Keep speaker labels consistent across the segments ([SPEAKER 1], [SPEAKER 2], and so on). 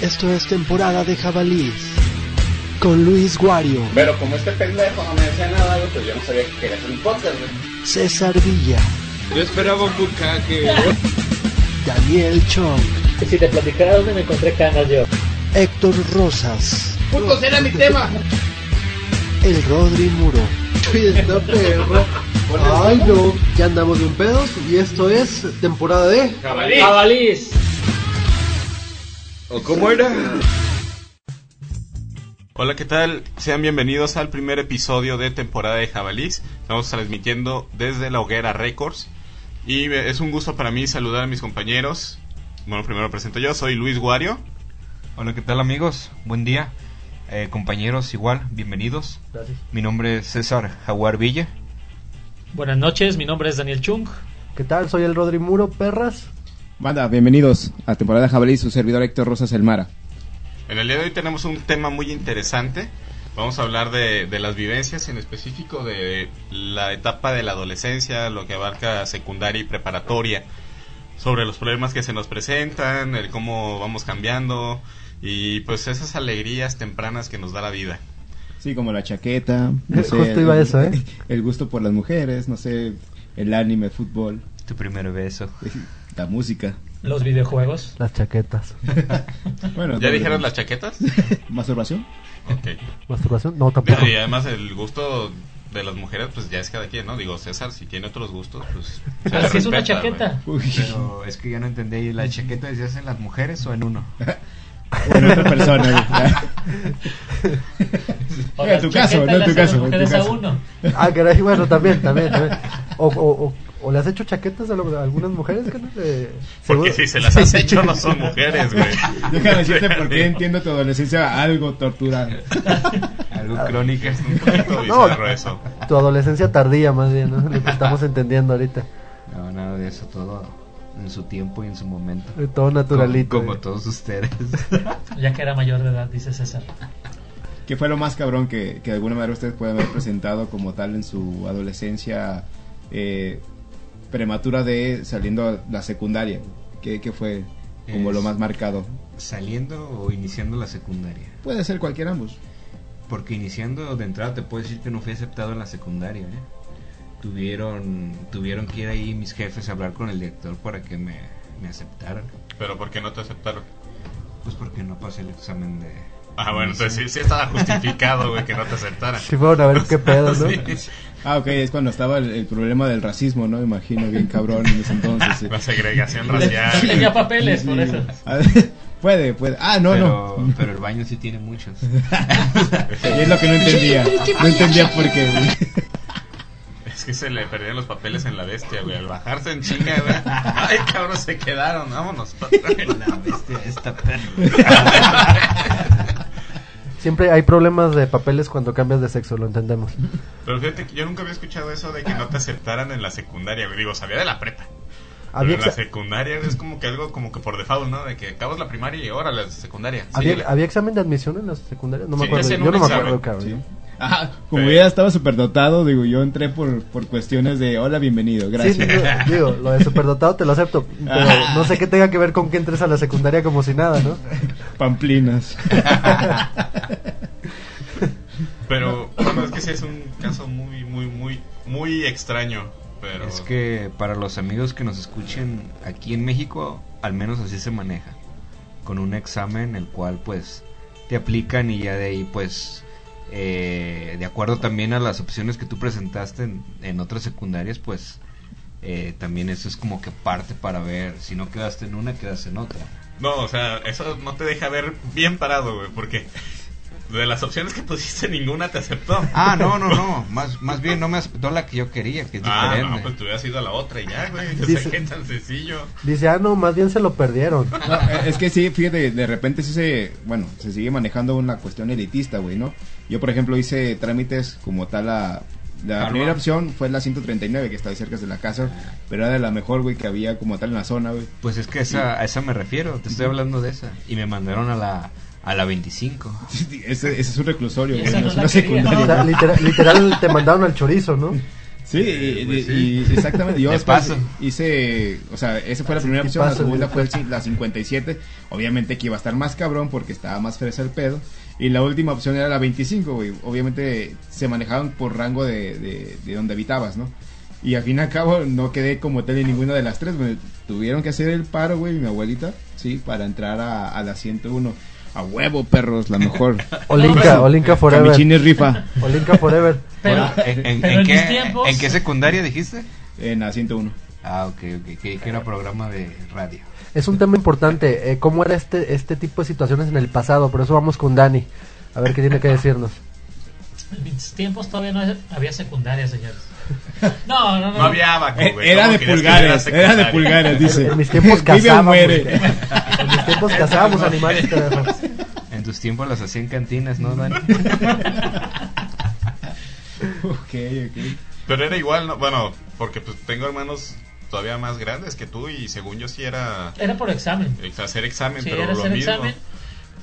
[SPEAKER 1] Esto es temporada de jabalíes con Luis Guario,
[SPEAKER 2] Pero como este pendejo no me decía nada, güey, pues yo no sabía que quería hacer un podcast, güey.
[SPEAKER 1] César Villa,
[SPEAKER 3] Yo esperaba un bucaque.
[SPEAKER 1] Daniel Chong,
[SPEAKER 4] Que Si te platicara dónde me encontré canas yo.
[SPEAKER 1] Héctor Rosas,
[SPEAKER 2] ¡Puto,
[SPEAKER 5] Pues
[SPEAKER 2] era mi tema!
[SPEAKER 1] el Rodri Muro.
[SPEAKER 6] Fiesta perro. Ay no, ya andamos bien pedos y esto es temporada de
[SPEAKER 2] ¡Jabalí!
[SPEAKER 4] ¡Jabalís!
[SPEAKER 3] ¿O cómo era?
[SPEAKER 7] Hola, ¿qué tal? Sean bienvenidos al primer episodio de temporada de Jabalís. Estamos transmitiendo desde la Hoguera Records. Y me- es un gusto para mí saludar a mis compañeros. Bueno, primero me presento yo, soy Luis Guario.
[SPEAKER 8] Hola, ¿qué tal amigos? Buen día. Eh, compañeros, igual, bienvenidos.
[SPEAKER 4] Gracias.
[SPEAKER 8] Mi nombre es César Jaguar Villa.
[SPEAKER 4] Buenas noches, mi nombre es Daniel Chung.
[SPEAKER 6] ¿Qué tal? Soy el Rodri Muro, perras.
[SPEAKER 9] Banda, bienvenidos a temporada Jabalí, su servidor Héctor Rosas Elmara.
[SPEAKER 7] En el día de hoy tenemos un tema muy interesante. Vamos a hablar de, de las vivencias, en específico de la etapa de la adolescencia, lo que abarca secundaria y preparatoria, sobre los problemas que se nos presentan, el cómo vamos cambiando y pues esas alegrías tempranas que nos da la vida.
[SPEAKER 9] Sí, como la chaqueta.
[SPEAKER 6] Justo iba
[SPEAKER 9] el-
[SPEAKER 6] eso, ¿eh?
[SPEAKER 9] El gusto por las mujeres, no sé, el anime, fútbol,
[SPEAKER 8] Tu primer beso.
[SPEAKER 9] la música.
[SPEAKER 4] Los videojuegos.
[SPEAKER 6] Las chaquetas.
[SPEAKER 9] Bueno,
[SPEAKER 7] ¿Ya
[SPEAKER 9] todo
[SPEAKER 7] dijeron
[SPEAKER 9] lo-
[SPEAKER 7] las chaquetas?
[SPEAKER 9] ¿Masturbación?
[SPEAKER 7] Ok.
[SPEAKER 6] ¿Masturbación? No, tampoco.
[SPEAKER 7] Pero, y además el gusto de las mujeres pues ya es cada quien, ¿no? Digo, César, si tiene otros gustos, pues... se le
[SPEAKER 4] Así es una
[SPEAKER 7] respeta,
[SPEAKER 4] chaqueta.
[SPEAKER 9] Uy,
[SPEAKER 8] Pero es que ya no entendí, ¿la chaqueta se hace en las mujeres o en uno?
[SPEAKER 9] bueno, otra persona.
[SPEAKER 4] O
[SPEAKER 9] En
[SPEAKER 4] las
[SPEAKER 9] tu
[SPEAKER 4] chaquetas
[SPEAKER 9] caso, no en
[SPEAKER 4] las
[SPEAKER 9] tu
[SPEAKER 4] hacen
[SPEAKER 9] caso, en tu
[SPEAKER 4] mujeres A
[SPEAKER 9] caso.
[SPEAKER 4] uno.
[SPEAKER 5] Ah, caray, bueno, también, también. también. O, o, o, o le has hecho chaquetas a, lo- a algunas mujeres, que
[SPEAKER 7] Porque si se las has hecho no son mujeres, güey.
[SPEAKER 9] güey. Déjame decirte por qué entiendo tu adolescencia algo torturada.
[SPEAKER 8] Algo crónica.
[SPEAKER 7] Es un poquito
[SPEAKER 5] No.
[SPEAKER 7] bizarro eso.
[SPEAKER 5] Tu adolescencia tardía, más bien, ¿no? Lo que estamos entendiendo ahorita.
[SPEAKER 8] No, nada de eso, todo en su tiempo y en su momento.
[SPEAKER 5] Eh, Todo naturalito.
[SPEAKER 8] Como, como
[SPEAKER 5] eh.
[SPEAKER 8] todos ustedes.
[SPEAKER 4] Ya que era mayor de edad, dice César.
[SPEAKER 9] ¿Qué fue lo más cabrón que, que de alguna manera ustedes pueden haber presentado como tal en su adolescencia eh, prematura de saliendo a la secundaria? ¿Qué, qué fue como
[SPEAKER 8] Es-
[SPEAKER 9] lo más marcado?
[SPEAKER 8] ¿Saliendo o iniciando la secundaria?
[SPEAKER 9] Puede ser cualquiera ambos.
[SPEAKER 8] Porque iniciando de entrada te puedo decir que no fui aceptado en la secundaria, ¿eh? Tuvieron, tuvieron que ir ahí mis jefes a hablar con el director para que me, me aceptaran.
[SPEAKER 7] Pero ¿por qué no te aceptaron?
[SPEAKER 8] Pues porque no pasé el examen de...
[SPEAKER 7] Ah, bueno, entonces sí, sí estaba justificado, güey, que no te aceptaran.
[SPEAKER 5] Sí, fueron a ver qué pedo, ¿no?
[SPEAKER 7] Sí,
[SPEAKER 9] Ah, ok, es cuando estaba el, el problema del racismo, ¿no? Me imagino, bien cabrón en ese entonces. sí.
[SPEAKER 7] La segregación
[SPEAKER 4] No
[SPEAKER 7] racial.
[SPEAKER 4] tenía papeles, por
[SPEAKER 9] Sí.
[SPEAKER 4] eso.
[SPEAKER 9] Ah, puede, puede. Ah, no,
[SPEAKER 8] pero,
[SPEAKER 9] no.
[SPEAKER 8] pero el baño sí tiene muchos.
[SPEAKER 9] Y es lo que no entendía. No entendía por qué. güey.
[SPEAKER 7] Es que se le perdían los papeles en la bestia, güey. Al bajarse en chinga, güey. Ay, cabrón, se quedaron. Vámonos.
[SPEAKER 8] La bestia esta perra.
[SPEAKER 5] Siempre hay problemas de papeles cuando cambias de sexo, lo entendemos.
[SPEAKER 7] Pero fíjate que yo nunca había escuchado eso de que no te aceptaran en la secundaria, güey. Digo, sabía de la prepa.
[SPEAKER 5] Había,
[SPEAKER 7] Pero en la
[SPEAKER 5] exa-
[SPEAKER 7] secundaria es como que algo como que por default, ¿no? De que acabas la primaria y ahora la secundaria. Síguele.
[SPEAKER 5] había, había examen de admisión en la secundaria, no me
[SPEAKER 7] Sí,
[SPEAKER 5] acuerdo.
[SPEAKER 7] hacen
[SPEAKER 5] Yo
[SPEAKER 7] un
[SPEAKER 5] no me
[SPEAKER 7] examen,
[SPEAKER 5] acuerdo, cabrón.
[SPEAKER 9] Sí. Ah, como ya estaba superdotado, digo, yo entré por, por cuestiones de hola, bienvenido, gracias. Ah.
[SPEAKER 5] Sí, no, digo, lo de superdotado te lo acepto, pero no sé qué tenga que ver con que entres a la secundaria como si nada, ¿no?
[SPEAKER 9] Pamplinas.
[SPEAKER 7] Pero bueno, es que sí es un caso muy, muy, muy, muy extraño. Pero
[SPEAKER 8] Es que para los amigos que nos escuchen aquí en México, al menos así se maneja. Con un examen el cual pues te aplican y ya de ahí pues eh, de acuerdo también a las opciones que tú presentaste en, en otras secundarias pues eh, también eso es como que parte para ver si no quedaste en una quedas en otra.
[SPEAKER 7] No, o sea, eso no te deja ver bien parado, güey, porque de las opciones que pusiste ninguna te aceptó.
[SPEAKER 8] Ah, no, no, no, más, más bien no me aceptó la que yo quería, que es
[SPEAKER 7] Ah,
[SPEAKER 8] diferente.
[SPEAKER 7] no, pues te hubieras ido a la otra y ya, güey. O sea,
[SPEAKER 5] Dice-
[SPEAKER 7] qué tan sencillo.
[SPEAKER 5] Dice, ah, no, más bien se lo perdieron.
[SPEAKER 9] No, eh, es que sí, fíjate, de repente sí se, bueno, se sigue manejando una cuestión elitista, güey, ¿no? Yo, por ejemplo, hice trámites como tal la... La
[SPEAKER 8] Harvard.
[SPEAKER 9] primera opción fue la 139, que está ahí cerca de la casa, pero era de la mejor, güey, que había como tal en la zona, güey.
[SPEAKER 8] Pues es que esa, a esa me refiero, te estoy hablando de esa. Y me mandaron a la, a la 25.
[SPEAKER 9] Ese, ese es un reclusorio,
[SPEAKER 4] Y
[SPEAKER 9] güey,
[SPEAKER 4] esa
[SPEAKER 9] no
[SPEAKER 4] no
[SPEAKER 9] es
[SPEAKER 4] la
[SPEAKER 9] una
[SPEAKER 4] quería.
[SPEAKER 5] O
[SPEAKER 9] secundaria.
[SPEAKER 5] sea, literal, literal te mandaron al chorizo, ¿no?
[SPEAKER 9] Sí,
[SPEAKER 7] Eh,
[SPEAKER 9] y-
[SPEAKER 7] pues,
[SPEAKER 9] y-
[SPEAKER 7] sí.
[SPEAKER 9] y- exactamente. Yo
[SPEAKER 7] De
[SPEAKER 9] después
[SPEAKER 7] paso.
[SPEAKER 9] hice, o sea, esa fue la primera
[SPEAKER 5] de
[SPEAKER 9] opción, la
[SPEAKER 5] paso,
[SPEAKER 9] segunda
[SPEAKER 5] de
[SPEAKER 9] fue el chi- la 57. Obviamente que iba a estar más cabrón porque estaba más fresa el pedo. Y la última opción era la 25, güey. Obviamente se manejaban por rango de, de, de donde habitabas, ¿no? Y al fin y al cabo no quedé como hotel en ninguna de las tres. Me tuvieron que hacer el paro, güey, mi abuelita, sí, para entrar a, a la 101. A huevo, perros, la mejor.
[SPEAKER 5] Olinka, Olinka Forever.
[SPEAKER 9] Camichini rifa
[SPEAKER 5] Olinka Forever.
[SPEAKER 4] Pero,
[SPEAKER 8] ¿En, en-
[SPEAKER 4] pero
[SPEAKER 8] en
[SPEAKER 4] en
[SPEAKER 8] qué,
[SPEAKER 4] mis tiempos-
[SPEAKER 8] ¿En qué secundaria dijiste?
[SPEAKER 9] en la 101.
[SPEAKER 8] Ah, ok, ok. Que, que era programa de radio.
[SPEAKER 5] Es un tema importante, eh, cómo era este, este tipo de situaciones en el pasado, por eso vamos con Dani, a ver qué tiene que decirnos.
[SPEAKER 4] En mis tiempos todavía no había secundaria, señores. No, no, no.
[SPEAKER 7] No había abaco,
[SPEAKER 9] Eh,
[SPEAKER 7] güey.
[SPEAKER 9] Era
[SPEAKER 7] ¿Cómo
[SPEAKER 9] de
[SPEAKER 7] querías que
[SPEAKER 9] pulgares, era de
[SPEAKER 7] secundaria?
[SPEAKER 9] pulgares, dice.
[SPEAKER 5] En mis
[SPEAKER 9] Vive
[SPEAKER 5] tiempos
[SPEAKER 9] o
[SPEAKER 5] cazábamos.
[SPEAKER 9] muere.
[SPEAKER 5] En mis tiempos cazábamos animales, carajo.
[SPEAKER 8] En tus tiempos las hacían cantinas, ¿no, Dani?
[SPEAKER 9] Ok, ok.
[SPEAKER 7] Pero era igual, ¿no? Bueno, porque pues tengo hermanos todavía más grandes que tú y según yo sí era
[SPEAKER 4] Era por examen.
[SPEAKER 7] ex- hacer examen,
[SPEAKER 4] Si
[SPEAKER 7] pero
[SPEAKER 4] era
[SPEAKER 7] lo
[SPEAKER 4] hacer
[SPEAKER 7] mismo.
[SPEAKER 4] examen,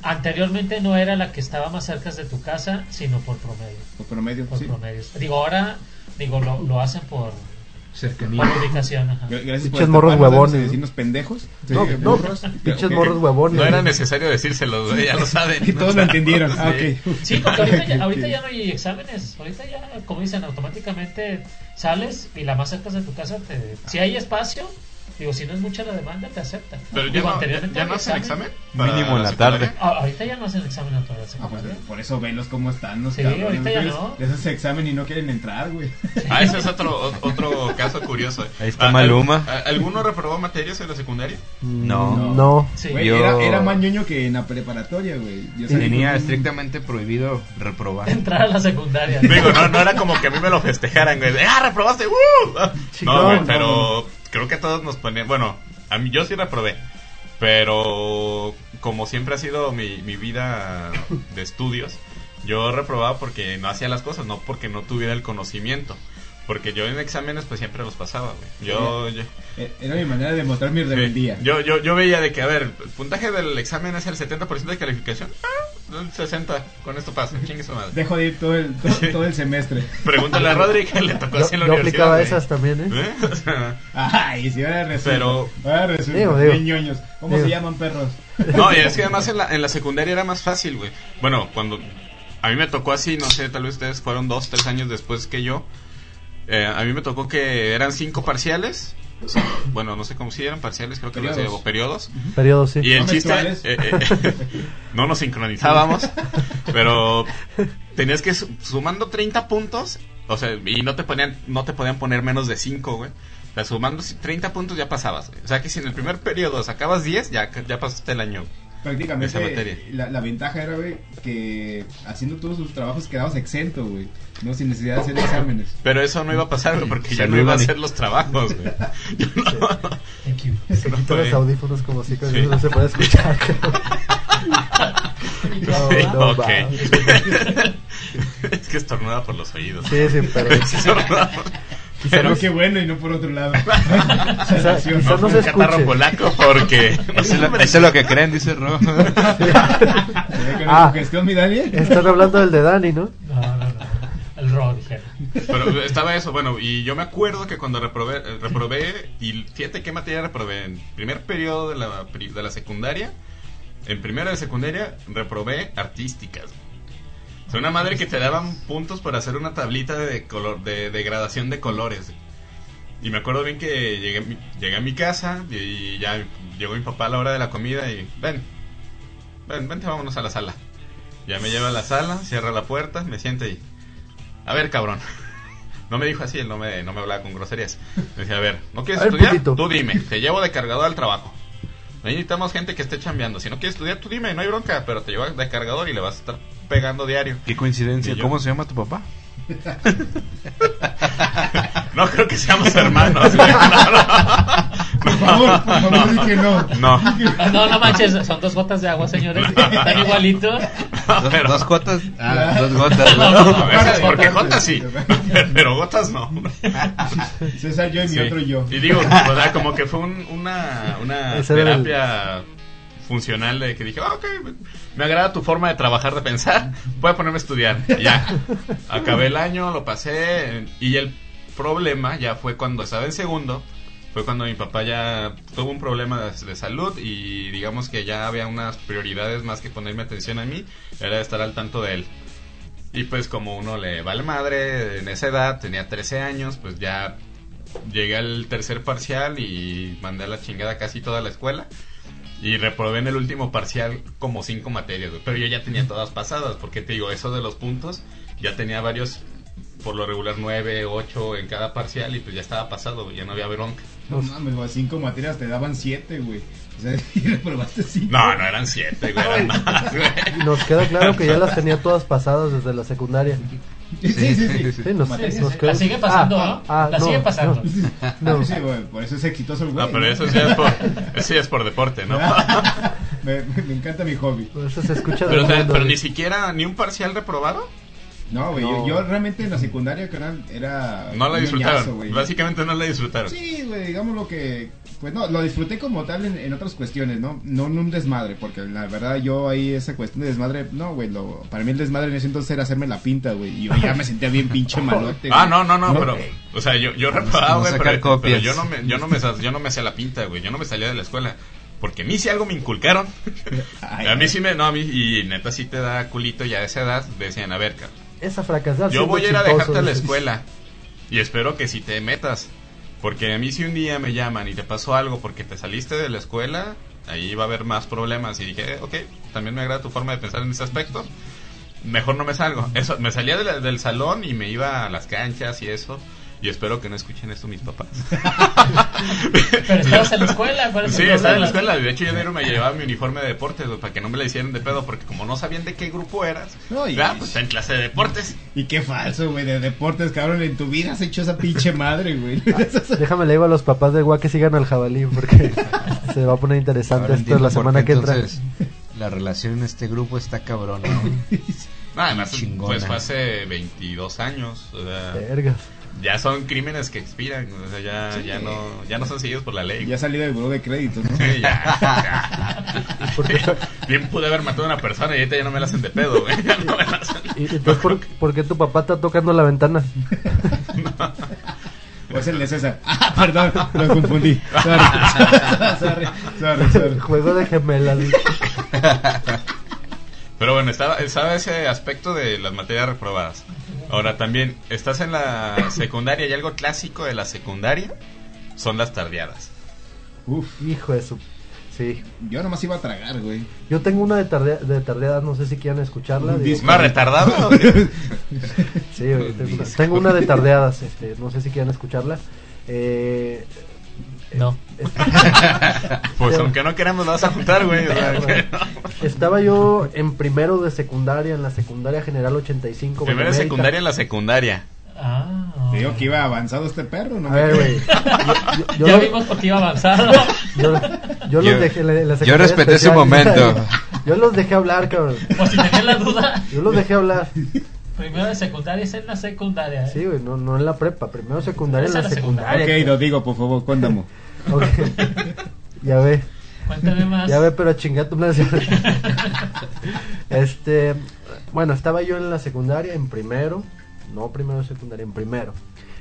[SPEAKER 4] anteriormente no era la que estaba más cerca de tu casa, sino por promedio.
[SPEAKER 9] Por promedio,
[SPEAKER 4] Por
[SPEAKER 9] sí.
[SPEAKER 4] promedios. Digo, ahora digo, lo, lo hacen por, por
[SPEAKER 8] Cercanía.
[SPEAKER 4] ubicación. ajá.
[SPEAKER 9] Gra- Gracias
[SPEAKER 5] Pinches morros
[SPEAKER 9] taparnos,
[SPEAKER 5] huevones,
[SPEAKER 9] de
[SPEAKER 5] ¿no?
[SPEAKER 9] decirnos pendejos.
[SPEAKER 5] No,
[SPEAKER 9] Sí,
[SPEAKER 5] no,
[SPEAKER 9] burros.
[SPEAKER 5] pinches
[SPEAKER 9] Ok.
[SPEAKER 5] morros huevones.
[SPEAKER 7] No era necesario decírselo, güey, ya lo saben.
[SPEAKER 9] Y todos lo entendieron. Ah,
[SPEAKER 7] Sí.
[SPEAKER 9] ok.
[SPEAKER 4] Sí, porque ahorita ya, ahorita
[SPEAKER 9] Ok.
[SPEAKER 4] ya no hay exámenes. Ahorita ya, como dicen, automáticamente sales y la más cerca de tu casa, te, si hay espacio, digo, si no es mucha la demanda, te acepta.
[SPEAKER 7] Pero ya
[SPEAKER 4] Digo,
[SPEAKER 7] no, ya,
[SPEAKER 4] anteriormente
[SPEAKER 7] ya no
[SPEAKER 4] había
[SPEAKER 7] hacen examen. para
[SPEAKER 8] Mínimo en la
[SPEAKER 7] secundaria.
[SPEAKER 8] tarde.
[SPEAKER 4] A- ahorita ya no hacen examen en toda la
[SPEAKER 9] Ah, pues,
[SPEAKER 4] secundaria.
[SPEAKER 9] por eso velos cómo están los
[SPEAKER 4] Sí,
[SPEAKER 9] cabrones,
[SPEAKER 4] ahorita ya
[SPEAKER 9] güey.
[SPEAKER 4] no.
[SPEAKER 9] Les haces examen y no quieren entrar, güey.
[SPEAKER 7] Ah, ese es otro, o- otro caso curioso.
[SPEAKER 8] Ahí está
[SPEAKER 7] Ah, al-
[SPEAKER 8] Maluma.
[SPEAKER 7] a- ¿Alguno reprobó materias en la secundaria?
[SPEAKER 8] No.
[SPEAKER 5] No.
[SPEAKER 4] Sí.
[SPEAKER 9] Güey,
[SPEAKER 8] Yo-
[SPEAKER 9] era, era más ñoño que en la preparatoria, güey. Yo salí
[SPEAKER 8] Tenía
[SPEAKER 9] con un-
[SPEAKER 8] estrictamente prohibido reprobar.
[SPEAKER 4] Entrar a la secundaria.
[SPEAKER 7] Digo, no, no era como que a mí me lo festejaran, güey. de, ¡Ah, reprobaste! ¡Uh! Ah,
[SPEAKER 5] Chingón,
[SPEAKER 7] No, güey,
[SPEAKER 5] no,
[SPEAKER 7] pero creo que todos nos ponían. Bueno, a mí yo sí reprobé. Pero como siempre ha sido mi, mi vida de estudios, yo reprobaba porque no hacía las cosas, no porque no tuviera el conocimiento. Porque yo en exámenes pues siempre los pasaba, güey. Yo, yo,
[SPEAKER 9] eh, Era mi manera de mostrar mi
[SPEAKER 7] Sí.
[SPEAKER 9] rebeldía.
[SPEAKER 7] Yo, yo, yo veía de que, a ver, el puntaje del examen es el 70% de calificación. Ah, el 60, con esto pasa, chingue su madre.
[SPEAKER 9] Dejo de ir todo el, todo, todo el semestre.
[SPEAKER 7] Pregúntale a Rodri que le tocó
[SPEAKER 5] Yo,
[SPEAKER 7] así en la
[SPEAKER 5] yo
[SPEAKER 7] universidad.
[SPEAKER 5] aplicaba
[SPEAKER 7] güey.
[SPEAKER 5] esas también, ¿eh?
[SPEAKER 7] ¿Eh? O sea,
[SPEAKER 9] Ay, si ahora resulta.
[SPEAKER 7] Pero-
[SPEAKER 9] Ahora resulta.
[SPEAKER 5] Digo, digo.
[SPEAKER 9] bien ñoños. ¿Cómo
[SPEAKER 5] Digo.
[SPEAKER 9] se llaman perros?
[SPEAKER 7] No, y es que además en la, en la secundaria era más fácil, güey. Bueno, cuando a mí me tocó así, no sé, tal vez ustedes fueron dos, tres años después que yo. Eh, a mí me tocó que eran cinco parciales. O sea, Bueno, no sé cómo si eran parciales, creo que los
[SPEAKER 9] Periodos.
[SPEAKER 7] llevo periodos.
[SPEAKER 5] Periodo sí.
[SPEAKER 7] Y el
[SPEAKER 9] No
[SPEAKER 7] chiste,
[SPEAKER 9] mensuales.
[SPEAKER 7] eh, eh, no nos
[SPEAKER 8] Ah,
[SPEAKER 7] sincronizábamos, pero tenías que su- sumando 30 puntos, o sea, y no te ponían no te podían poner menos de 5, güey. O sea, sumando si- 30 puntos ya pasabas. güey. O sea, que si en el primer periodo sacabas 10, ya ya pasaste el año.
[SPEAKER 9] Prácticamente
[SPEAKER 7] Esa materia.
[SPEAKER 9] La, la ventaja era, güey, que haciendo todos sus trabajos quedabas exento, güey. No sin necesidad de hacer exámenes.
[SPEAKER 7] Pero eso no iba a pasar, güey, porque
[SPEAKER 8] Se
[SPEAKER 7] ya no
[SPEAKER 8] lo
[SPEAKER 7] iba a
[SPEAKER 8] iban a-
[SPEAKER 7] hacer los trabajos, güey. Yo no-
[SPEAKER 4] Thank you.
[SPEAKER 5] Se quitó los
[SPEAKER 7] Sí.
[SPEAKER 5] audífonos como si con
[SPEAKER 7] Sí.
[SPEAKER 5] eso no se puede escuchar. cabrón.
[SPEAKER 7] Sí,
[SPEAKER 5] no,
[SPEAKER 7] ok.
[SPEAKER 5] va.
[SPEAKER 7] es que estornuda por los oídos.
[SPEAKER 5] Sí, sí, pero
[SPEAKER 7] Estornuda por-
[SPEAKER 9] Pero
[SPEAKER 7] Pero-
[SPEAKER 9] qué bueno y no por otro lado.
[SPEAKER 5] quizá,
[SPEAKER 9] Sanación.
[SPEAKER 5] quizá no
[SPEAKER 7] un
[SPEAKER 5] se
[SPEAKER 7] catarro
[SPEAKER 5] escuche.
[SPEAKER 7] polaco porque no se
[SPEAKER 8] Eso es
[SPEAKER 7] lo
[SPEAKER 8] lo, eso
[SPEAKER 7] merece.
[SPEAKER 8] es lo que creen, dice Ro.
[SPEAKER 9] Se ve que no
[SPEAKER 5] Ah.
[SPEAKER 9] es congestión, mi Daniel.
[SPEAKER 5] Están hablando del de Dani, ¿no?
[SPEAKER 4] No, no, no. El rock, dijeron.
[SPEAKER 7] Pero estaba eso, bueno, y yo me acuerdo que cuando reprobé, eh, reprobé y fíjate qué materia reprobé. En primer periodo de la, pri- de la secundaria, en primero de secundaria, reprobé artísticas. O sea, una madre que te daban puntos para hacer una tablita de color, de degradación de colores. Y me acuerdo bien que llegué, a mi- llegué a mi casa y, y ya llegó mi papá a la hora de la comida y ven, ven, vente, vámonos a la sala. Ya me lleva a la sala, cierra la puerta, me siente ahí. A ver, cabrón. No me dijo así, él no me, no me hablaba con groserías. Me decía, a ver, ¿no quieres
[SPEAKER 5] A ver,
[SPEAKER 7] estudiar?
[SPEAKER 5] putito.
[SPEAKER 7] Tú dime, te llevo de cargador al trabajo. No necesitamos gente que esté chambeando. Si no quieres estudiar, tú dime, no hay bronca, pero te llevo de cargador y le vas a estar pegando diario.
[SPEAKER 8] Qué coincidencia.
[SPEAKER 7] Y yo.
[SPEAKER 8] ¿Cómo se llama tu papá?
[SPEAKER 7] No creo que seamos hermanos. güey.
[SPEAKER 9] Por favor, por favor, di que no.
[SPEAKER 7] No,
[SPEAKER 4] Ah, No, no manches, son dos gotas de agua, señores. Están igualitos.
[SPEAKER 7] no,
[SPEAKER 8] Dos,
[SPEAKER 7] pero-
[SPEAKER 8] dos gotas. Ah, dos gotas. ¿no?
[SPEAKER 7] A veces, porque gotas sí, pero gotas no.
[SPEAKER 9] César, yo y
[SPEAKER 7] Sí.
[SPEAKER 9] mi otro yo.
[SPEAKER 7] Y digo, o sea, como que fue un- una, una
[SPEAKER 5] Ese era el-
[SPEAKER 7] terapia funcional de que dije, ah, ok, me agrada tu forma de trabajar, de pensar, voy a ponerme a estudiar. Y ya, acabé el año, lo pasé y el problema ya fue cuando estaba en segundo, fue cuando mi papá ya tuvo un problema de, de salud y digamos que ya había unas prioridades más que ponerme atención a mí, era estar al tanto de él. Y pues como uno le vale madre, en esa edad tenía 13 años, pues ya llegué al tercer parcial y mandé a la chingada casi toda la escuela. Y reprobé en el último parcial como cinco materias, güey. pero yo ya tenía todas pasadas, porque te digo, eso de los puntos, ya tenía varios, por lo regular nueve, ocho en cada parcial y pues ya estaba pasado, güey, ya no había bronca.
[SPEAKER 9] No mames, güey, cinco materias te daban siete, güey. O sea, y reprobaste cinco.
[SPEAKER 7] No, no eran siete, güey, eran más, güey.
[SPEAKER 5] Nos queda claro que ya las tenía todas pasadas desde la secundaria.
[SPEAKER 9] Sí, sí, sí.
[SPEAKER 5] Sí, nos,
[SPEAKER 4] Sí, sí,
[SPEAKER 5] nos
[SPEAKER 4] sí.
[SPEAKER 5] queda-
[SPEAKER 4] La sigue pasando,
[SPEAKER 5] Ah,
[SPEAKER 4] ¿no?
[SPEAKER 5] ah,
[SPEAKER 4] la sigue pasando.
[SPEAKER 5] No.
[SPEAKER 9] Ah, Sí, güey, por eso es exitoso el güey.
[SPEAKER 7] No, pero eso sí es por, eso ya es por deporte, ¿no?
[SPEAKER 9] Ah, me, me- me encanta mi hobby.
[SPEAKER 5] Por Eso se escucha de
[SPEAKER 7] Pero, o sea,
[SPEAKER 5] mundo,
[SPEAKER 7] pero
[SPEAKER 5] güey.
[SPEAKER 7] ni siquiera, ni un parcial reprobado,
[SPEAKER 9] No, güey, Yo,
[SPEAKER 5] No.
[SPEAKER 9] yo realmente en la secundaria, carnal, era.
[SPEAKER 7] no la
[SPEAKER 9] un ñoñazo,
[SPEAKER 7] disfrutaron.
[SPEAKER 9] güey.
[SPEAKER 7] Básicamente no la disfrutaron.
[SPEAKER 9] Sí, güey, digamos lo que. Pues no, lo disfruté como tal en, en otras cuestiones, ¿no? No en un desmadre, porque la verdad yo ahí esa cuestión de desmadre, no, güey, lo- para mí el desmadre en ese entonces era hacerme la pinta, güey. Y yo ya me sentía bien pinche malote.
[SPEAKER 7] Ah,
[SPEAKER 9] güey.
[SPEAKER 7] no, no, no, pero, o sea, yo, yo reprobaba,
[SPEAKER 8] este, Vamos
[SPEAKER 7] güey,
[SPEAKER 8] a sacar
[SPEAKER 7] pero, pero
[SPEAKER 8] copias.
[SPEAKER 7] yo no me, yo no me, sa- yo no me hacía la pinta, güey, yo no me salía de la escuela, porque a mí sí algo me inculcaron,
[SPEAKER 9] Ay,
[SPEAKER 7] a mí sí me, no, a mí, y neta sí te da culito ya de esa edad, decían, a ver, cabrón,
[SPEAKER 5] Esa fracasada.
[SPEAKER 7] yo
[SPEAKER 5] siendo
[SPEAKER 7] voy a ir a
[SPEAKER 5] exitoso,
[SPEAKER 7] dejarte a la
[SPEAKER 5] dices.
[SPEAKER 7] escuela, y espero que si te metas, porque a mí si un día me llaman y te pasó algo porque te saliste de la escuela, ahí va a haber más problemas, y dije, eh, ok, también me agrada tu forma de pensar en ese aspecto, mejor no me salgo. Eso, me salía de la- del salón y me iba a las canchas y eso. Y espero que no escuchen esto mis papás.
[SPEAKER 4] Pero estabas en la escuela, ¿cuál es el
[SPEAKER 7] Sí, estaba en
[SPEAKER 4] problema?
[SPEAKER 7] la escuela. De hecho, yo diario me llevaba mi uniforme de deportes güey, para que no me la hicieran de pedo, porque como no sabían de qué grupo eras,
[SPEAKER 9] No, y-
[SPEAKER 7] ah, pues está en clase de deportes.
[SPEAKER 9] Y qué falso, güey, de deportes, cabrón, en tu vida has hecho esa pinche madre, güey.
[SPEAKER 7] Ah,
[SPEAKER 5] Déjame le digo a los papás de Gua que sigan al jabalí porque se va a poner interesante
[SPEAKER 8] Ahora
[SPEAKER 5] esto la
[SPEAKER 8] entiendo por
[SPEAKER 5] semana
[SPEAKER 8] qué
[SPEAKER 5] que entra.
[SPEAKER 8] entonces La relación en este grupo está cabrón, ¿no?
[SPEAKER 7] Nada, además,
[SPEAKER 8] Chingona.
[SPEAKER 7] pues fue hace 22 años. o sea,
[SPEAKER 5] Vergas.
[SPEAKER 7] ya son crímenes que expiran. O sea, ya, ya, no, ya no son seguidos por la ley.
[SPEAKER 9] ya salí del buró de créditos, ¿no?
[SPEAKER 7] Sí, ya. Bien pude haber matado a una persona y ahorita ya no me la hacen de pedo, güey. Ya no me la hacen.
[SPEAKER 5] ¿Y entonces por, por qué tu papá está tocando la ventana?
[SPEAKER 9] O es el de César. Ah, perdón, lo confundí. Sorry, sorry, sorry, sorry.
[SPEAKER 5] Juego de gemelas.
[SPEAKER 7] Pero bueno, estaba, estaba ese aspecto de las materias reprobadas. Ahora también, estás en la secundaria y algo clásico de la secundaria son las tardeadas.
[SPEAKER 9] Uf,
[SPEAKER 5] Hijo de su. Sí.
[SPEAKER 9] yo nomás iba a tragar, güey.
[SPEAKER 5] Yo tengo una de, tarde, de tardeadas, no sé si quieran escucharla.
[SPEAKER 9] Un
[SPEAKER 5] digo,
[SPEAKER 9] disco.
[SPEAKER 7] ¿Una retardada? o qué?
[SPEAKER 5] Sí, güey, tengo una, tengo una de tardeadas, este, no sé si quieran escucharla. Eh,
[SPEAKER 4] No.
[SPEAKER 7] Pues aunque no queramos la vas a juntar, güey. o sea, que-
[SPEAKER 5] estaba yo en primero de secundaria, en la secundaria general 85.
[SPEAKER 7] Primero de
[SPEAKER 5] Benemérita.
[SPEAKER 7] secundaria en la secundaria.
[SPEAKER 4] Ah.
[SPEAKER 9] Te digo que iba avanzado este perro, ¿no?
[SPEAKER 5] A ver, güey. Yo, yo,
[SPEAKER 4] ya
[SPEAKER 5] yo-
[SPEAKER 4] vimos por qué iba avanzado.
[SPEAKER 5] yo-
[SPEAKER 8] Yo-
[SPEAKER 5] yo los dejé en la- en la
[SPEAKER 8] yo
[SPEAKER 5] secundaria
[SPEAKER 8] respeté su
[SPEAKER 5] especial.
[SPEAKER 8] momento.
[SPEAKER 5] yo los dejé hablar, cabrón.
[SPEAKER 4] Por si tenían la duda,
[SPEAKER 5] Yo los dejé hablar.
[SPEAKER 4] primero de secundaria es en la secundaria. ¿eh?
[SPEAKER 5] Sí, güey, no, no en la prepa. Primero secundaria, en
[SPEAKER 4] Esa
[SPEAKER 5] la
[SPEAKER 4] es la secundaria.
[SPEAKER 5] secundaria.
[SPEAKER 9] Ok, lo digo, por favor, cóndamo.
[SPEAKER 5] Ok. Ya ve.
[SPEAKER 4] Cuéntame más.
[SPEAKER 5] Ya ve, pero chinga tu madre. Este, bueno, estaba yo en la secundaria, en primero, no primero de secundaria, en primero.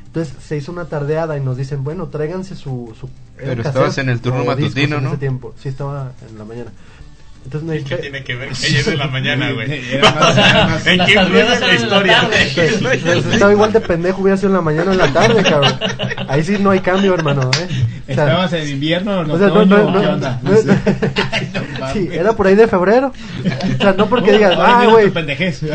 [SPEAKER 5] Entonces se hizo una tardeada y nos dicen, bueno, tráiganse su... su
[SPEAKER 8] Pero
[SPEAKER 5] eran
[SPEAKER 8] estabas
[SPEAKER 5] cassettes
[SPEAKER 8] en el turno
[SPEAKER 5] o discos
[SPEAKER 8] matutino,
[SPEAKER 5] en ese
[SPEAKER 8] ¿no?
[SPEAKER 5] tiempo. Sí, estaba en la mañana. Entonces me
[SPEAKER 7] ¿Qué
[SPEAKER 5] dice-
[SPEAKER 7] tiene que ver que ayer de la mañana, güey?
[SPEAKER 9] Era más- era más-
[SPEAKER 7] ¿En
[SPEAKER 4] Las
[SPEAKER 7] qué influye
[SPEAKER 4] tardeadas
[SPEAKER 7] la
[SPEAKER 4] eran en la
[SPEAKER 7] historia?
[SPEAKER 4] tarde.
[SPEAKER 7] ¿En qué influye la
[SPEAKER 5] Pues, Estaba igual de pendejo, hubiera sido en la mañana o en la tarde, cabrón. Ahí sí no hay cambio, hermano, ¿eh? O sea,
[SPEAKER 9] ¿Estabas en invierno o en
[SPEAKER 5] o sea, no,
[SPEAKER 9] otoño?
[SPEAKER 5] no,
[SPEAKER 9] ¿Qué
[SPEAKER 5] no,
[SPEAKER 9] onda?
[SPEAKER 5] no, no.
[SPEAKER 9] Ay, no mames.
[SPEAKER 5] Sí, era por ahí de febrero. O sea, no porque
[SPEAKER 9] Uh,
[SPEAKER 5] digas,
[SPEAKER 9] ahora
[SPEAKER 5] ah,
[SPEAKER 9] mira
[SPEAKER 5] güey.
[SPEAKER 9] tu pendejez.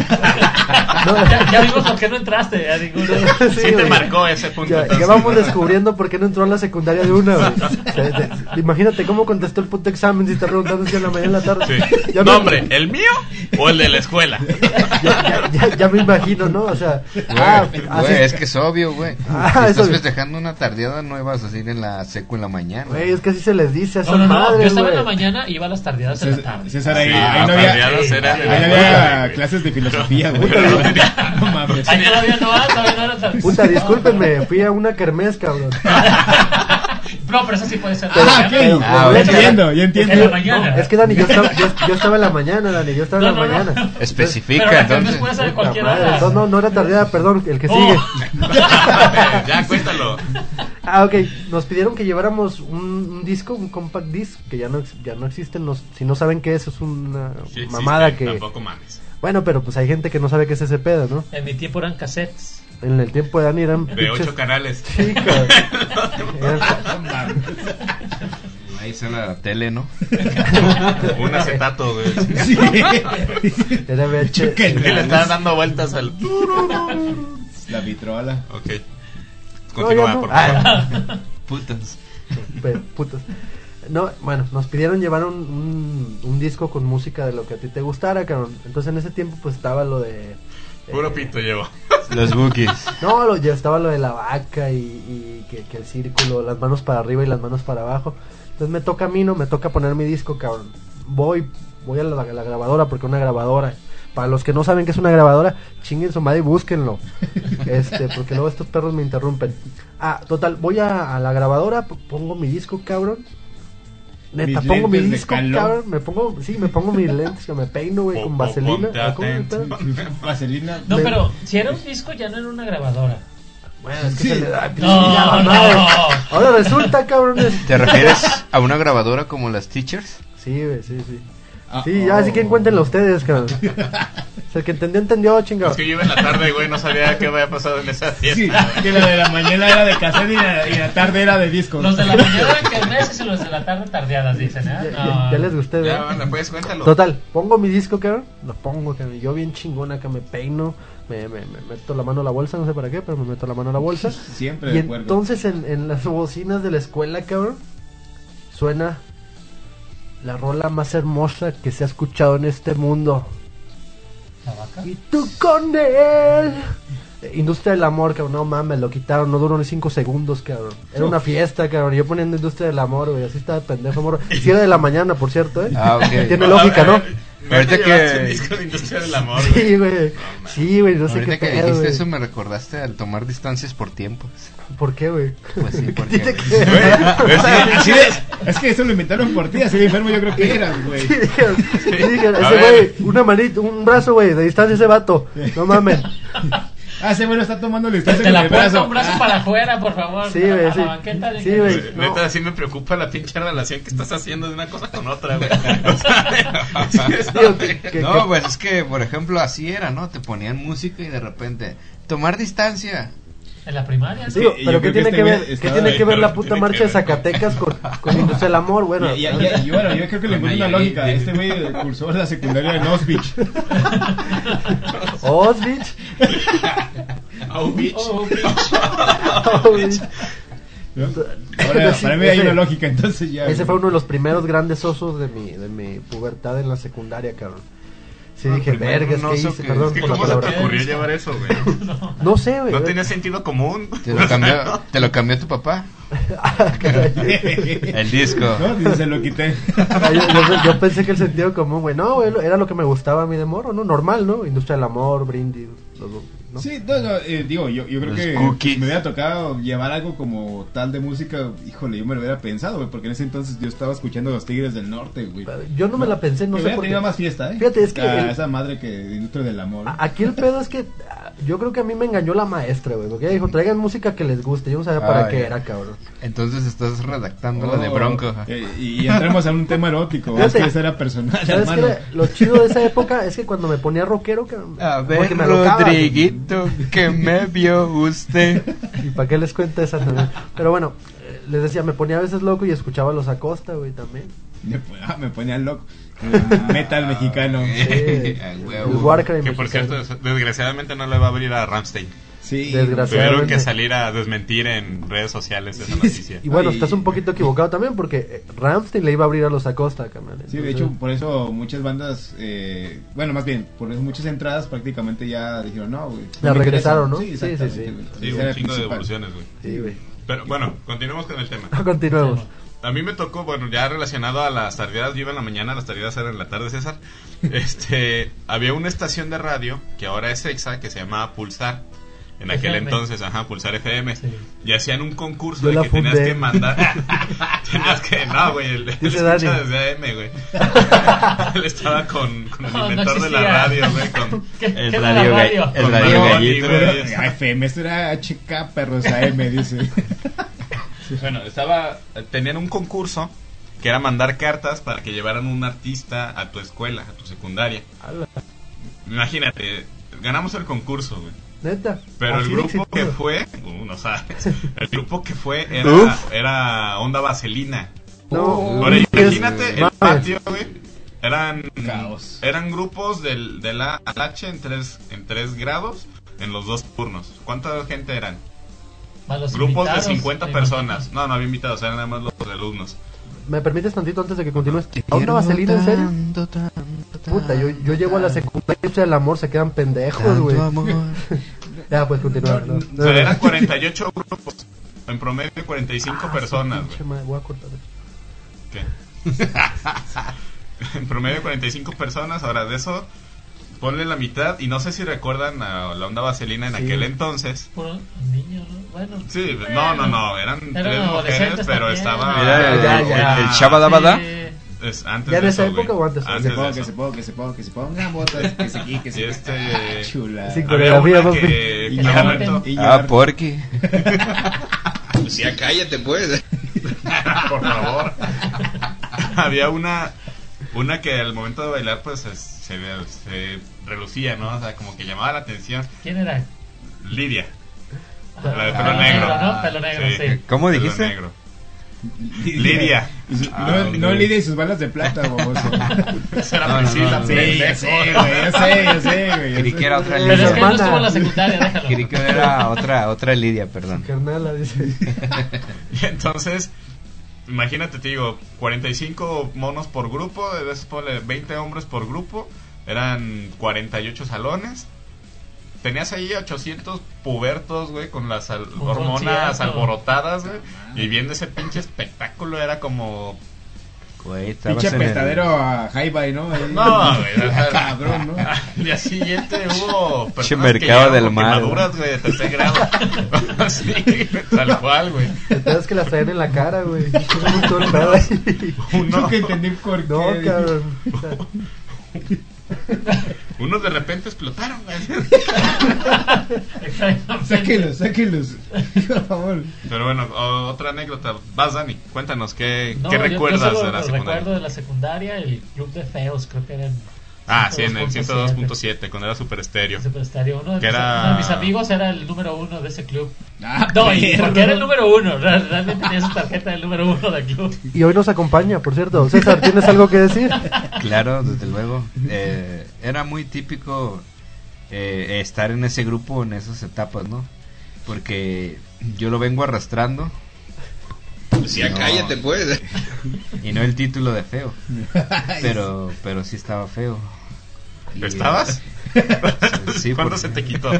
[SPEAKER 4] Ya, ya vimos por qué no entraste a ninguno.
[SPEAKER 5] Sí,
[SPEAKER 7] Sí te
[SPEAKER 5] güey.
[SPEAKER 7] marcó ese punto.
[SPEAKER 5] Ya, ya
[SPEAKER 7] entonces.
[SPEAKER 5] vamos descubriendo por qué no entró a la secundaria de una, güey. O sea, de- imagínate cómo contestó el puto examen si está preguntando si en la mañana o en la tarde.
[SPEAKER 7] Sí.
[SPEAKER 5] Ya me-
[SPEAKER 7] ¿Nombre, el mío o el de la escuela?
[SPEAKER 5] Ya, ya- ya- ya me imagino, ¿no? O sea,
[SPEAKER 8] Güey,
[SPEAKER 5] ah, así-
[SPEAKER 8] güey, es que es obvio, güey.
[SPEAKER 5] Ah,
[SPEAKER 8] si
[SPEAKER 5] es
[SPEAKER 8] estás
[SPEAKER 5] obvio.
[SPEAKER 8] festejando una tardeada, no ibas a ir en la seco en la mañana.
[SPEAKER 5] güey, es que así se les dice a esas
[SPEAKER 4] No, no, no. yo
[SPEAKER 5] madres,
[SPEAKER 4] estaba en la
[SPEAKER 5] güey.
[SPEAKER 4] mañana y iba a las tardeadas en la
[SPEAKER 9] César,
[SPEAKER 4] tarde.
[SPEAKER 9] César, ahí,
[SPEAKER 7] Sí,
[SPEAKER 9] ahí no
[SPEAKER 7] las
[SPEAKER 9] había,
[SPEAKER 7] tardeadas eran en
[SPEAKER 9] ahí
[SPEAKER 7] la tarde,
[SPEAKER 9] había
[SPEAKER 7] güey.
[SPEAKER 9] clases de filosofía, güey. No mames.
[SPEAKER 4] Ahí todavía no va, todavía no era tan-
[SPEAKER 5] Puta, discúlpenme, fui a una kermés, cabrón.
[SPEAKER 4] No, pero eso sí puede ser.
[SPEAKER 9] Ah, ok.
[SPEAKER 4] Pero-
[SPEAKER 8] Ah,
[SPEAKER 9] ya
[SPEAKER 8] bueno.
[SPEAKER 9] entiendo, ya entiendo.
[SPEAKER 4] En la mañana.
[SPEAKER 5] No, es que Dani, yo estaba, yo, yo estaba en la mañana, Dani, yo estaba en
[SPEAKER 4] No,
[SPEAKER 5] la
[SPEAKER 4] no, no.
[SPEAKER 5] mañana.
[SPEAKER 4] Pero
[SPEAKER 8] Especifica
[SPEAKER 4] la entonces, puede
[SPEAKER 8] entonces.
[SPEAKER 4] ser a
[SPEAKER 5] Puta
[SPEAKER 4] cualquier
[SPEAKER 5] madre,
[SPEAKER 4] hora.
[SPEAKER 5] entonces no, no era tardeada, perdón, el que
[SPEAKER 4] Oh.
[SPEAKER 5] sigue.
[SPEAKER 7] ya, cuéntalo.
[SPEAKER 5] Ah, ok, nos pidieron que lleváramos un, un disco, un compact disc, que ya no, ex- ya no existen. nos- si no saben qué es, es una
[SPEAKER 7] Sí existe,
[SPEAKER 5] mamada que...
[SPEAKER 7] Tampoco mames.
[SPEAKER 5] Bueno, pero pues hay gente que no sabe qué es ese pedo, ¿no?
[SPEAKER 4] En mi tiempo eran cassettes.
[SPEAKER 5] En el tiempo de Dani eran...
[SPEAKER 7] De
[SPEAKER 5] pinches-
[SPEAKER 7] ocho canales.
[SPEAKER 5] Sí, cabrón. Eran-
[SPEAKER 8] Ahí se la tele, ¿no?
[SPEAKER 7] Un acetato, güey.
[SPEAKER 9] Sí.
[SPEAKER 5] Era VH.
[SPEAKER 9] Qué
[SPEAKER 7] Y le estaban dando vueltas al.
[SPEAKER 9] La vitrola.
[SPEAKER 7] Ok. Continúa,
[SPEAKER 5] No, ya no.
[SPEAKER 7] por favor.
[SPEAKER 5] Ah.
[SPEAKER 8] Putas.
[SPEAKER 5] Pe- putos. No, bueno, nos pidieron llevar un, un, un disco con música de lo que a ti te gustara, cabrón. Entonces en ese tiempo pues estaba lo de... eh,
[SPEAKER 7] Puro pito llevo.
[SPEAKER 8] Los bookies.
[SPEAKER 5] No, lo, ya estaba lo de la vaca y, y que, que el círculo, las manos para arriba y las manos para abajo. Entonces me toca a mí, no, me toca poner mi disco, cabrón. Voy, voy a la, a la grabadora porque una grabadora. Para los que no saben qué es una grabadora, chinguen su madre y búsquenlo. Este, porque luego estos perros me interrumpen. Ah, total, voy a, a la grabadora, p- pongo mi disco, cabrón. Neta,
[SPEAKER 9] Mis
[SPEAKER 5] pongo mi
[SPEAKER 9] lentes de
[SPEAKER 5] disco,
[SPEAKER 9] calor.
[SPEAKER 5] cabrón. Me pongo, sí, me pongo mis lentes, que me peino, güey,
[SPEAKER 7] Po-
[SPEAKER 5] con
[SPEAKER 7] po-
[SPEAKER 5] vaselina.
[SPEAKER 7] ponte
[SPEAKER 5] ¿Cómo es el
[SPEAKER 7] atento.
[SPEAKER 5] pedo?
[SPEAKER 9] Vaselina.
[SPEAKER 4] No,
[SPEAKER 5] Me-
[SPEAKER 4] pero si era un disco, ya no era una grabadora.
[SPEAKER 5] Bueno, es que
[SPEAKER 9] Sí.
[SPEAKER 5] se le da.
[SPEAKER 4] No, no.
[SPEAKER 5] Ahora resulta, cabrones.
[SPEAKER 8] ¿Te refieres a una grabadora como las teachers?
[SPEAKER 5] Sí, güey, sí, sí.
[SPEAKER 9] Ah,
[SPEAKER 5] Sí, ya, así que
[SPEAKER 9] oh.
[SPEAKER 5] encuéntenlo ustedes, cabrón. O sea, el que entendió, entendió, chingado.
[SPEAKER 7] Es que yo iba en la tarde, güey, no sabía qué había pasado en esa
[SPEAKER 9] Sí,
[SPEAKER 7] fiesta.
[SPEAKER 9] que la de la mañana era de cassette y la, y la tarde era de discos.
[SPEAKER 4] Los de la mañana eran carneses y los de la tarde tardeadas, dicen,
[SPEAKER 5] Ya,
[SPEAKER 4] ¿eh?
[SPEAKER 5] ya-
[SPEAKER 4] No.
[SPEAKER 5] ya les gusté,
[SPEAKER 7] Ya,
[SPEAKER 5] ¿verdad?
[SPEAKER 7] bueno, pues cuéntalo.
[SPEAKER 5] Total, pongo mi disco, cabrón. Lo pongo, cabrón. Yo bien chingona que me peino. Me, me, me meto la mano a la bolsa, no sé para qué, pero me meto la mano a la bolsa.
[SPEAKER 9] Siempre
[SPEAKER 5] Y
[SPEAKER 9] de acuerdo.
[SPEAKER 5] entonces en, en las bocinas de la escuela, cabrón, suena la rola más hermosa que se ha escuchado en este mundo.
[SPEAKER 4] La vaca.
[SPEAKER 5] Y tú con él. Eh, Industria del amor, cabrón. No mames, lo quitaron. No duró ni 5 segundos, cabrón. Era una fiesta, cabrón. Yo poniendo Industria del amor, güey. Así estaba pendejo, morro. Si era de la mañana, por cierto, ¿eh?
[SPEAKER 8] Ah,
[SPEAKER 5] Tiene
[SPEAKER 8] ok.
[SPEAKER 5] lógica, ¿no?
[SPEAKER 8] Ahorita
[SPEAKER 7] Ahorita
[SPEAKER 8] que-
[SPEAKER 7] que. Un disco de industria del amor, güey.
[SPEAKER 5] Sí, güey. Sí, güey. No sé
[SPEAKER 8] Ahorita
[SPEAKER 5] qué
[SPEAKER 8] que
[SPEAKER 5] pedo,
[SPEAKER 8] dijiste
[SPEAKER 5] güey.
[SPEAKER 8] eso me recordaste al tomar distancias por tiempos.
[SPEAKER 5] ¿Por qué, güey?
[SPEAKER 8] Pues sí, porque.
[SPEAKER 5] Tiene
[SPEAKER 8] güey.
[SPEAKER 5] que-
[SPEAKER 7] Pues,
[SPEAKER 9] O sea, así de- es que eso lo inventaron por ti, así de enfermo yo creo que eras, güey.
[SPEAKER 5] Sí, dijeron, sí, dijeron,
[SPEAKER 7] A
[SPEAKER 5] ese güey,
[SPEAKER 7] ver.
[SPEAKER 5] una manita, un brazo, güey, de distancia ese vato. No mames.
[SPEAKER 9] Ah, ese güey lo está tomando la distancia
[SPEAKER 4] Te
[SPEAKER 9] con
[SPEAKER 4] la
[SPEAKER 9] el
[SPEAKER 4] puerta
[SPEAKER 9] brazo. Ah.
[SPEAKER 4] un brazo para afuera, por favor.
[SPEAKER 5] Ah. Sí, güey,
[SPEAKER 4] A
[SPEAKER 5] sí.
[SPEAKER 4] la banqueta.
[SPEAKER 5] Sí,
[SPEAKER 4] dije,
[SPEAKER 5] güey.
[SPEAKER 7] Güey,
[SPEAKER 5] No.
[SPEAKER 7] Neta, sí me preocupa la pinche relación que estás haciendo de una cosa con otra, güey. O sea, sí, es-
[SPEAKER 5] Digo, que- que-
[SPEAKER 8] No, pues es que, por ejemplo, así era, ¿no? Te ponían música y de repente. Tomar distancia.
[SPEAKER 4] En la primaria.
[SPEAKER 5] Digo,
[SPEAKER 9] Sí, yo
[SPEAKER 5] pero
[SPEAKER 9] creo que
[SPEAKER 5] ¿qué tiene
[SPEAKER 9] este
[SPEAKER 5] que ver,
[SPEAKER 9] güey
[SPEAKER 5] qué
[SPEAKER 9] estaba-
[SPEAKER 5] tiene que ver la
[SPEAKER 7] Pero
[SPEAKER 5] puta
[SPEAKER 7] tiene
[SPEAKER 5] marcha
[SPEAKER 7] que
[SPEAKER 5] de
[SPEAKER 7] ver.
[SPEAKER 5] Zacatecas con, con Industria del Amor? Bueno,
[SPEAKER 9] Y, y- y- y bueno, yo creo que le
[SPEAKER 8] Con
[SPEAKER 9] inventó una
[SPEAKER 8] Nayarit,
[SPEAKER 9] lógica.
[SPEAKER 8] güey.
[SPEAKER 9] Este güey cursó la secundaria en Osbich.
[SPEAKER 5] Auschwitz.
[SPEAKER 7] Oh, bitch.
[SPEAKER 4] Oh, bitch.
[SPEAKER 5] Auschwitz.
[SPEAKER 9] ¿no? Ahora, para mí hay una lógica, entonces ya.
[SPEAKER 5] Ese
[SPEAKER 9] güey.
[SPEAKER 5] fue uno de los primeros grandes osos de mi, de mi pubertad en la secundaria, cabrón. Sí,
[SPEAKER 7] Ah,
[SPEAKER 8] No,
[SPEAKER 5] dije,
[SPEAKER 8] el primer
[SPEAKER 5] vergas, ¿qué
[SPEAKER 8] oso
[SPEAKER 5] hice?
[SPEAKER 8] que-
[SPEAKER 5] Perdón
[SPEAKER 7] Es que
[SPEAKER 5] por la
[SPEAKER 7] ¿Cómo se te
[SPEAKER 5] palabra.
[SPEAKER 7] ocurrió llevar eso, güey?
[SPEAKER 5] No sé, güey.
[SPEAKER 7] No tenía sentido común.
[SPEAKER 8] Te lo cambió, te lo cambió tu papá. El disco.
[SPEAKER 9] No, dice, se lo quité.
[SPEAKER 5] Ah, yo, yo- yo pensé que el sentido común, güey, no, güey, lo- era lo que me gustaba a mí de morro, ¿no? Normal, ¿no? Industria del amor, brindis, los dos, ¿no?
[SPEAKER 9] Sí, no, no, eh, digo, yo, yo creo
[SPEAKER 8] Los
[SPEAKER 9] que
[SPEAKER 8] cookies.
[SPEAKER 9] me hubiera tocado llevar algo como tal de música. Híjole, yo me lo hubiera pensado, güey, porque en ese entonces yo estaba escuchando Los Tigres del Norte, güey.
[SPEAKER 5] Yo no me la pensé, no
[SPEAKER 9] Que
[SPEAKER 5] sé
[SPEAKER 9] hubiera
[SPEAKER 5] por
[SPEAKER 9] tenido
[SPEAKER 5] qué.
[SPEAKER 9] más fiesta, ¿eh?
[SPEAKER 5] Fíjate, es que
[SPEAKER 9] Ah,
[SPEAKER 5] el-
[SPEAKER 9] Esa madre que industria del amor.
[SPEAKER 5] A- Aquí el pedo es que ah, yo creo que a mí me engañó la maestra, güey, porque ella dijo, traigan música que les guste, yo no sabía para
[SPEAKER 8] Ah,
[SPEAKER 5] qué
[SPEAKER 8] ya.
[SPEAKER 5] era, cabrón.
[SPEAKER 8] Entonces estás redactando la de
[SPEAKER 9] Oh,
[SPEAKER 8] Bronco.
[SPEAKER 9] eh, y, y entramos a un tema erótico. es
[SPEAKER 5] Fíjate.
[SPEAKER 9] que esa era personal,
[SPEAKER 5] ¿Sabes qué?
[SPEAKER 9] hermano.
[SPEAKER 5] era? Lo chido de esa época es que cuando me ponía rockero, cabrón,
[SPEAKER 8] A
[SPEAKER 5] porque
[SPEAKER 8] ver,
[SPEAKER 5] me alocaba, güey.
[SPEAKER 8] Rodriguito, que me vio usted.
[SPEAKER 5] ¿Y para qué les cuento esa también? Pero bueno, eh, les decía, me ponía a veces loco y escuchaba a los Acosta, güey, también.
[SPEAKER 9] Me, pon- ah, me ponían loco. Eh, Metal mexicano.
[SPEAKER 5] Sí,
[SPEAKER 8] A
[SPEAKER 5] el
[SPEAKER 8] huevo.
[SPEAKER 5] Warcry
[SPEAKER 7] Que por
[SPEAKER 5] mexicano.
[SPEAKER 7] cierto, des- desgraciadamente no le va a abrir a Ramstein.
[SPEAKER 9] Sí.
[SPEAKER 5] Desgraciado.
[SPEAKER 7] Tuvieron
[SPEAKER 5] Desgraciadamente.
[SPEAKER 7] que salir a desmentir en redes sociales esa noticia.
[SPEAKER 5] Y bueno,
[SPEAKER 9] Ay.
[SPEAKER 5] estás un poquito equivocado también porque eh, Ramstein le iba a abrir a los Acosta, carnal.
[SPEAKER 9] Sí, de
[SPEAKER 5] Entonces,
[SPEAKER 9] hecho, por eso muchas bandas, eh, bueno, más bien, por eso muchas entradas prácticamente ya dijeron, no, güey.
[SPEAKER 5] La
[SPEAKER 9] no me
[SPEAKER 5] regresaron,
[SPEAKER 9] interesa".
[SPEAKER 5] ¿no? Sí, sí,
[SPEAKER 9] exactamente,
[SPEAKER 5] sí.
[SPEAKER 9] güey.
[SPEAKER 7] Sí,
[SPEAKER 9] Ese
[SPEAKER 7] un chingo de
[SPEAKER 9] era principal.
[SPEAKER 7] devoluciones, güey.
[SPEAKER 5] Sí, güey.
[SPEAKER 7] Pero bueno, continuemos con el tema.
[SPEAKER 5] Continuemos.
[SPEAKER 7] A mí me tocó, bueno, ya relacionado a las tardeadas, yo iba en la mañana, las tardeadas eran en la tarde, César. Este, había una estación de radio que ahora es EXA que se llamaba Pulsar. En aquel
[SPEAKER 4] FM.
[SPEAKER 7] entonces, ajá, Pulsar FM.
[SPEAKER 4] Sí.
[SPEAKER 7] Y hacían un concurso
[SPEAKER 5] Yo
[SPEAKER 7] de
[SPEAKER 5] la
[SPEAKER 7] que tenías
[SPEAKER 5] fundé.
[SPEAKER 7] que mandar. tenías que. No, güey. El, el
[SPEAKER 5] Dice
[SPEAKER 7] escucha
[SPEAKER 5] Dani.
[SPEAKER 7] desde AM, güey. Él estaba con, con el
[SPEAKER 4] No, no
[SPEAKER 7] inventor de la
[SPEAKER 4] existía.
[SPEAKER 7] radio, güey. Con,
[SPEAKER 4] ¿Qué, qué
[SPEAKER 8] El
[SPEAKER 4] es la
[SPEAKER 8] radio gall-
[SPEAKER 4] radio?
[SPEAKER 8] el
[SPEAKER 7] con
[SPEAKER 8] radio
[SPEAKER 7] Marconi,
[SPEAKER 8] gallito.
[SPEAKER 7] güey.
[SPEAKER 9] Ay, FM, esto era HK, perros AM, dice.
[SPEAKER 7] Bueno, estaba tenían un concurso que era mandar cartas para que llevaran un artista a tu escuela, a tu secundaria. Imagínate, ganamos el concurso, güey.
[SPEAKER 5] Neta.
[SPEAKER 4] Ah,
[SPEAKER 7] Pero el
[SPEAKER 5] así de
[SPEAKER 7] grupo que
[SPEAKER 5] exitoso.
[SPEAKER 7] fue, uh, no sabes, el grupo que fue era,
[SPEAKER 8] Uf.
[SPEAKER 7] era Onda Vaselina.
[SPEAKER 5] No,
[SPEAKER 7] Ahora
[SPEAKER 5] es-
[SPEAKER 7] imagínate el
[SPEAKER 5] mames.
[SPEAKER 7] patio, güey. Eran,
[SPEAKER 9] Caos.
[SPEAKER 7] eran grupos del, de la al H en tres, en tres grados en los dos turnos. ¿Cuánta gente eran?
[SPEAKER 4] Más los
[SPEAKER 7] Grupos de
[SPEAKER 4] invitados,
[SPEAKER 7] 50
[SPEAKER 4] me
[SPEAKER 7] personas. No, no había invitados, eran nada más los alumnos.
[SPEAKER 5] ¿Me permites tantito antes de que continúes? ¿A una vaselina en serio? Puta, yo, yo llego a la secundaria y el amor se quedan pendejos, güey. Ya, pues continúa. No,
[SPEAKER 7] O sea, eran 48 grupos. En promedio 45 personas, güey.
[SPEAKER 5] Pinche madre, Voy a cortar.
[SPEAKER 7] ¿Qué? en promedio 45 personas. Ahora, de eso, ponle la mitad. Y no sé si recuerdan a la onda vaselina en
[SPEAKER 5] Sí.
[SPEAKER 7] aquel entonces.
[SPEAKER 4] Puro niño, ¿no? Bueno.
[SPEAKER 7] Sí, no, no, no. Eran
[SPEAKER 4] Eran
[SPEAKER 7] tres mujeres,
[SPEAKER 4] adolescentes
[SPEAKER 7] pero
[SPEAKER 4] también.
[SPEAKER 7] estaba.
[SPEAKER 8] Era
[SPEAKER 5] Ya,
[SPEAKER 8] el-
[SPEAKER 5] ya.
[SPEAKER 8] el Shabadabada.
[SPEAKER 4] Sí.
[SPEAKER 7] Es antes
[SPEAKER 5] ¿Ya en
[SPEAKER 7] de
[SPEAKER 5] esa
[SPEAKER 7] eso, güey.
[SPEAKER 5] época o antes?
[SPEAKER 9] Que se
[SPEAKER 7] de
[SPEAKER 9] ponga, que
[SPEAKER 7] eso.
[SPEAKER 9] se ponga, que se ponga, que se ponga botas, que se quite, que
[SPEAKER 7] Y
[SPEAKER 9] se
[SPEAKER 7] este-
[SPEAKER 9] Ah, chula.
[SPEAKER 5] Sí, con-
[SPEAKER 7] Había
[SPEAKER 5] Coreografía,
[SPEAKER 7] una
[SPEAKER 5] papi.
[SPEAKER 7] que
[SPEAKER 9] Y
[SPEAKER 7] que
[SPEAKER 9] llorar.
[SPEAKER 7] Roberto-
[SPEAKER 9] Y
[SPEAKER 8] Ah,
[SPEAKER 9] llorar.
[SPEAKER 8] porque.
[SPEAKER 3] Pues ya cállate, pues.
[SPEAKER 7] Por favor. Había una una que al momento de bailar pues se, se, ve- se relucía, ¿no? O sea, como que llamaba la atención.
[SPEAKER 4] ¿Quién era?
[SPEAKER 7] Lidia.
[SPEAKER 4] Ah,
[SPEAKER 7] La de pelo
[SPEAKER 4] pelo
[SPEAKER 7] negro.
[SPEAKER 4] ¿no? Pelo negro, sí.
[SPEAKER 8] ¿Cómo
[SPEAKER 7] Pelo
[SPEAKER 8] dijiste?
[SPEAKER 7] negro. Lidia.
[SPEAKER 9] Y su-
[SPEAKER 8] Ah,
[SPEAKER 9] No, no
[SPEAKER 8] güey.
[SPEAKER 9] Lidia y sus balas de plata, baboso.
[SPEAKER 7] Esa era
[SPEAKER 8] No, no,
[SPEAKER 7] Priscila,
[SPEAKER 8] no, no.
[SPEAKER 9] Sí, ya
[SPEAKER 7] pendejo.
[SPEAKER 9] sé, güey, ya sé, ya sé, güey. ya
[SPEAKER 8] Creí
[SPEAKER 9] sé.
[SPEAKER 8] que era otra
[SPEAKER 5] Pero
[SPEAKER 4] Pero
[SPEAKER 8] Lidia.
[SPEAKER 4] es que él no
[SPEAKER 5] hermana.
[SPEAKER 4] estuvo en la secundaria, déjalo.
[SPEAKER 8] Creí que era otra, otra Lidia, perdón.
[SPEAKER 5] Carnala, dice.
[SPEAKER 7] Y entonces, imagínate, te digo, 45 monos por grupo, de veces ponle 20 hombres por grupo, eran 48 salones. Tenías ahí 800 pubertos, güey, con las al-
[SPEAKER 4] Un
[SPEAKER 7] hormonas
[SPEAKER 4] concierto.
[SPEAKER 7] alborotadas, güey. Y viendo ese pinche espectáculo era como...
[SPEAKER 8] Güey, estabas
[SPEAKER 9] Pinche
[SPEAKER 8] en el-
[SPEAKER 9] pestadero a Hi-Fi, ¿no? Ahí-
[SPEAKER 7] No, güey, o sea,
[SPEAKER 9] cabrón, ¿no?
[SPEAKER 7] Al día siguiente hubo personas
[SPEAKER 8] Che, mercado
[SPEAKER 7] que llegaron
[SPEAKER 8] del
[SPEAKER 7] con
[SPEAKER 8] mal,
[SPEAKER 7] quemaduras, güey, de tercer grado. sí, tal cual, güey.
[SPEAKER 5] El pedo es que las traen en la cara, güey. Es un todo el pedo ahí.
[SPEAKER 7] Uno,
[SPEAKER 9] Nunca entendí por qué.
[SPEAKER 5] No, cabrón.
[SPEAKER 7] unos de repente explotaron, güey.
[SPEAKER 9] Sáquenlos, sáquenlos. Por favor.
[SPEAKER 7] Pero bueno, o- otra anécdota. Vas, Dani, cuéntanos qué,
[SPEAKER 4] No,
[SPEAKER 7] qué
[SPEAKER 4] yo- yo
[SPEAKER 7] recuerdas
[SPEAKER 4] solo
[SPEAKER 7] de la secundaria.
[SPEAKER 4] Recuerdo de la secundaria el club de feos, creo que era el
[SPEAKER 7] Ah, sí, en el
[SPEAKER 4] 102.7.
[SPEAKER 7] 102.7, cuando era super estéreo.
[SPEAKER 4] Superestario. Uno de,
[SPEAKER 7] Que
[SPEAKER 4] mis,
[SPEAKER 7] era-
[SPEAKER 4] uno de mis amigos era el número uno de ese club.
[SPEAKER 9] Ah,
[SPEAKER 4] No, y
[SPEAKER 9] perro.
[SPEAKER 4] porque era el número uno. Real- Realmente tenía su tarjeta del número uno del club.
[SPEAKER 5] Y hoy nos acompaña, por cierto. César, ¿tienes algo que decir?
[SPEAKER 8] Claro, desde luego. Eh, era muy típico eh, estar en ese grupo en esas etapas, ¿no? Porque yo lo vengo arrastrando
[SPEAKER 3] Pues ya
[SPEAKER 8] No.
[SPEAKER 3] cállate, pues.
[SPEAKER 8] y no el título de feo, pero pero sí estaba feo. Y- eh,
[SPEAKER 7] ¿Estabas?
[SPEAKER 8] Sí,
[SPEAKER 7] ¿Cuándo
[SPEAKER 8] porque-
[SPEAKER 7] se te quitó?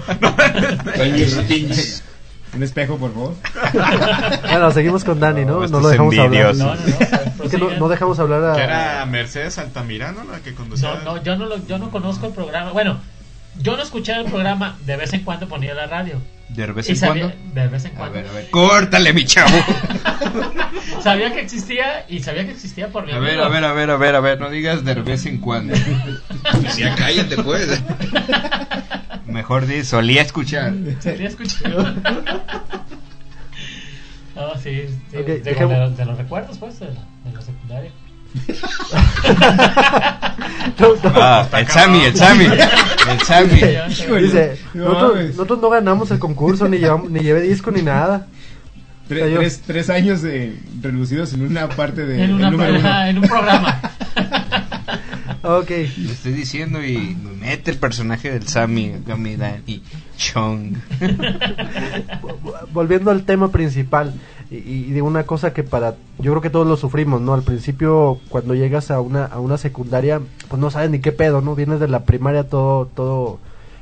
[SPEAKER 9] Un espejo, por favor.
[SPEAKER 5] Bueno, seguimos con Dani, ¿no?
[SPEAKER 8] No,
[SPEAKER 5] No
[SPEAKER 8] estos
[SPEAKER 5] lo dejamos hablar.
[SPEAKER 8] envidiosos.
[SPEAKER 4] No, no, no.
[SPEAKER 5] Es que no,
[SPEAKER 4] prosigan.
[SPEAKER 5] no dejamos hablar
[SPEAKER 7] que
[SPEAKER 5] a.
[SPEAKER 7] era Mercedes Altamirano la que conducía.
[SPEAKER 4] No, no, yo no, lo- yo no conozco el programa. Bueno, yo no escuchaba el programa. De vez en cuando ponía la radio.
[SPEAKER 8] ¿De vez
[SPEAKER 4] Y
[SPEAKER 8] en
[SPEAKER 4] sabía-
[SPEAKER 8] cuando?
[SPEAKER 4] De vez en
[SPEAKER 8] A
[SPEAKER 4] cuando.
[SPEAKER 8] ver, a ver. ¡Córtale, mi chavo!
[SPEAKER 4] Sabía que existía y sabía que existía por mi
[SPEAKER 8] A ver,
[SPEAKER 4] amigo.
[SPEAKER 8] a ver, a ver, a ver, a ver, no digas de vez en cuando.
[SPEAKER 3] Pues ya cállate, pues.
[SPEAKER 8] Mejor di, solía escuchar.
[SPEAKER 4] Solía escuchar. No, sí, sí,
[SPEAKER 5] Ok,
[SPEAKER 4] digo,
[SPEAKER 5] dejemos-
[SPEAKER 4] de, los- de los recuerdos, pues, de la, de la secundaria.
[SPEAKER 5] No, no.
[SPEAKER 8] Ah, el Sammy, el Sammy, el Sammy.
[SPEAKER 9] Híjole.
[SPEAKER 5] Dice,
[SPEAKER 9] No
[SPEAKER 5] nosotros,
[SPEAKER 9] mames.
[SPEAKER 5] nosotros no ganamos el concurso, ni, llevamos- ni llevé disco, ni nada.
[SPEAKER 9] Tre-
[SPEAKER 5] Cayó.
[SPEAKER 9] tres, tres años eh, relucidos en una parte de,
[SPEAKER 4] en, una,
[SPEAKER 9] del número uno.
[SPEAKER 4] ajá, en un programa.
[SPEAKER 5] Ok.
[SPEAKER 8] Lo estoy diciendo y me mete el personaje del Sammy acá mi Dani Chong.
[SPEAKER 5] Vo- Volviendo al tema principal y, y de una cosa que para yo creo que todos lo sufrimos, ¿no? Al principio cuando llegas a una a una secundaria, pues no sabes ni qué pedo, ¿no? Vienes de la primaria todo todo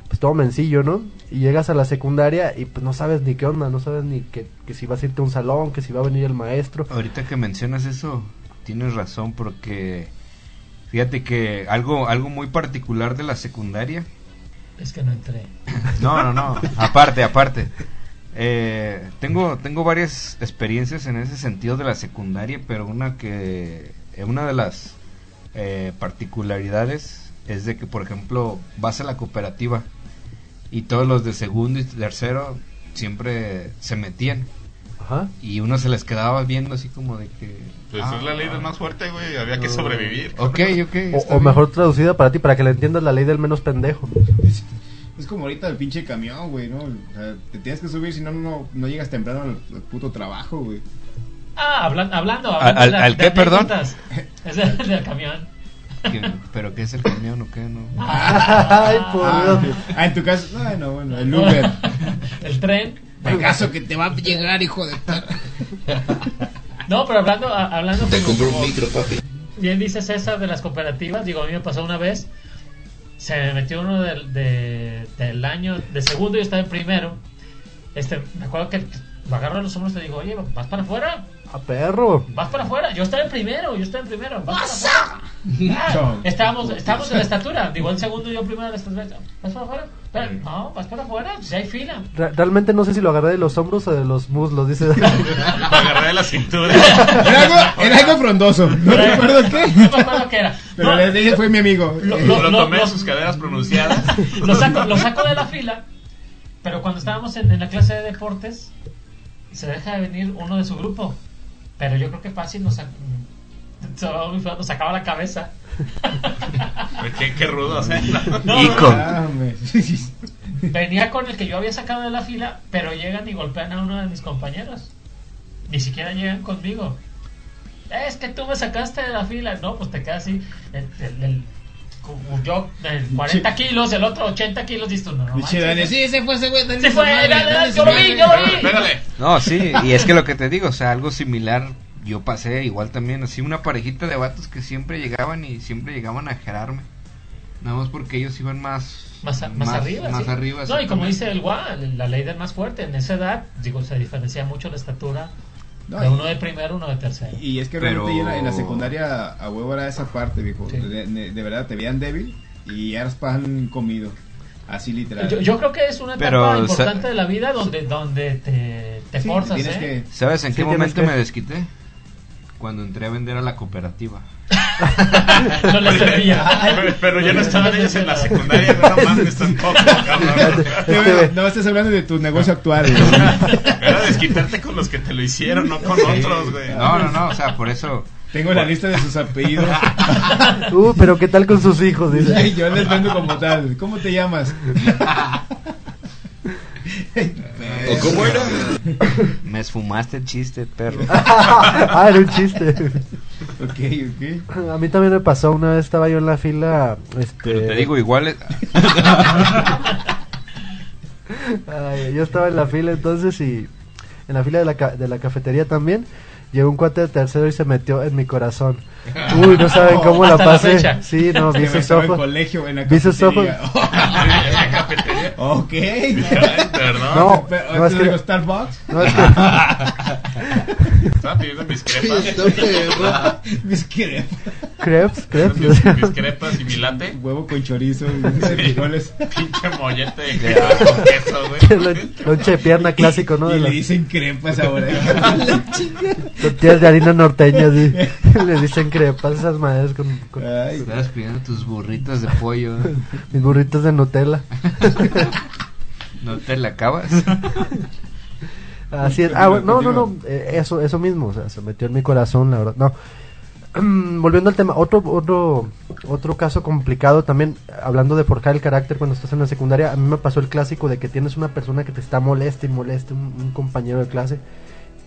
[SPEAKER 5] pues todo mencillo, ¿no? Y llegas a la secundaria y pues no sabes ni qué onda, no sabes ni que, que si vas a irte a un salón, que si va a venir el maestro.
[SPEAKER 8] Ahorita que mencionas eso, tienes razón porque fíjate que algo algo muy particular de la secundaria
[SPEAKER 4] Es que no entré.
[SPEAKER 8] No, no, no. Aparte, aparte. Eh, tengo, tengo varias experiencias en ese sentido de la secundaria, pero una que eh, una de las eh, particularidades es de que, por ejemplo, vas a la cooperativa y todos los de segundo y tercero siempre se metían
[SPEAKER 5] Ajá.
[SPEAKER 8] y uno se les quedaba viendo así como de que.
[SPEAKER 7] Pues
[SPEAKER 8] ah,
[SPEAKER 7] es la ley del más fuerte, güey. Había que
[SPEAKER 8] ah,
[SPEAKER 7] sobrevivir.
[SPEAKER 8] Ok, ok. está
[SPEAKER 5] O, o
[SPEAKER 8] bien.
[SPEAKER 5] mejor traducida para ti, para que le entiendas la ley del menos pendejo.
[SPEAKER 9] Es como ahorita el pinche camión, güey, ¿no? O sea, te tienes que subir, si no, no, no llegas temprano al, al puto trabajo, güey.
[SPEAKER 4] Ah, hablan- hablando.
[SPEAKER 8] ¿Al-
[SPEAKER 4] hablando de
[SPEAKER 8] al-
[SPEAKER 4] la-
[SPEAKER 8] al
[SPEAKER 4] de
[SPEAKER 8] qué, perdón?
[SPEAKER 4] anécdotas. Es el del camión.
[SPEAKER 8] Que- ¿Pero qué es el camión o qué? No.
[SPEAKER 5] Ay, por
[SPEAKER 9] Ah,
[SPEAKER 5] Dios.
[SPEAKER 9] ah, en tu caso, ah, no, bueno, el Uber.
[SPEAKER 4] el tren.
[SPEAKER 9] El caso que te va a llegar, hijo de tal.
[SPEAKER 4] No, pero hablando, a- hablando
[SPEAKER 3] Te
[SPEAKER 4] como-
[SPEAKER 3] compro un
[SPEAKER 4] como-
[SPEAKER 3] micro, papi.
[SPEAKER 4] Bien dice César de las cooperativas, digo, a mí me pasó una vez, se me metió uno del, de- del año, de segundo, yo estaba en primero, este, me acuerdo que lo agarro a los hombros y le digo, oye, ¿vas para afuera?
[SPEAKER 5] A perro.
[SPEAKER 4] ¿Vas para afuera? Yo estaba en primero, yo estaba en primero. ¿Vas para afuera? Ah, estábamos, estábamos en la estatura, digo, en segundo, yo primero en la estatura. ¿Vas para afuera? Pero, no, ¿vas para afuera? Si hay fila.
[SPEAKER 5] Re- realmente no sé si lo agarré de los hombros o de los muslos, dice.
[SPEAKER 7] Lo agarré de la cintura.
[SPEAKER 9] Era algo, era algo frondoso. No recuerdo
[SPEAKER 4] No
[SPEAKER 9] qué.
[SPEAKER 4] me acuerdo qué era.
[SPEAKER 9] Pero
[SPEAKER 4] No,
[SPEAKER 9] le dije, fue mi amigo.
[SPEAKER 4] Lo-
[SPEAKER 9] Eh,
[SPEAKER 4] lo-
[SPEAKER 7] Lo tomé en
[SPEAKER 4] los-
[SPEAKER 7] sus caderas pronunciadas.
[SPEAKER 4] lo saco, lo saco de la fila, pero cuando estábamos en, en la clase de deportes, se deja de venir uno de su grupo. Pero yo creo que fácil nos, sac- se va muy feo, nos sacaba la cabeza.
[SPEAKER 7] Qué, qué rudo hacerlo.
[SPEAKER 4] No,
[SPEAKER 8] Ico.
[SPEAKER 9] Ah, me-
[SPEAKER 4] venía con el que yo había sacado de la fila, pero llegan y golpean a uno de mis compañeros. Ni siquiera llegan conmigo. Es que tú me sacaste de la fila. No, pues te quedas así. El, el- el- como yo, el 40 kilos, el otro 80 kilos, dices tú, no, no
[SPEAKER 9] Pinche
[SPEAKER 4] manches.
[SPEAKER 9] Dani, sí, se fue ese güey. dale
[SPEAKER 4] Se
[SPEAKER 9] su
[SPEAKER 4] fue,
[SPEAKER 9] madre,
[SPEAKER 4] dale,
[SPEAKER 9] dale su
[SPEAKER 4] yo lo
[SPEAKER 9] madre.
[SPEAKER 4] vi, yo lo vi.
[SPEAKER 7] Espérale.
[SPEAKER 8] No, sí, y es que lo que te digo, o sea, algo similar yo pasé igual también, así una parejita de vatos que siempre llegaban y siempre llegaban a gerarme. Nada más porque ellos iban más
[SPEAKER 4] Más, a- más arriba.
[SPEAKER 8] más
[SPEAKER 4] sí.
[SPEAKER 8] arriba,
[SPEAKER 4] No, y como
[SPEAKER 8] exactamente.
[SPEAKER 4] dice el Gua, la ley del más fuerte, en esa edad, digo, se diferencia mucho la estatura
[SPEAKER 9] No,
[SPEAKER 4] de
[SPEAKER 9] y-
[SPEAKER 4] uno de primero, uno de tercero.
[SPEAKER 9] Y es que
[SPEAKER 8] Pero-
[SPEAKER 9] realmente yo en la- en la secundaria a huevo era esa parte, viejo.
[SPEAKER 4] Sí.
[SPEAKER 9] De, de- de verdad te veían débil y eras pan comido. Así literal.
[SPEAKER 4] Yo, yo creo que es una etapa
[SPEAKER 8] Pero, o sea-
[SPEAKER 4] importante de la vida donde, donde te, te
[SPEAKER 9] Sí,
[SPEAKER 4] forzas,
[SPEAKER 9] tienes
[SPEAKER 4] ¿eh?
[SPEAKER 9] que-
[SPEAKER 8] ¿Sabes en
[SPEAKER 5] Sí,
[SPEAKER 8] qué
[SPEAKER 5] tienes
[SPEAKER 8] momento
[SPEAKER 5] que-
[SPEAKER 8] me desquité? Cuando entré a vender a la cooperativa.
[SPEAKER 4] No le
[SPEAKER 7] Pero,
[SPEAKER 4] servía.
[SPEAKER 7] pero ya no estaban ellos en la secundaria, no mames tampoco, cabrón.
[SPEAKER 9] Te veo- no, estás hablando de tu negocio actual. güey.
[SPEAKER 7] Era desquitarte con los que te lo hicieron, no con otros, güey.
[SPEAKER 8] No, no, no, o sea, por eso
[SPEAKER 9] Tengo la lista de sus apellidos.
[SPEAKER 5] Uh, pero qué tal con sus hijos,
[SPEAKER 9] Y
[SPEAKER 5] dice.
[SPEAKER 9] yo les vendo como tal. ¿Cómo te llamas?
[SPEAKER 5] Ah,
[SPEAKER 3] ¿O cómo era?
[SPEAKER 9] Este,
[SPEAKER 8] me esfumaste el chiste, perro.
[SPEAKER 5] ah, era un chiste.
[SPEAKER 9] Ok, ok.
[SPEAKER 5] A mí también me pasó, una vez estaba yo en la fila. Este,
[SPEAKER 8] Pero te digo, igual es-
[SPEAKER 5] Ay, yo estaba en la fila entonces y en la fila de la, ca- de la cafetería también. Llegó un cuate de tercero y se metió en mi corazón. Uy, no saben cómo la
[SPEAKER 4] Hasta la
[SPEAKER 5] pasé.
[SPEAKER 4] fecha.
[SPEAKER 5] sí, no,
[SPEAKER 9] Que
[SPEAKER 5] vi
[SPEAKER 9] me
[SPEAKER 5] sus
[SPEAKER 9] estaba en
[SPEAKER 5] ojos.
[SPEAKER 9] colegio, en la
[SPEAKER 5] Vi sus
[SPEAKER 9] cafetería.
[SPEAKER 7] En la cafetería.
[SPEAKER 9] ok.
[SPEAKER 7] Ay, Perdón.
[SPEAKER 5] No,
[SPEAKER 9] Pero,
[SPEAKER 5] no es
[SPEAKER 9] ¿te
[SPEAKER 5] que-
[SPEAKER 9] digo Starbucks?
[SPEAKER 5] No, es que-
[SPEAKER 7] Estaba pidiendo mis crepas.
[SPEAKER 9] Mis crepas.
[SPEAKER 5] crepes, crepes.
[SPEAKER 7] Mis, mis crepas y mi latte.
[SPEAKER 9] Huevo con chorizo, y frijoles.
[SPEAKER 7] Pinche mollete de crepas con queso, güey.
[SPEAKER 5] Lon- Lonche de pierna clásico, ¿no?
[SPEAKER 9] Y
[SPEAKER 5] De
[SPEAKER 9] le
[SPEAKER 5] las
[SPEAKER 9] dicen crepas ahora. La chinga.
[SPEAKER 5] tortillas de harina norteña, sí. Le dicen crepas esas madres con, con
[SPEAKER 9] Ay,
[SPEAKER 8] estabas pidiendo tus burritas de pollo.
[SPEAKER 5] mis burritos de Nutella.
[SPEAKER 8] ¿No te la acabas?
[SPEAKER 5] Así es. Ah, bueno, no, no, no. eh, Eso, eso mismo. O sea, se metió en mi corazón, la verdad. No. Mm, Volviendo al tema, otro, otro, otro caso complicado también, hablando de forjar el carácter cuando estás en la secundaria, a mí me pasó el clásico de que tienes una persona que te está molesta y molesta, un, un compañero de clase,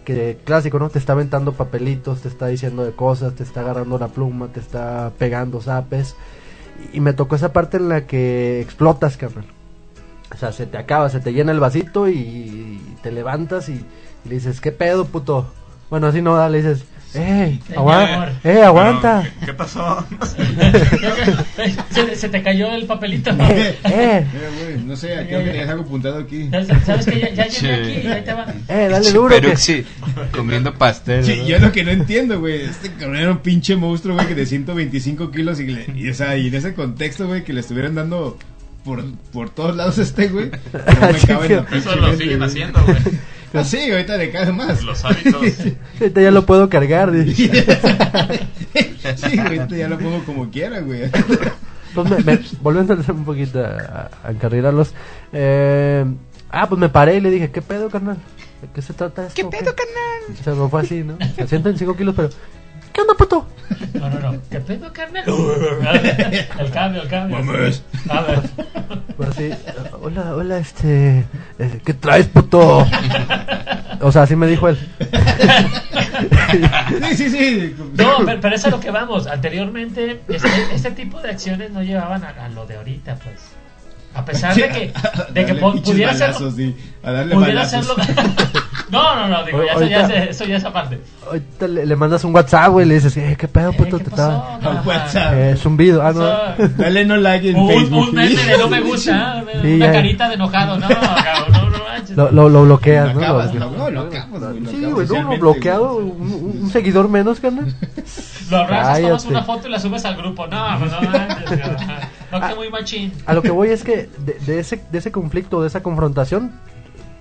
[SPEAKER 5] que clásico, ¿no? Te está aventando papelitos, te está diciendo de cosas, te está agarrando la pluma, te está pegando zapes, y me tocó esa parte en la que explotas, carnal. O sea, se te acaba, se te llena el vasito y, y te levantas y, y le dices, ¿qué pedo, puto? Bueno, así no, da, le dices, ¡eh,
[SPEAKER 4] Señor.
[SPEAKER 5] aguanta! ¡eh, aguanta!
[SPEAKER 7] Pero, ¿qué- ¿Qué pasó?
[SPEAKER 4] se, se te cayó el papelito.
[SPEAKER 5] ¡eh, eh!
[SPEAKER 9] mira, güey, no sé, creo que tenías algo apuntado aquí.
[SPEAKER 4] Sabes que ya, ya llegué
[SPEAKER 8] Che.
[SPEAKER 4] aquí, ahí te va.
[SPEAKER 5] ¡eh, dale duro! que-
[SPEAKER 8] Peruxi, comiendo pastel.
[SPEAKER 9] Sí,
[SPEAKER 8] ¿verdad?
[SPEAKER 9] yo lo que no entiendo, güey, este cabrón era un pinche monstruo, güey, que de 125 kilos y, le- y, o sea, y en ese contexto, güey, que le estuvieran dando por, por todos lados este, güey. pero No me cabe en la
[SPEAKER 7] Eso
[SPEAKER 9] pinche
[SPEAKER 7] lo
[SPEAKER 9] mente,
[SPEAKER 7] siguen
[SPEAKER 9] güey.
[SPEAKER 7] haciendo, güey.
[SPEAKER 9] Así, ahorita le cae más.
[SPEAKER 7] Los hábitos.
[SPEAKER 5] Ahorita ya lo puedo cargar.
[SPEAKER 9] sí,
[SPEAKER 5] dije.
[SPEAKER 9] güey, ahorita ya lo pongo como quiera, güey.
[SPEAKER 5] Pues me- me- volviendo a hacer un poquito a, a encarrilarlos. eh, ah, pues me paré y le dije, ¿qué pedo, carnal? ¿De qué se trata esto? ¿Qué pedo, carnal? Se me fue así, ¿no? Se siento en 5 kilos, pero... ¿Qué onda, puto?
[SPEAKER 4] No, no, no. ¿Qué pedo, carnal? El cambio, el cambio. A ver.
[SPEAKER 5] Pues así, hola, hola, este... eh, ¿Qué traes, puto? O sea, así me dijo él.
[SPEAKER 9] Sí, sí, sí.
[SPEAKER 4] No, pero, pero es a lo que vamos. Anteriormente, este, este tipo de acciones no llevaban a, a lo de ahorita, pues. A pesar de que, de que po- pudiera hacerlo.
[SPEAKER 9] a darle
[SPEAKER 4] Pudiera
[SPEAKER 9] balazos.
[SPEAKER 4] hacerlo. No, no, no, digo, ya, eso, ya,
[SPEAKER 5] Ahorita-
[SPEAKER 4] es- eso ya es aparte.
[SPEAKER 5] Ahorita le, le mandas un WhatsApp, güey, y le dices, eh, ¿qué pedo,
[SPEAKER 4] Eh,
[SPEAKER 5] puto?
[SPEAKER 4] ¿qué
[SPEAKER 5] te
[SPEAKER 4] pasó,
[SPEAKER 5] estaba...
[SPEAKER 4] Rafa?
[SPEAKER 9] A WhatsApp.
[SPEAKER 5] Eh, zumbido. Ah, no.
[SPEAKER 4] Pasó.
[SPEAKER 9] Dale no like en
[SPEAKER 4] Un,
[SPEAKER 9] Facebook.
[SPEAKER 4] un meme de no me gusta, ¿eh?
[SPEAKER 5] Sí,
[SPEAKER 4] una
[SPEAKER 5] ya.
[SPEAKER 4] carita de enojado, no, cabrón, no, no manches.
[SPEAKER 5] Lo, lo, lo bloqueas,
[SPEAKER 9] Lo
[SPEAKER 5] ¿no?
[SPEAKER 9] acabas,
[SPEAKER 5] Lo-
[SPEAKER 9] lo- no, lo acabas, güey, lo
[SPEAKER 5] Sí,
[SPEAKER 9] acabas
[SPEAKER 5] güey, no,
[SPEAKER 9] socialmente,
[SPEAKER 5] no, bloqueado,
[SPEAKER 9] güey.
[SPEAKER 5] un, un- un seguidor menos, carnal.
[SPEAKER 4] Lo abrazas, tomas
[SPEAKER 5] Cállate.
[SPEAKER 4] una foto y la subes al grupo. No, pues no manches, cabrón.
[SPEAKER 5] Ah.
[SPEAKER 4] no que muy machín.
[SPEAKER 5] A lo que voy es que de, de ese, de ese conflicto, de esa confrontación,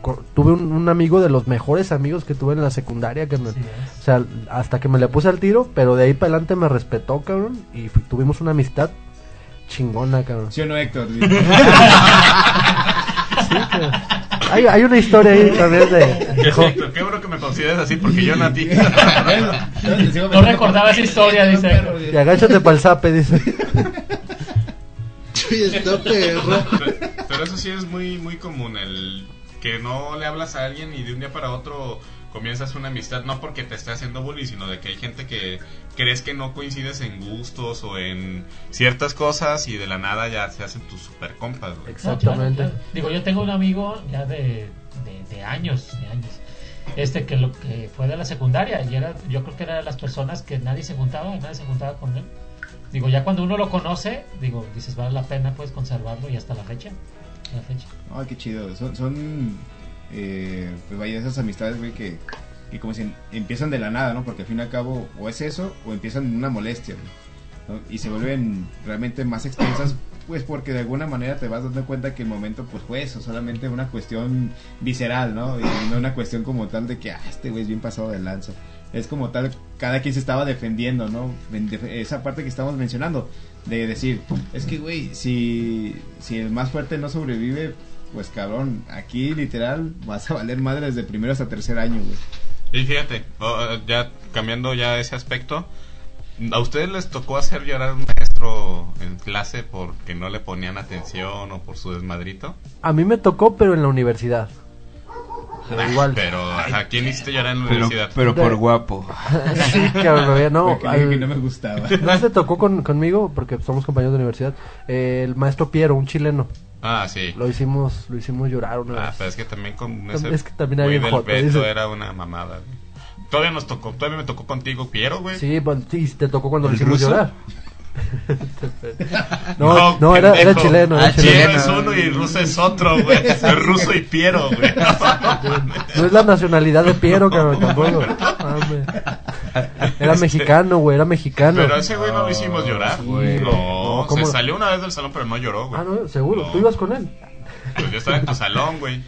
[SPEAKER 5] co- tuve un, un amigo de los mejores amigos que tuve en la secundaria, carnal.
[SPEAKER 4] Sí, es.
[SPEAKER 5] O sea, hasta que me le puse al tiro, pero de ahí para adelante me respetó, cabrón, y fu- tuvimos una amistad chingona, cabrón.
[SPEAKER 9] ¿Sí o no, Héctor?
[SPEAKER 5] Hay, hay una historia ahí también de...
[SPEAKER 7] Qué bueno- qué bueno que me consideres así porque yo no a ti.
[SPEAKER 4] No recordaba esa historia, dice.
[SPEAKER 5] Y agáchate pa'l zape, dice.
[SPEAKER 6] Chuy está perro.
[SPEAKER 7] Pero- Pero eso sí es muy muy común el que no le hablas a alguien y de un día para otro comienzas una amistad no porque te esté haciendo bullying, sino de que hay gente que crees que no coincides en gustos o en ciertas cosas y de la nada ya se hacen tus super compas, güey.
[SPEAKER 4] No,
[SPEAKER 5] Exactamente.
[SPEAKER 4] claro, claro. Digo, yo tengo un amigo ya de, de- de años, de años. Este que lo que fue de la secundaria y era, yo creo que era de las personas que nadie se juntaba, nadie se juntaba con él. Digo, ya cuando uno lo conoce, digo, dices, vale la pena pues conservarlo y hasta la fecha. La fecha.
[SPEAKER 9] Ay, qué chido. Son, son eh, pues vaya, esas amistades, güey, que, que como dicen, empiezan de la nada, ¿no? Porque al fin y al cabo, o es eso, o empiezan en una molestia, güey, ¿no? Y se vuelven realmente más extensas, pues porque de alguna manera te vas dando cuenta que el momento, pues fue eso, solamente una cuestión visceral, ¿no? Y no una cuestión como tal de que, ah, este güey es bien pasado de lanza. Es como tal, cada quien se estaba defendiendo, ¿no? En def- Esa parte que estamos mencionando, de decir, es que, güey, si, si el más fuerte no sobrevive, pues cabrón, aquí literal vas a valer madre desde primero hasta tercer año, güey.
[SPEAKER 7] Y fíjate, o- ya cambiando ya ese aspecto, ¿a ustedes les tocó hacer llorar a un maestro en clase porque no le ponían atención o por su desmadrito?
[SPEAKER 5] A mí me tocó, pero en la universidad. Pero igual.
[SPEAKER 7] Pero ¿a quién hiciste llorar en la
[SPEAKER 8] Pero,
[SPEAKER 7] universidad?
[SPEAKER 8] pero por guapo.
[SPEAKER 5] Sí, cabrón, me veía- no.
[SPEAKER 9] Porque le dije
[SPEAKER 5] al-
[SPEAKER 9] que no me gustaba.
[SPEAKER 5] No se tocó con- conmigo porque somos compañeros de universidad. eh, el maestro Piero, un chileno,
[SPEAKER 7] Ah, sí.
[SPEAKER 5] lo hicimos, lo hicimos llorar una
[SPEAKER 7] Ah,
[SPEAKER 5] vez.
[SPEAKER 7] pero es que también con
[SPEAKER 5] Tam-
[SPEAKER 7] ese
[SPEAKER 5] es que también
[SPEAKER 7] güey
[SPEAKER 5] hay un
[SPEAKER 7] del
[SPEAKER 5] joto,
[SPEAKER 7] Beto
[SPEAKER 5] dice.
[SPEAKER 7] era una mamada. güey. Todavía nos tocó, todavía me tocó contigo, Piero, güey.
[SPEAKER 5] Sí, bueno, sí, te tocó cuando lo
[SPEAKER 8] ¿El
[SPEAKER 5] hicimos
[SPEAKER 8] ruso?
[SPEAKER 5] llorar. no, no, era, era
[SPEAKER 7] Ah, pendejo.
[SPEAKER 5] chileno, era
[SPEAKER 8] Ah,
[SPEAKER 7] Piero
[SPEAKER 5] chileno.
[SPEAKER 7] es uno y el ruso es otro, güey. El ruso y Piero, güey.
[SPEAKER 5] No es la nacionalidad de Piero, cabrón, tampoco. Mames. Era
[SPEAKER 7] Este-
[SPEAKER 5] mexicano, güey, era mexicano.
[SPEAKER 7] Pero a ese güey no lo hicimos llorar.
[SPEAKER 8] güey.
[SPEAKER 7] No,
[SPEAKER 5] No, ¿cómo?
[SPEAKER 7] se salió una vez del salón, pero no lloró, güey.
[SPEAKER 5] Ah, no, seguro,
[SPEAKER 7] No.
[SPEAKER 5] tú ibas con él.
[SPEAKER 7] Pues yo estaba en tu salón, güey.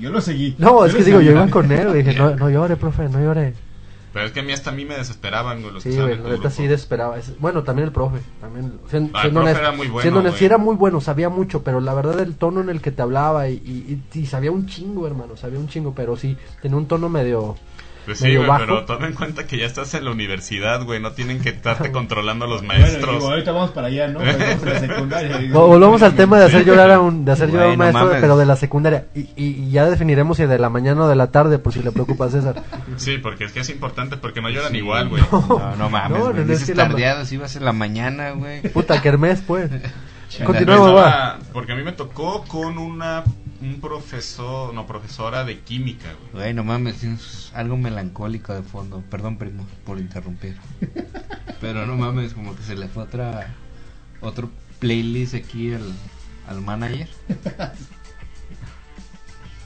[SPEAKER 9] Yo lo seguí.
[SPEAKER 5] No, es
[SPEAKER 9] lo
[SPEAKER 5] que digo, yo
[SPEAKER 9] seguí.
[SPEAKER 5] iba con él, güey, dije, no, no llore, profe, no llore.
[SPEAKER 7] Pero es que a mí hasta a mí me desesperaban, güey. Los que
[SPEAKER 5] Sí,
[SPEAKER 7] estaban
[SPEAKER 5] güey,
[SPEAKER 7] en
[SPEAKER 5] la
[SPEAKER 7] tu
[SPEAKER 5] neta
[SPEAKER 7] grupo.
[SPEAKER 5] sí desesperaba. Es- Bueno, también el profe. También, siendo,
[SPEAKER 7] Ah, el
[SPEAKER 5] siendo
[SPEAKER 7] profe
[SPEAKER 5] honesto,
[SPEAKER 7] era muy bueno,
[SPEAKER 5] siendo honesto,
[SPEAKER 7] güey.
[SPEAKER 5] sí era muy bueno, sabía mucho, pero la verdad el tono en el que te hablaba y, y- y- y sabía un chingo, hermano, sabía un chingo, pero sí, tenía un tono medio...
[SPEAKER 7] Pues sí,
[SPEAKER 5] medio
[SPEAKER 7] güey,
[SPEAKER 5] bajo.
[SPEAKER 7] pero toma en cuenta que ya estás en la universidad, güey. No tienen que estarte controlando a los
[SPEAKER 9] Bueno,
[SPEAKER 7] maestros.
[SPEAKER 9] digo, ahorita vamos para allá, ¿no? Pero vamos a la secundaria.
[SPEAKER 5] Vol-
[SPEAKER 9] digo.
[SPEAKER 5] Volvamos al tema de hacer
[SPEAKER 7] Sí.
[SPEAKER 5] llorar a un, de hacer
[SPEAKER 8] Güey,
[SPEAKER 5] llorar a un
[SPEAKER 8] no
[SPEAKER 5] maestro,
[SPEAKER 8] mames.
[SPEAKER 5] pero de la secundaria. Y, y- y ya definiremos si de la mañana o de la tarde, por si le preocupa a César.
[SPEAKER 7] Sí, porque es que es importante, porque no lloran igual, güey.
[SPEAKER 8] No, no mames.
[SPEAKER 5] No,
[SPEAKER 8] güey,
[SPEAKER 5] no, no,
[SPEAKER 8] dices
[SPEAKER 5] es que la-
[SPEAKER 8] tardeado, si ibas en la mañana, güey.
[SPEAKER 5] Puta, kermés, pues.
[SPEAKER 8] Chale.
[SPEAKER 5] Continuamos, va.
[SPEAKER 7] Estaba- Porque a mí me tocó con una un profesor, no, profesora de química, güey.
[SPEAKER 8] Güey, no mames, tienes algo melancólico de fondo. Perdón, primo, por interrumpir. Pero no mames, como que se le fue otra otro playlist aquí al, al manager.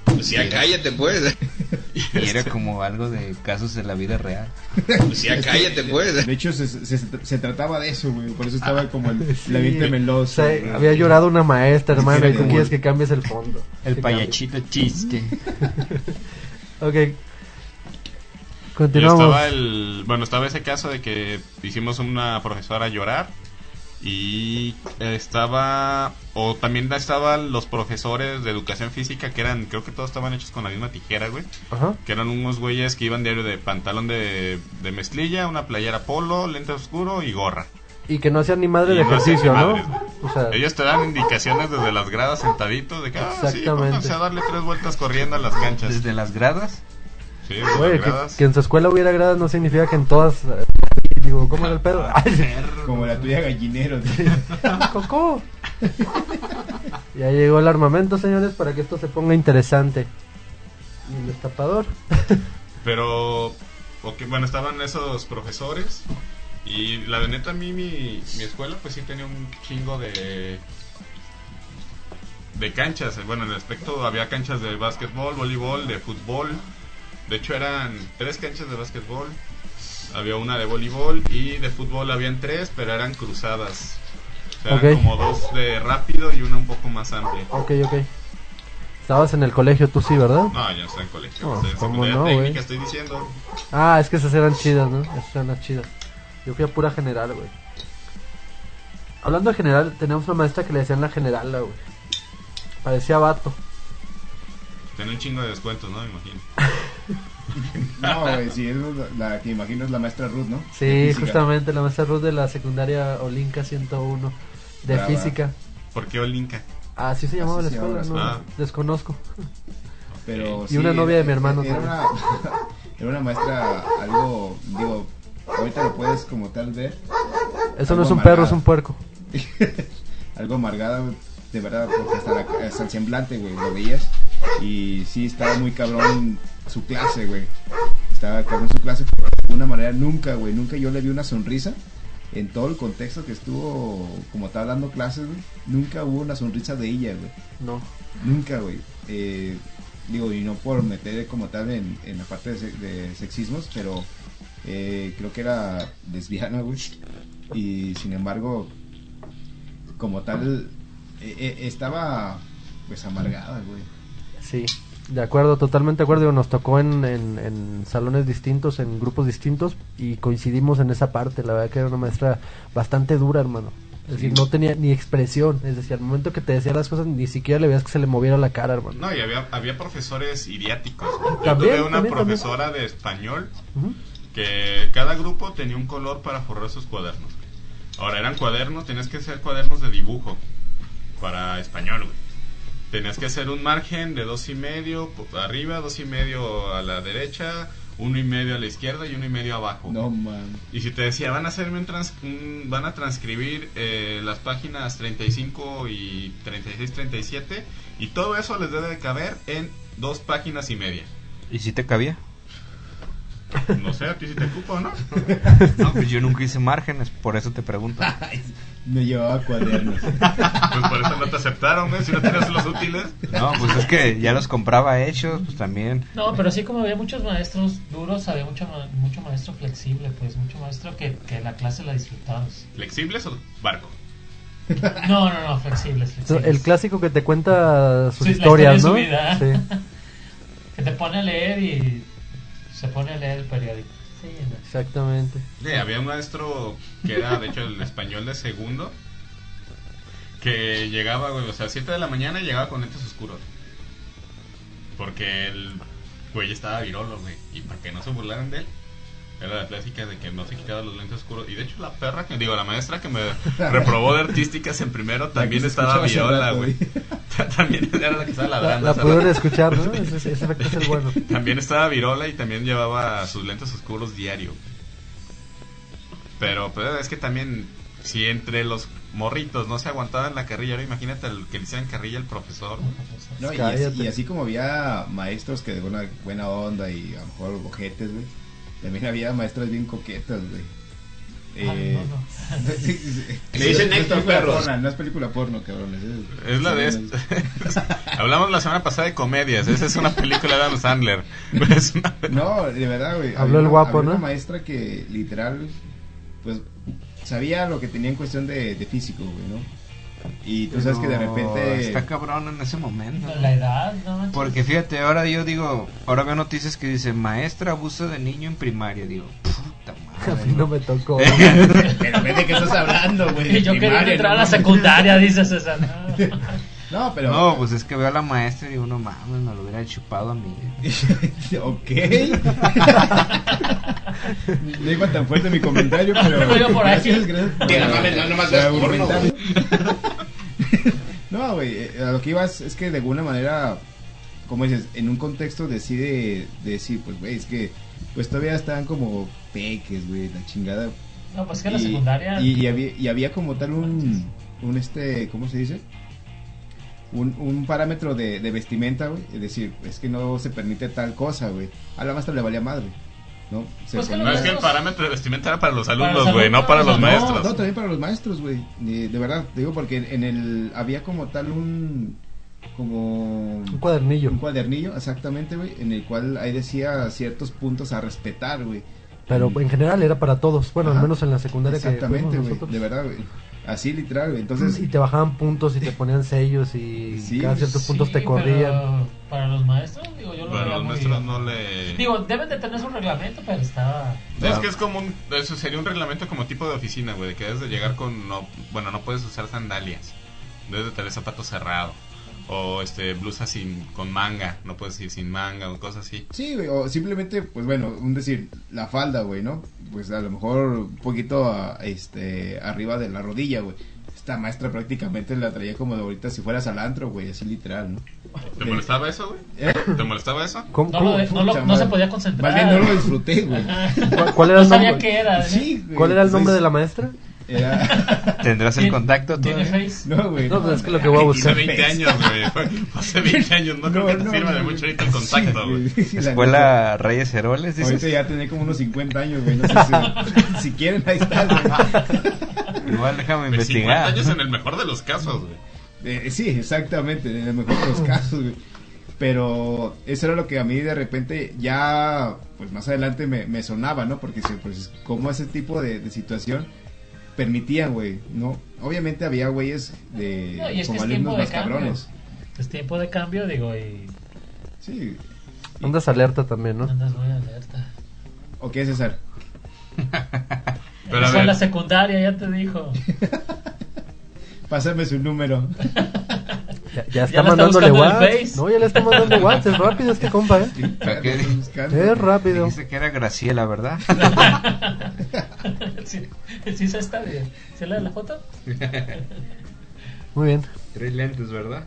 [SPEAKER 2] Pues ya cállate, pues.
[SPEAKER 8] Y
[SPEAKER 7] Este.
[SPEAKER 8] era como algo de casos de la vida real.
[SPEAKER 10] Pues ya cállate, pues.
[SPEAKER 9] De hecho, se, se- se trataba de eso, güey. Por eso estaba como el, la
[SPEAKER 5] Sí.
[SPEAKER 9] víctima
[SPEAKER 5] O
[SPEAKER 9] melosa.
[SPEAKER 5] sea, había llorado una maestra, hermano.
[SPEAKER 9] Sí,
[SPEAKER 5] ¿Y tú
[SPEAKER 9] como-
[SPEAKER 5] quieres que cambies el fondo?
[SPEAKER 8] El
[SPEAKER 5] Que
[SPEAKER 8] payachito chiste.
[SPEAKER 5] cambies. Ok.
[SPEAKER 7] Y
[SPEAKER 5] Continuamos.
[SPEAKER 7] estaba el, bueno, estaba ese caso de que hicimos una profesora llorar y estaba o también estaban los profesores de educación física que eran, creo que todos estaban hechos con la misma tijera, güey,
[SPEAKER 5] Ajá.
[SPEAKER 7] que eran unos güeyes que iban diario de pantalón de, de mezclilla, una playera polo, lente oscuro y gorra.
[SPEAKER 5] Y que no hacían ni madre de
[SPEAKER 7] Y no hacían
[SPEAKER 5] ejercicio,
[SPEAKER 7] ni
[SPEAKER 5] ¿no?
[SPEAKER 7] madres, güey.
[SPEAKER 5] O sea,
[SPEAKER 7] Ellos te dan indicaciones desde las gradas sentaditos de que ah, sí,
[SPEAKER 5] Exactamente.
[SPEAKER 7] pónganse a darle tres vueltas corriendo a las canchas.
[SPEAKER 8] Desde las gradas.
[SPEAKER 7] Sí, desde
[SPEAKER 5] güey,
[SPEAKER 7] las
[SPEAKER 5] que,
[SPEAKER 7] gradas.
[SPEAKER 5] que en su escuela hubiera gradas no significa que en todas. eh, Digo, ¿cómo era el pedo?
[SPEAKER 7] Ah.
[SPEAKER 9] Como la tuya gallinero. tío.
[SPEAKER 5] ¡Cocó! Ya llegó el armamento, señores, para que esto se ponga interesante. Y el destapador.
[SPEAKER 7] Pero, o que, bueno, estaban esos profesores. Y la de neta, a mí, mi, mi escuela, pues sí tenía un chingo de. de canchas. Bueno, en el aspecto, había canchas de básquetbol, voleibol, de fútbol. De hecho, eran tres canchas de básquetbol. Había una de voleibol y de fútbol habían tres, pero eran cruzadas. O sea, eran
[SPEAKER 5] Ok.
[SPEAKER 7] como dos de rápido y una un poco más amplia.
[SPEAKER 5] Ok, ok. Estabas en el colegio, tú sí, ¿verdad?
[SPEAKER 7] No, ya no está en colegio.
[SPEAKER 5] No,
[SPEAKER 7] estoy en
[SPEAKER 5] ¿cómo
[SPEAKER 7] secundaria
[SPEAKER 5] no, Ah, güey?
[SPEAKER 7] técnica, estoy diciendo.
[SPEAKER 5] Ah, es que esas eran chidas, ¿no? Esas eran las chidas. Yo fui a pura general, güey. Hablando de general, teníamos una maestra que le decían la general, güey. Parecía vato.
[SPEAKER 7] Tenía un chingo de descuentos, ¿no? Me imagino.
[SPEAKER 9] No, güey, sí, es la, la que imagino es la maestra Ruth, ¿no?
[SPEAKER 5] Sí,
[SPEAKER 9] De física.
[SPEAKER 5] justamente, la maestra Ruth de la secundaria Olinka 101 de
[SPEAKER 9] Brava.
[SPEAKER 5] física.
[SPEAKER 7] ¿Por qué Olinka?
[SPEAKER 5] Así se llamaba
[SPEAKER 9] Así
[SPEAKER 5] la
[SPEAKER 9] se llama
[SPEAKER 5] escuela,
[SPEAKER 7] la
[SPEAKER 5] no,
[SPEAKER 7] escuela.
[SPEAKER 9] Ah.
[SPEAKER 5] desconozco.
[SPEAKER 9] Pero
[SPEAKER 5] Y una novia de mi hermano
[SPEAKER 9] Era una, era una maestra algo, digo, ahorita lo puedes como tal ver,
[SPEAKER 5] Eso
[SPEAKER 9] Algo
[SPEAKER 5] no es un perro,
[SPEAKER 9] amargada.
[SPEAKER 5] es un puerco.
[SPEAKER 9] algo amargada, güey, de verdad, porque hasta, la- hasta el semblante, güey, lo veías. Y sí, estaba muy cabrón su clase, güey. Estaba cabrón su clase, pero de alguna manera nunca, güey, nunca yo le vi una sonrisa. En todo el contexto que estuvo, como estaba dando clases, güey, nunca hubo una sonrisa de ella, güey.
[SPEAKER 5] No.
[SPEAKER 9] Nunca, güey. Eh, digo, y no por meter como tal en, en la parte de, se- de sexismos, pero eh, creo que era lesbiana, güey. Y sin embargo, como tal, eh, eh, estaba pues amargada, güey.
[SPEAKER 5] Sí, de acuerdo, totalmente de acuerdo. Digo, Nos tocó en, en- en salones distintos, en grupos distintos y coincidimos en esa parte. La verdad que era una maestra bastante dura, hermano. Es decir, no tenía ni expresión. Es decir, al momento que te decía las cosas, ni siquiera le veías que se le moviera la cara, hermano.
[SPEAKER 7] No, y había, había profesores iriáticos. Yo
[SPEAKER 5] También,
[SPEAKER 7] tuve una
[SPEAKER 5] también, también.
[SPEAKER 7] profesora de español
[SPEAKER 5] Ujú.
[SPEAKER 7] que cada grupo tenía un color para forrar sus cuadernos. Ahora, eran cuadernos, tenías que hacer cuadernos de dibujo para español, güey. Tenías que hacer un margen de dos y medio po- arriba, dos y medio a la derecha, uno y medio a la izquierda y uno y medio abajo.
[SPEAKER 9] No, man.
[SPEAKER 7] Y si te decía, van a hacerme un trans- un- van a transcribir eh, las páginas 35 y 36, 37 y todo eso les debe de caber en dos páginas y media.
[SPEAKER 8] ¿Y si te cabía?
[SPEAKER 7] No sé, a ti si te ocupo, ¿no?
[SPEAKER 8] No, pues yo nunca hice márgenes, por eso te pregunto.
[SPEAKER 9] Me llevaba cuadernos.
[SPEAKER 7] Pues por eso no te aceptaron, güey, si no tienes los útiles.
[SPEAKER 8] No, pues es que ya los compraba hechos, pues también.
[SPEAKER 4] No, pero sí como había muchos maestros duros, había mucho, ma- mucho maestro flexible, pues mucho maestro que, que la clase la disfrutabas.
[SPEAKER 7] ¿Flexibles o barco?
[SPEAKER 4] No, no, no, flexibles, flexibles.
[SPEAKER 5] El clásico que te cuenta sus
[SPEAKER 4] Sí, Pues la
[SPEAKER 5] historias, ¿no?
[SPEAKER 4] historia de su vida.
[SPEAKER 5] Sí,
[SPEAKER 4] Que te pone a leer y se pone a leer el periódico. Sí, no.
[SPEAKER 5] exactamente.
[SPEAKER 7] Sí, había un maestro que era, de hecho, el español de segundo, que llegaba, güey, o sea, 7 de la mañana y llegaba con lentes oscuros. Porque el güey estaba virolo, güey, y para que no se burlaran de él. Era la clásica de que no se quitaba los lentes oscuros. Y de hecho, la perra que, digo, la maestra que me reprobó de artísticas en primero también
[SPEAKER 9] se
[SPEAKER 7] estaba viola,
[SPEAKER 9] escuchaba hace rato,
[SPEAKER 7] güey. También era la que estaba
[SPEAKER 5] La,
[SPEAKER 7] ladrando.
[SPEAKER 5] la
[SPEAKER 7] hace
[SPEAKER 5] pudieron
[SPEAKER 7] rato.
[SPEAKER 5] escuchar, ¿no? Ese, ese efecto es el bueno.
[SPEAKER 7] También estaba Virola y también llevaba sus lentes oscuros diario. Pero pues, es que también, si entre los morritos no se aguantaban la carrilla, ahora imagínate el que le hicieran carrilla el profesor. güey.
[SPEAKER 9] No, y, así,
[SPEAKER 5] Cállate.
[SPEAKER 9] y así como había maestros que de buena, buena onda y a lo mejor bojetes, güey. También había maestras bien coquetas, güey.
[SPEAKER 4] Ay, Ah, no, no.
[SPEAKER 9] Eh, Sí, sí.
[SPEAKER 2] Le dicen
[SPEAKER 9] No es
[SPEAKER 2] Héctor,
[SPEAKER 9] película
[SPEAKER 2] perros.
[SPEAKER 9] porno, No es película porno, cabrones.
[SPEAKER 7] Es la de...
[SPEAKER 2] este.
[SPEAKER 7] Hablamos la semana pasada de comedias. Esa es una película de Adam Sandler. Pero es una-
[SPEAKER 9] No, de verdad, güey.
[SPEAKER 5] Habló
[SPEAKER 9] Había
[SPEAKER 5] el
[SPEAKER 9] una-
[SPEAKER 5] guapo,
[SPEAKER 9] había
[SPEAKER 5] ¿no?
[SPEAKER 9] Una maestra que literal, pues, sabía lo que tenía en cuestión de, de físico, güey, ¿no? Y tú sabes que de
[SPEAKER 8] Pero
[SPEAKER 9] repente.
[SPEAKER 8] Está cabrón en ese momento.
[SPEAKER 4] La edad, ¿no?
[SPEAKER 8] Porque fíjate, ahora yo digo, ahora veo noticias que dice maestra abusa de niño en primaria. Digo, puta
[SPEAKER 5] A mí
[SPEAKER 8] madre.
[SPEAKER 5] no me tocó.
[SPEAKER 4] Eh.
[SPEAKER 9] Pero ve de qué estás hablando, güey.
[SPEAKER 4] Y yo quería
[SPEAKER 9] Primaria,
[SPEAKER 4] entrar a
[SPEAKER 9] ¿no?
[SPEAKER 4] la secundaria, dice César. No.
[SPEAKER 9] No, pero.
[SPEAKER 8] No, pues es que veo a la maestra y digo, no mames, me lo hubiera chupado a mí.
[SPEAKER 9] ok. no iba tan fuerte mi comentario, pero.
[SPEAKER 4] No iba por ahí.
[SPEAKER 9] Gracias, gracias por-
[SPEAKER 2] Que no mames, no, no más
[SPEAKER 9] por
[SPEAKER 2] ves porno,
[SPEAKER 9] argumentar.
[SPEAKER 2] güey.
[SPEAKER 9] No, güey, eh, a lo que ibas es que de alguna manera, como dices, en un contexto decide decir, pues, güey, es que, pues todavía estaban como peques, güey, la chingada.
[SPEAKER 4] No, pues que la secundaria.
[SPEAKER 9] Y, y había, y había como tal un, un este, ¿cómo se dice? Un, un parámetro de, de vestimenta, güey. Es decir, es que no se permite tal cosa, güey. A la maestra le valía madre, ¿no? Se
[SPEAKER 4] Pues que
[SPEAKER 9] ponía-
[SPEAKER 7] No, es que el parámetro de vestimenta era para los alumnos,
[SPEAKER 4] los
[SPEAKER 7] güey, no
[SPEAKER 4] alumnos,
[SPEAKER 7] para los
[SPEAKER 4] no,
[SPEAKER 9] No, no,
[SPEAKER 7] maestros.
[SPEAKER 9] también para los maestros, güey. De, de verdad, te digo, porque en, en el había como tal un. Como.
[SPEAKER 5] Un cuadernillo.
[SPEAKER 9] Un cuadernillo, exactamente, güey. En el cual ahí decía ciertos puntos a respetar, güey.
[SPEAKER 5] Pero en general era para todos. Bueno,
[SPEAKER 9] Ajá.
[SPEAKER 5] al menos en la secundaria que
[SPEAKER 9] Exactamente,
[SPEAKER 5] fuimos
[SPEAKER 9] güey.
[SPEAKER 5] nosotros.
[SPEAKER 9] De verdad, güey. Así literal, güey. Entonces.
[SPEAKER 5] Y te bajaban puntos y te ponían sellos y
[SPEAKER 9] Sí,
[SPEAKER 5] cada ciertos
[SPEAKER 9] sí,
[SPEAKER 5] puntos te corrían.
[SPEAKER 4] pues pero Para los maestros, digo, yo lo
[SPEAKER 7] Para
[SPEAKER 4] veía
[SPEAKER 7] los
[SPEAKER 4] muy
[SPEAKER 7] maestros
[SPEAKER 4] bien.
[SPEAKER 7] no le...
[SPEAKER 4] Digo, deben de tener su reglamento, pero estaba.
[SPEAKER 7] Es que es como un... Eso sería un reglamento como tipo de oficina, güey, de que debes de llegar con... No, bueno, no puedes usar sandalias. Debes de tener zapatos cerrados. O este, blusa sin, con manga. No puedes ir sin manga o cosas así.
[SPEAKER 9] Sí, güey, o simplemente, pues bueno, un decir, la falda, güey, ¿no? Pues a lo mejor un poquito a- este, arriba de la rodilla, güey. Esta maestra prácticamente la traía como de ahorita si fueras al antro, güey, así literal, ¿no?
[SPEAKER 7] ¿Te molestaba eso, güey?
[SPEAKER 9] Eh,
[SPEAKER 7] ¿Te molestaba eso?
[SPEAKER 5] ¿Cómo-
[SPEAKER 4] No,
[SPEAKER 5] cómo-
[SPEAKER 4] lo de- no, lo-
[SPEAKER 9] puta
[SPEAKER 4] no se
[SPEAKER 9] madre.
[SPEAKER 4] podía
[SPEAKER 9] Más
[SPEAKER 4] concentrar.
[SPEAKER 9] bien no lo disfruté, güey. Pues
[SPEAKER 5] ¿Cuál- ¿Cuál era
[SPEAKER 4] No
[SPEAKER 5] el
[SPEAKER 4] sabía
[SPEAKER 5] nombre?
[SPEAKER 4] qué era. ¿eh?
[SPEAKER 9] Sí, güey.
[SPEAKER 5] ¿Cuál era el
[SPEAKER 9] entonces,
[SPEAKER 5] nombre de la maestra?
[SPEAKER 9] era-
[SPEAKER 8] ¿Tendrás el
[SPEAKER 4] Tiene-
[SPEAKER 8] contacto
[SPEAKER 4] Tiene
[SPEAKER 8] todavía?
[SPEAKER 4] face.
[SPEAKER 9] No, güey.
[SPEAKER 5] No, pues es que lo que voy
[SPEAKER 7] Hace
[SPEAKER 5] a buscar.
[SPEAKER 7] 20 años, güey. Fue- fue Hace 20 años. No, creo que te sirva de
[SPEAKER 9] güey.
[SPEAKER 7] mucho ahorita el contacto,
[SPEAKER 9] Sí,
[SPEAKER 7] güey.
[SPEAKER 9] sí, la neta.
[SPEAKER 8] Escuela Reyes Heroles,
[SPEAKER 9] Ahorita
[SPEAKER 8] dices.
[SPEAKER 9] ya tiene como unos 50 años, güey. No sé si, si quieren, ahí está, güey.
[SPEAKER 8] Igual déjame
[SPEAKER 7] Pues 50
[SPEAKER 8] investigar.
[SPEAKER 7] años en el mejor de los casos, güey.
[SPEAKER 9] Eh, sí, exactamente, en el mejor de los casos, güey. Pero eso era lo que a mí de repente ya, pues más adelante me, me sonaba, ¿no? Porque se- pues, como ese tipo de, de situación permitía, güey, ¿no? Obviamente había güeyes de
[SPEAKER 4] No, y es que es
[SPEAKER 9] como alumnos
[SPEAKER 4] tiempo de
[SPEAKER 9] más
[SPEAKER 4] cambio.
[SPEAKER 9] cabrones.
[SPEAKER 4] Es tiempo de cambio, digo, y.
[SPEAKER 9] Sí.
[SPEAKER 5] Andas alerta también, ¿no?
[SPEAKER 4] Andas muy alerta.
[SPEAKER 9] ¿O qué, César?
[SPEAKER 7] Pero a
[SPEAKER 4] Eso
[SPEAKER 7] ver.
[SPEAKER 4] en la secundaria, ya te dijo.
[SPEAKER 9] Pásame su número.
[SPEAKER 5] Ya, ya
[SPEAKER 4] Ya la
[SPEAKER 5] está
[SPEAKER 4] está buscando en
[SPEAKER 5] mandándole
[SPEAKER 4] el
[SPEAKER 5] WhatsApp.
[SPEAKER 4] Face.
[SPEAKER 5] No, ya le está mandando WhatsApp. Es rápido este compa, ¿eh?
[SPEAKER 8] ¿Para qué?
[SPEAKER 9] Estoy buscando.
[SPEAKER 5] Es rápido.
[SPEAKER 8] Dijiste que era Graciela, ¿verdad?
[SPEAKER 4] sí, sí, se está bien. ¿Se le da la foto?
[SPEAKER 5] Muy bien.
[SPEAKER 8] Tres lentes, ¿verdad?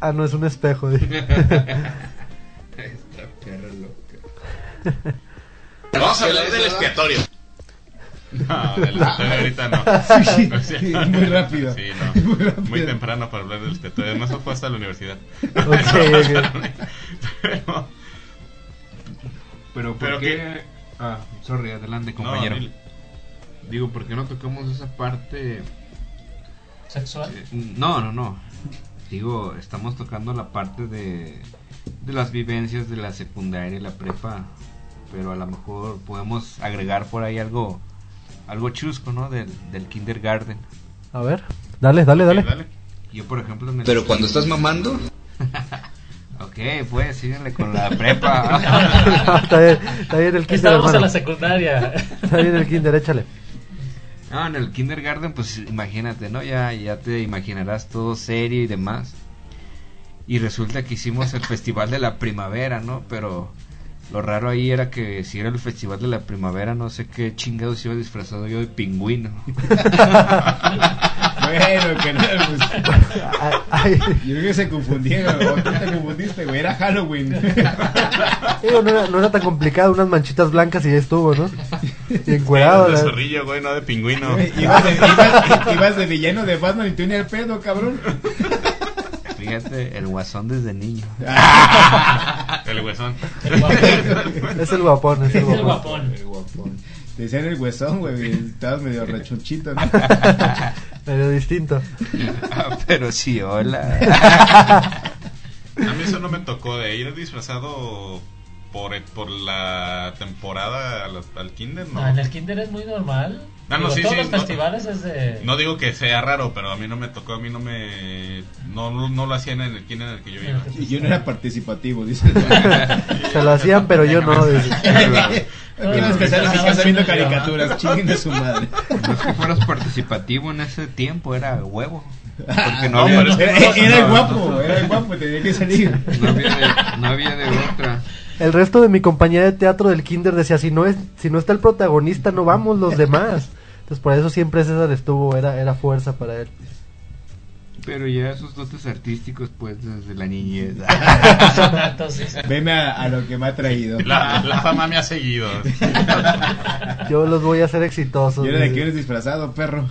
[SPEAKER 5] Ah, no, es un espejo. dije.
[SPEAKER 8] Esta perra loca.
[SPEAKER 7] Vamos a hablar del expiatorio. No, del expiatorio ahorita no.
[SPEAKER 9] Sí,
[SPEAKER 7] O sea,
[SPEAKER 9] sí, muy rápido.
[SPEAKER 7] Sí,
[SPEAKER 9] Muy rápido.
[SPEAKER 7] no. Muy temprano para hablar del expiatorio. Además, eso fue hasta la universidad.
[SPEAKER 5] ok, ok.
[SPEAKER 7] Pero,
[SPEAKER 8] Pero, ¿por
[SPEAKER 7] Pero
[SPEAKER 8] qué?
[SPEAKER 7] que-
[SPEAKER 8] Ah, sorry, adelante,
[SPEAKER 7] no,
[SPEAKER 8] compañero.
[SPEAKER 7] dile.
[SPEAKER 8] Digo, ¿por qué no tocamos esa parte?
[SPEAKER 4] Sexual.
[SPEAKER 8] Eh, No, no, no. Digo, estamos tocando la parte de, de las vivencias de la secundaria y la prepa, pero a lo mejor podemos agregar por ahí algo algo chusco, ¿no? Del, del kindergarten.
[SPEAKER 5] A ver. Dale, dale,
[SPEAKER 7] Sí,
[SPEAKER 5] dale.
[SPEAKER 7] dale.
[SPEAKER 8] Yo, por ejemplo, en el-
[SPEAKER 10] Pero cuando estás mamando,
[SPEAKER 8] Ok, pues síguele con la prepa.
[SPEAKER 5] Ah, está, bien, está bien el kinder,
[SPEAKER 4] Estábamos en
[SPEAKER 5] hermano.
[SPEAKER 4] la secundaria.
[SPEAKER 5] Está bien el kinder, échale.
[SPEAKER 8] No, en el kindergarten, pues imagínate, ¿no? Ya, ya te imaginarás todo serio y demás. Y resulta que hicimos el festival de la primavera, ¿no? Pero lo raro ahí era que si era el festival de la primavera, no sé qué chingados iba disfrazado yo de pingüino.
[SPEAKER 9] Bueno, que no, pues,
[SPEAKER 5] Ay, Ah, ay.
[SPEAKER 9] yo creo que se confundieron. O tú te confundiste, güey. Era Halloween.
[SPEAKER 5] Digo, no, era, no era tan complicado, unas manchitas blancas y ya estuvo, ¿no? Y encuerado.
[SPEAKER 7] de
[SPEAKER 5] la-
[SPEAKER 7] zorrillo, güey, no de pingüino.
[SPEAKER 9] Güey, Ibas Eh, de, ibas- ibas de villano de Batman y tú ni al pedo, cabrón.
[SPEAKER 8] Fíjate, el guasón desde niño.
[SPEAKER 7] Ah, El huesón.
[SPEAKER 4] El guapón.
[SPEAKER 5] Es el guapón, es el
[SPEAKER 4] Es el
[SPEAKER 5] guapón.
[SPEAKER 4] guapón.
[SPEAKER 9] Te decían el huesón, güey. y Estabas medio rechonchito, ¿no?
[SPEAKER 5] Medio distinto.
[SPEAKER 8] Ah, pero sí, hola.
[SPEAKER 7] A mí eso no me tocó de ir disfrazado por, por la temporada al, al kinder, no.
[SPEAKER 4] No, en el kinder es muy normal.
[SPEAKER 7] Ah, no,
[SPEAKER 4] Digo,
[SPEAKER 7] sí,
[SPEAKER 4] todos
[SPEAKER 7] sí,
[SPEAKER 4] los
[SPEAKER 7] no-
[SPEAKER 4] festivales es de...
[SPEAKER 7] No digo que sea raro, pero a mí no me tocó, a mí no me... No, no, no lo hacían en el kinder en el que yo iba.
[SPEAKER 9] Y yo no era participativo, dice.
[SPEAKER 5] Se lo hacían, pero yo no. dice.
[SPEAKER 9] Tienes que estar en mi casa viendo caricaturas, chinguen a su madre.
[SPEAKER 8] No es que fueras participativo en ese tiempo, era huevo. Porque
[SPEAKER 7] No,
[SPEAKER 8] no, había,
[SPEAKER 7] pero es que-
[SPEAKER 9] Era, era el guapo, era el guapo, tenía que salir.
[SPEAKER 8] no había de, no había de otra.
[SPEAKER 5] El resto de mi compañía de teatro del kinder decía, si no es, si no está el protagonista, no vamos los demás. Entonces por eso siempre César estuvo, era, era fuerza para él.
[SPEAKER 8] Pero ya esos dotes artísticos, pues, desde la niñez.
[SPEAKER 4] Son datos, sí, sí.
[SPEAKER 9] Veme a, a lo que me ha traído.
[SPEAKER 7] La, la fama me ha seguido.
[SPEAKER 5] Yo los voy a hacer exitosos.
[SPEAKER 9] Yo era de
[SPEAKER 5] dice.
[SPEAKER 9] que eres disfrazado, perro.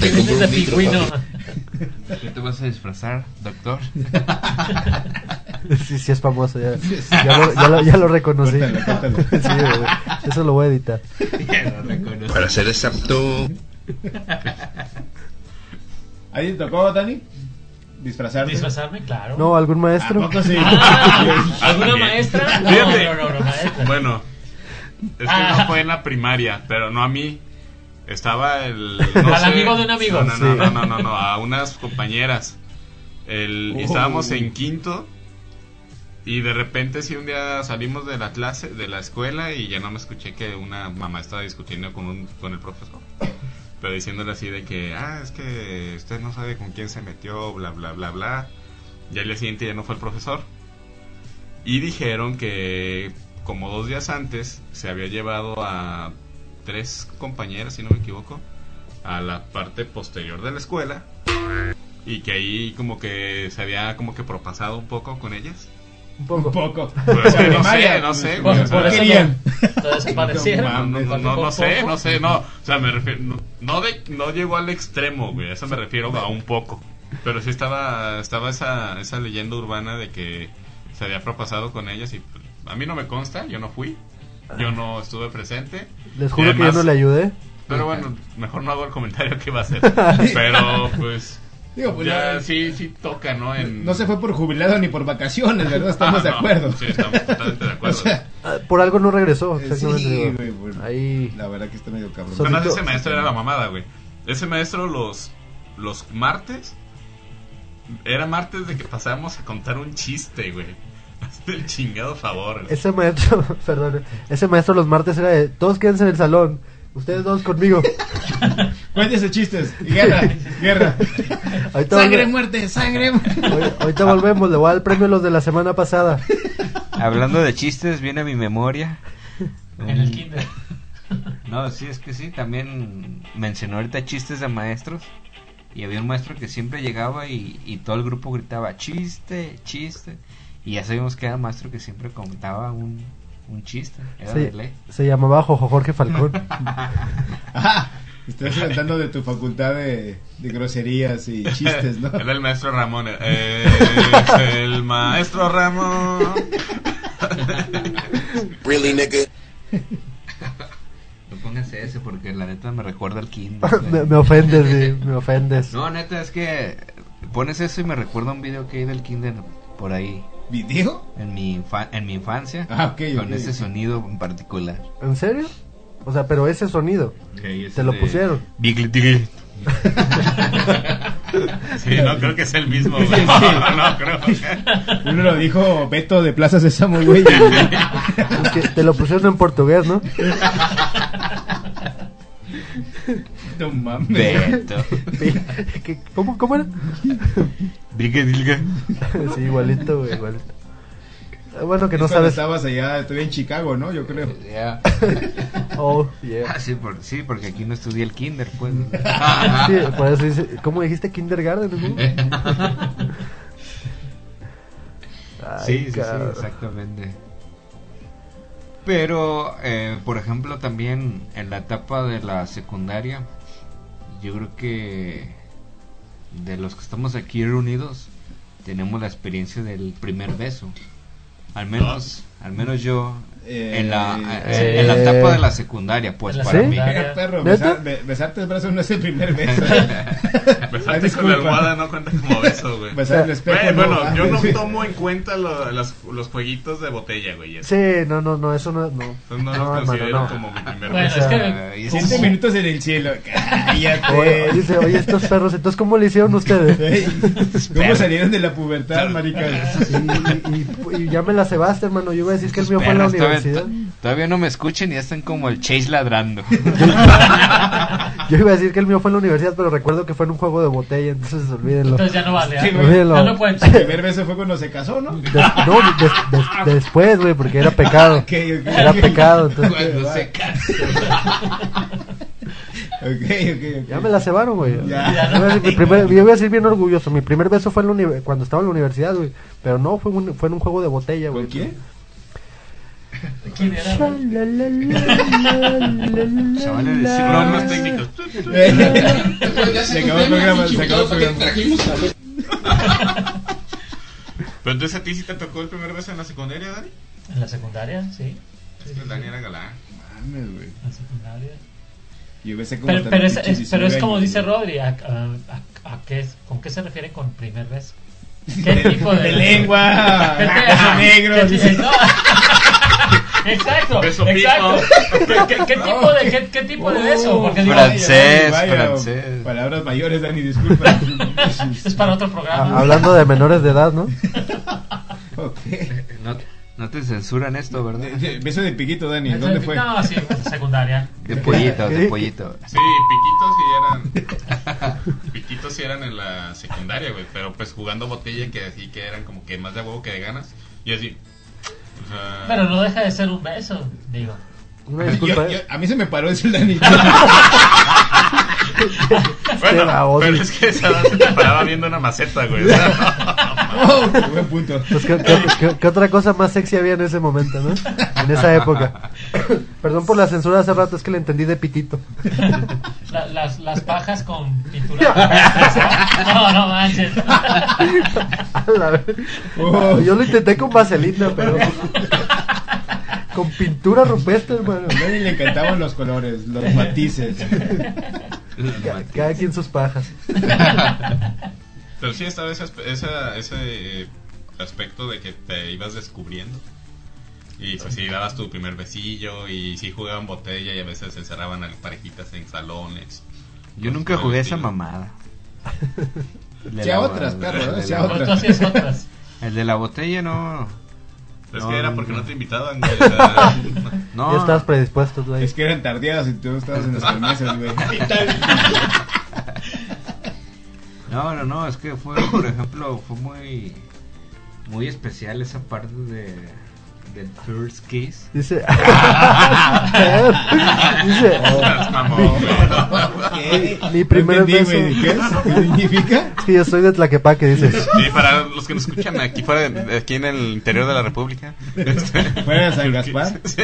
[SPEAKER 10] Te
[SPEAKER 4] Vienes
[SPEAKER 10] compro
[SPEAKER 4] de
[SPEAKER 10] un micro,
[SPEAKER 4] pingüino.
[SPEAKER 10] papi.
[SPEAKER 8] ¿Qué te vas a disfrazar, doctor?
[SPEAKER 5] Sí, sí es famoso, ya, ya, lo, ya lo- ya lo reconocí.
[SPEAKER 9] Córtalo, córtalo.
[SPEAKER 5] Sí, güey, eso lo voy a editar.
[SPEAKER 8] Ya lo reconoce.
[SPEAKER 10] Para ser exacto,
[SPEAKER 9] ¿A ti te tocó, Dani?
[SPEAKER 7] Ah,
[SPEAKER 9] Disfrazarte.
[SPEAKER 4] Disfrazarme, claro.
[SPEAKER 5] No, algún
[SPEAKER 9] ¿A
[SPEAKER 5] maestro.
[SPEAKER 9] poco sí?
[SPEAKER 4] Ah, ¿Alguna
[SPEAKER 7] También.
[SPEAKER 4] maestra? No,
[SPEAKER 7] Fíjate.
[SPEAKER 4] no, no, no, maestra.
[SPEAKER 7] Bueno, es
[SPEAKER 9] Ah.
[SPEAKER 7] que no fue en la primaria, pero no a mí. Estaba el. no
[SPEAKER 4] Al
[SPEAKER 7] sé-
[SPEAKER 4] amigo de un amigo.
[SPEAKER 7] No, no, no, no,
[SPEAKER 5] Sí.
[SPEAKER 7] no, no, no, a unas compañeras. El, y
[SPEAKER 9] Oh.
[SPEAKER 7] Estábamos en quinto. Y de repente, sí, un día salimos de la clase, de la escuela, y ya no me escuché que una mamá estaba discutiendo con, un, con el profesor. Pero diciéndole así de que, ah, es que usted no sabe con quién se metió, bla, bla, bla, bla. Ya el día siguiente ya no fue el profesor. Y dijeron que como dos días antes se había llevado a tres compañeras, si no me equivoco, a la parte posterior de la escuela. Y que ahí como que se había como que propasado un poco con ellas.
[SPEAKER 5] Un
[SPEAKER 9] Un
[SPEAKER 5] poco.
[SPEAKER 9] poco.
[SPEAKER 7] Pero Pues es que no sé,
[SPEAKER 9] Primaria.
[SPEAKER 7] no sé, güey, o
[SPEAKER 4] Por,
[SPEAKER 7] sea,
[SPEAKER 4] por eso
[SPEAKER 9] Querían.
[SPEAKER 4] lo, lo desaparecieron.
[SPEAKER 9] No
[SPEAKER 7] no, no, no, no,
[SPEAKER 4] Por
[SPEAKER 7] sé,
[SPEAKER 4] poco.
[SPEAKER 7] no sé, no. O sea, me refiero. No, no de- no llegó al extremo, güey. A eso me refiero a un poco. Pero sí estaba, estaba esa, esa leyenda urbana de que se había propasado con ellas. Y pues, a mí no me consta, yo no fui. Yo no estuve presente.
[SPEAKER 5] Les juro
[SPEAKER 7] Y además-
[SPEAKER 5] que yo no le ayudé.
[SPEAKER 7] Pero bueno, mejor no hago el comentario que iba a hacer. Pero pues.
[SPEAKER 9] Digo, pues,
[SPEAKER 7] Ya
[SPEAKER 9] no-
[SPEAKER 7] sí, sí toca, ¿no? En...
[SPEAKER 9] No se fue por jubilado ni por vacaciones, ¿verdad? Estamos
[SPEAKER 7] Ah,
[SPEAKER 9] de
[SPEAKER 7] no,
[SPEAKER 9] acuerdo.
[SPEAKER 7] Sí, estamos totalmente de acuerdo.
[SPEAKER 9] O sea,
[SPEAKER 5] Ah, Por algo no regresó.
[SPEAKER 9] eh, sí,
[SPEAKER 5] Exactamente. digo.
[SPEAKER 9] güey, bueno,
[SPEAKER 5] Ahí.
[SPEAKER 9] La verdad que está medio cabrón.
[SPEAKER 5] Son-
[SPEAKER 7] Pero no,
[SPEAKER 5] Solito-
[SPEAKER 7] ese maestro era la mamada, güey. Ese maestro los, los martes... Era martes de que pasábamos a contar un chiste, güey. Hazte el chingado favor, güey.
[SPEAKER 5] Ese maestro, perdón, ese maestro los martes era de, todos quédense en el salón, ustedes dos conmigo.
[SPEAKER 9] Cuéntese chistes. Y Guerra, guerra.
[SPEAKER 5] Ahorita,
[SPEAKER 9] Sangre,
[SPEAKER 5] volve-
[SPEAKER 9] muerte, sangre. muerte.
[SPEAKER 5] ahor- ahorita volvemos, le voy a dar el premio a los de la semana pasada.
[SPEAKER 8] Hablando de chistes, viene a mi memoria.
[SPEAKER 4] En el kinder.
[SPEAKER 8] No, sí, es que sí, también mencionó ahorita chistes de maestros. Y había un maestro que siempre llegaba y, y todo el grupo gritaba chiste, chiste. Y ya sabíamos que era el maestro que siempre contaba un, un chiste. Era
[SPEAKER 5] Se,
[SPEAKER 8] de ley.
[SPEAKER 5] se llamaba Jojo Jorge Falcón.
[SPEAKER 9] Ah, estás hablando de tu facultad de, de groserías y chistes, ¿no?
[SPEAKER 7] Era el maestro Ramón. eh, el maestro Ramón.
[SPEAKER 10] really nigga.
[SPEAKER 8] No pongas ese porque la neta me recuerda al kinder.
[SPEAKER 5] me,
[SPEAKER 8] güey.
[SPEAKER 5] me ofendes, güey, me ofendes.
[SPEAKER 8] No, neta, es que pones eso y me recuerda un video que hay del kinder por ahí.
[SPEAKER 9] ¿Video?
[SPEAKER 8] En mi, infa- en mi infancia.
[SPEAKER 9] Ah, ok,
[SPEAKER 8] Con
[SPEAKER 9] ok.
[SPEAKER 8] ese sonido en particular.
[SPEAKER 5] ¿En serio? O sea, pero ese sonido.
[SPEAKER 8] Te
[SPEAKER 5] ese lo de- pusieron.
[SPEAKER 7] Sí, no creo que es el mismo, güey.
[SPEAKER 9] Sí, sí.
[SPEAKER 7] No, no creo.
[SPEAKER 9] Uno lo dijo Beto de Plaza Sésamo, güey.
[SPEAKER 5] Es que te lo pusieron en portugués, ¿no?
[SPEAKER 9] No mames.
[SPEAKER 8] Beto.
[SPEAKER 5] ¿Qué- ¿Cómo, cómo era? sí, igualito, güey, igualito. Ah, Bueno, que no
[SPEAKER 9] Es cuando
[SPEAKER 5] sabes.
[SPEAKER 9] Estabas allá, estuve en Chicago, ¿no? Yo creo.
[SPEAKER 8] Ya.
[SPEAKER 5] Oh, yeah.
[SPEAKER 8] Ah, sí, por- sí, porque aquí no estudié el kinder, pues.
[SPEAKER 5] Sí, por eso dice, ¿cómo dijiste kindergarten? güey? Ay,
[SPEAKER 8] sí, sí, sí,
[SPEAKER 5] cabrón.
[SPEAKER 8] exactamente. Pero, eh, por ejemplo, también en la etapa de la secundaria, yo creo que de los que estamos aquí reunidos, tenemos la experiencia del primer beso. Al menos, al menos yo
[SPEAKER 9] eh,
[SPEAKER 8] en la,
[SPEAKER 9] eh,
[SPEAKER 8] en la etapa de la secundaria, pues,
[SPEAKER 4] En la
[SPEAKER 8] para mí.
[SPEAKER 4] secundaria.
[SPEAKER 9] Perro,
[SPEAKER 5] ¿Neta?
[SPEAKER 9] besar- be- besarte el brazo no es el primer beso. Ay,
[SPEAKER 7] Besarte con
[SPEAKER 9] disculpa.
[SPEAKER 7] la almohada no cuenta como beso, güey.
[SPEAKER 9] Besar el espejo.
[SPEAKER 7] Güey,
[SPEAKER 9] no,
[SPEAKER 7] bueno,
[SPEAKER 9] ah,
[SPEAKER 7] yo no
[SPEAKER 9] sí.
[SPEAKER 7] tomo en cuenta lo- las- los jueguitos de botella, güey. eso.
[SPEAKER 5] Sí, no, no, no, eso no. No,
[SPEAKER 7] Entonces no,
[SPEAKER 5] no,
[SPEAKER 7] los
[SPEAKER 5] hermano,
[SPEAKER 7] considero
[SPEAKER 5] no.
[SPEAKER 7] como mi primer
[SPEAKER 4] Bueno,
[SPEAKER 7] beso.
[SPEAKER 4] es
[SPEAKER 8] Ah,
[SPEAKER 4] que.
[SPEAKER 8] y
[SPEAKER 4] como-
[SPEAKER 9] Siete minutos en el cielo.
[SPEAKER 5] Oye,
[SPEAKER 9] Cállate.
[SPEAKER 5] dice, oye, estos perros, entonces, ¿cómo le hicieron ustedes?
[SPEAKER 9] Ey, ¿Cómo salieron de la pubertad, maricas?
[SPEAKER 5] Y, y- y- y ya me la cebaste, hermano. Yo iba a decir que el mío fue en la
[SPEAKER 8] Perros, todavía,
[SPEAKER 5] universidad.
[SPEAKER 8] to- todavía no me escuchan y ya están como el Chase ladrando.
[SPEAKER 5] Yo iba a decir que el mío fue en la universidad, pero recuerdo que fue en un juego de botella, entonces olvídenlo.
[SPEAKER 4] Entonces ya no vale. ¿ah?
[SPEAKER 9] Sí, güey.
[SPEAKER 5] Olvídenlo.
[SPEAKER 4] Ya no pueden.
[SPEAKER 9] El primer beso fue cuando se casó, ¿no?
[SPEAKER 5] Des- no, des- des- después, güey, porque era pecado.
[SPEAKER 9] Ok, ok.
[SPEAKER 5] Era pecado, entonces.
[SPEAKER 8] Cuando se
[SPEAKER 9] Ok, ok, ok.
[SPEAKER 5] Ya me la cebaron, güey.
[SPEAKER 9] Ya.
[SPEAKER 5] Yo iba a decir, mi primer- yo iba a decir bien orgulloso. Mi primer beso fue en la uni- cuando estaba en la universidad, güey. Pero no, fue, un- fue en un juego de botella, güey.
[SPEAKER 9] ¿Con quién?
[SPEAKER 4] ¿Quién era? güey?
[SPEAKER 8] Chavales de siglo
[SPEAKER 7] Problemas
[SPEAKER 5] Ah,
[SPEAKER 8] XXI.
[SPEAKER 7] técnicos.
[SPEAKER 9] Se acabó el programa, se acabó el programa.
[SPEAKER 7] Pero entonces a ti sí te tocó el primer beso en la secundaria, Dani.
[SPEAKER 4] En la secundaria, sí.
[SPEAKER 7] Es que Dani era galán.
[SPEAKER 9] Mames, güey.
[SPEAKER 4] En la secundaria.
[SPEAKER 9] Yo besé como
[SPEAKER 4] Pero,
[SPEAKER 9] tan
[SPEAKER 4] pero, es,
[SPEAKER 9] pinches
[SPEAKER 4] es- pero es
[SPEAKER 9] 19
[SPEAKER 4] como
[SPEAKER 9] años,
[SPEAKER 4] dice
[SPEAKER 9] güey.
[SPEAKER 4] Rodri, ¿a, a- a- a qué, ¿con qué se refiere con primer beso? ¿Qué tipo de,
[SPEAKER 9] De lengua,
[SPEAKER 4] ¿Qué te-
[SPEAKER 9] beso negro.
[SPEAKER 4] ¿Qué-
[SPEAKER 9] dice.
[SPEAKER 4] no. exacto,
[SPEAKER 7] Beso
[SPEAKER 4] exacto.
[SPEAKER 7] pico.
[SPEAKER 4] ¿Qué, qué- qué tipo de, qué, qué tipo de
[SPEAKER 9] Oh,
[SPEAKER 4] beso? Porque digo,
[SPEAKER 8] Francés,
[SPEAKER 9] Vaya, vaya,
[SPEAKER 8] francés.
[SPEAKER 9] Palabras mayores, Dani, disculpa.
[SPEAKER 4] es para otro
[SPEAKER 5] A-
[SPEAKER 9] Ah,
[SPEAKER 4] programa.
[SPEAKER 5] Ah, hablando de menores de edad, ¿no?
[SPEAKER 9] Ok.
[SPEAKER 8] No, no te censuran esto,
[SPEAKER 9] De-
[SPEAKER 8] ¿verdad?
[SPEAKER 9] de- Beso de piquito, Dani, ¿dónde fue?
[SPEAKER 4] No, sí, pues, secundaria.
[SPEAKER 8] De pollito, de pollito.
[SPEAKER 7] Sí, piquitos sí eran. piquitos sí eran en la secundaria, güey. Pero pues jugando botella que así que eran como que más de huevo que de ganas. Y así. O sea,
[SPEAKER 4] Pero no deja de ser un beso, digo.
[SPEAKER 5] Una
[SPEAKER 9] Yo-
[SPEAKER 5] disculpa.
[SPEAKER 9] yo-
[SPEAKER 5] ¿eh?
[SPEAKER 9] a mí se me paró eso el Dani.
[SPEAKER 5] Qué baboso.
[SPEAKER 7] pero es que esa edad te paraba viendo una maceta, güey. o sea,
[SPEAKER 9] Oh, buen punto.
[SPEAKER 5] Pues, ¿qué, qué- qué- qué otra cosa más sexy había en ese momento, no? En esa época. Perdón por la censura de hace rato, es que le entendí de pitito.
[SPEAKER 4] La- las, las pajas con pintura. No, no manches.
[SPEAKER 5] A la ver-
[SPEAKER 9] Oh.
[SPEAKER 5] Yo lo intenté con vaselina, pero. Con pintura rupestre, hermano.
[SPEAKER 9] A Dani le encantaban los colores, los matices.
[SPEAKER 5] Ca- Cada quien sus pajas.
[SPEAKER 7] Pero sí estaba ese, aspe- esa- ese eh, aspecto de que te ibas descubriendo. Y pues sí, dabas tu primer besillo y sí jugaban botella y a veces se encerraban a parejitas en salones.
[SPEAKER 8] Yo nunca jugué esa mamada.
[SPEAKER 9] Ya
[SPEAKER 8] De la-
[SPEAKER 9] otras, perro,
[SPEAKER 8] de
[SPEAKER 9] ¿eh?
[SPEAKER 8] la-
[SPEAKER 9] Ya
[SPEAKER 4] Pero tú hacías otras.
[SPEAKER 8] El de la botella no.
[SPEAKER 7] Pero es
[SPEAKER 8] No,
[SPEAKER 7] que era
[SPEAKER 8] no,
[SPEAKER 7] porque
[SPEAKER 8] no.
[SPEAKER 7] no te invitaban. güey, o sea,
[SPEAKER 8] No.
[SPEAKER 5] Ya estabas predispuesto, tú ahí.
[SPEAKER 9] Es que eran tardeadas y tú estabas en los permisos, güey.
[SPEAKER 8] No, no, no, es que fue, por ejemplo, fue muy muy especial esa parte de del first kiss.
[SPEAKER 5] Dice. Dice.
[SPEAKER 7] Estás mamón, güey.
[SPEAKER 9] Ok.
[SPEAKER 5] Mi primer
[SPEAKER 9] No entendí,
[SPEAKER 5] beso.
[SPEAKER 9] güey, ¿Qué es? ¿Qué significa?
[SPEAKER 5] Es que yo soy de Tlaquepaque, dice.
[SPEAKER 7] Sí, para los que nos escuchan aquí fuera, de- aquí en el interior de la República. este,
[SPEAKER 9] ¿Fuera de San Gaspar?
[SPEAKER 7] sí.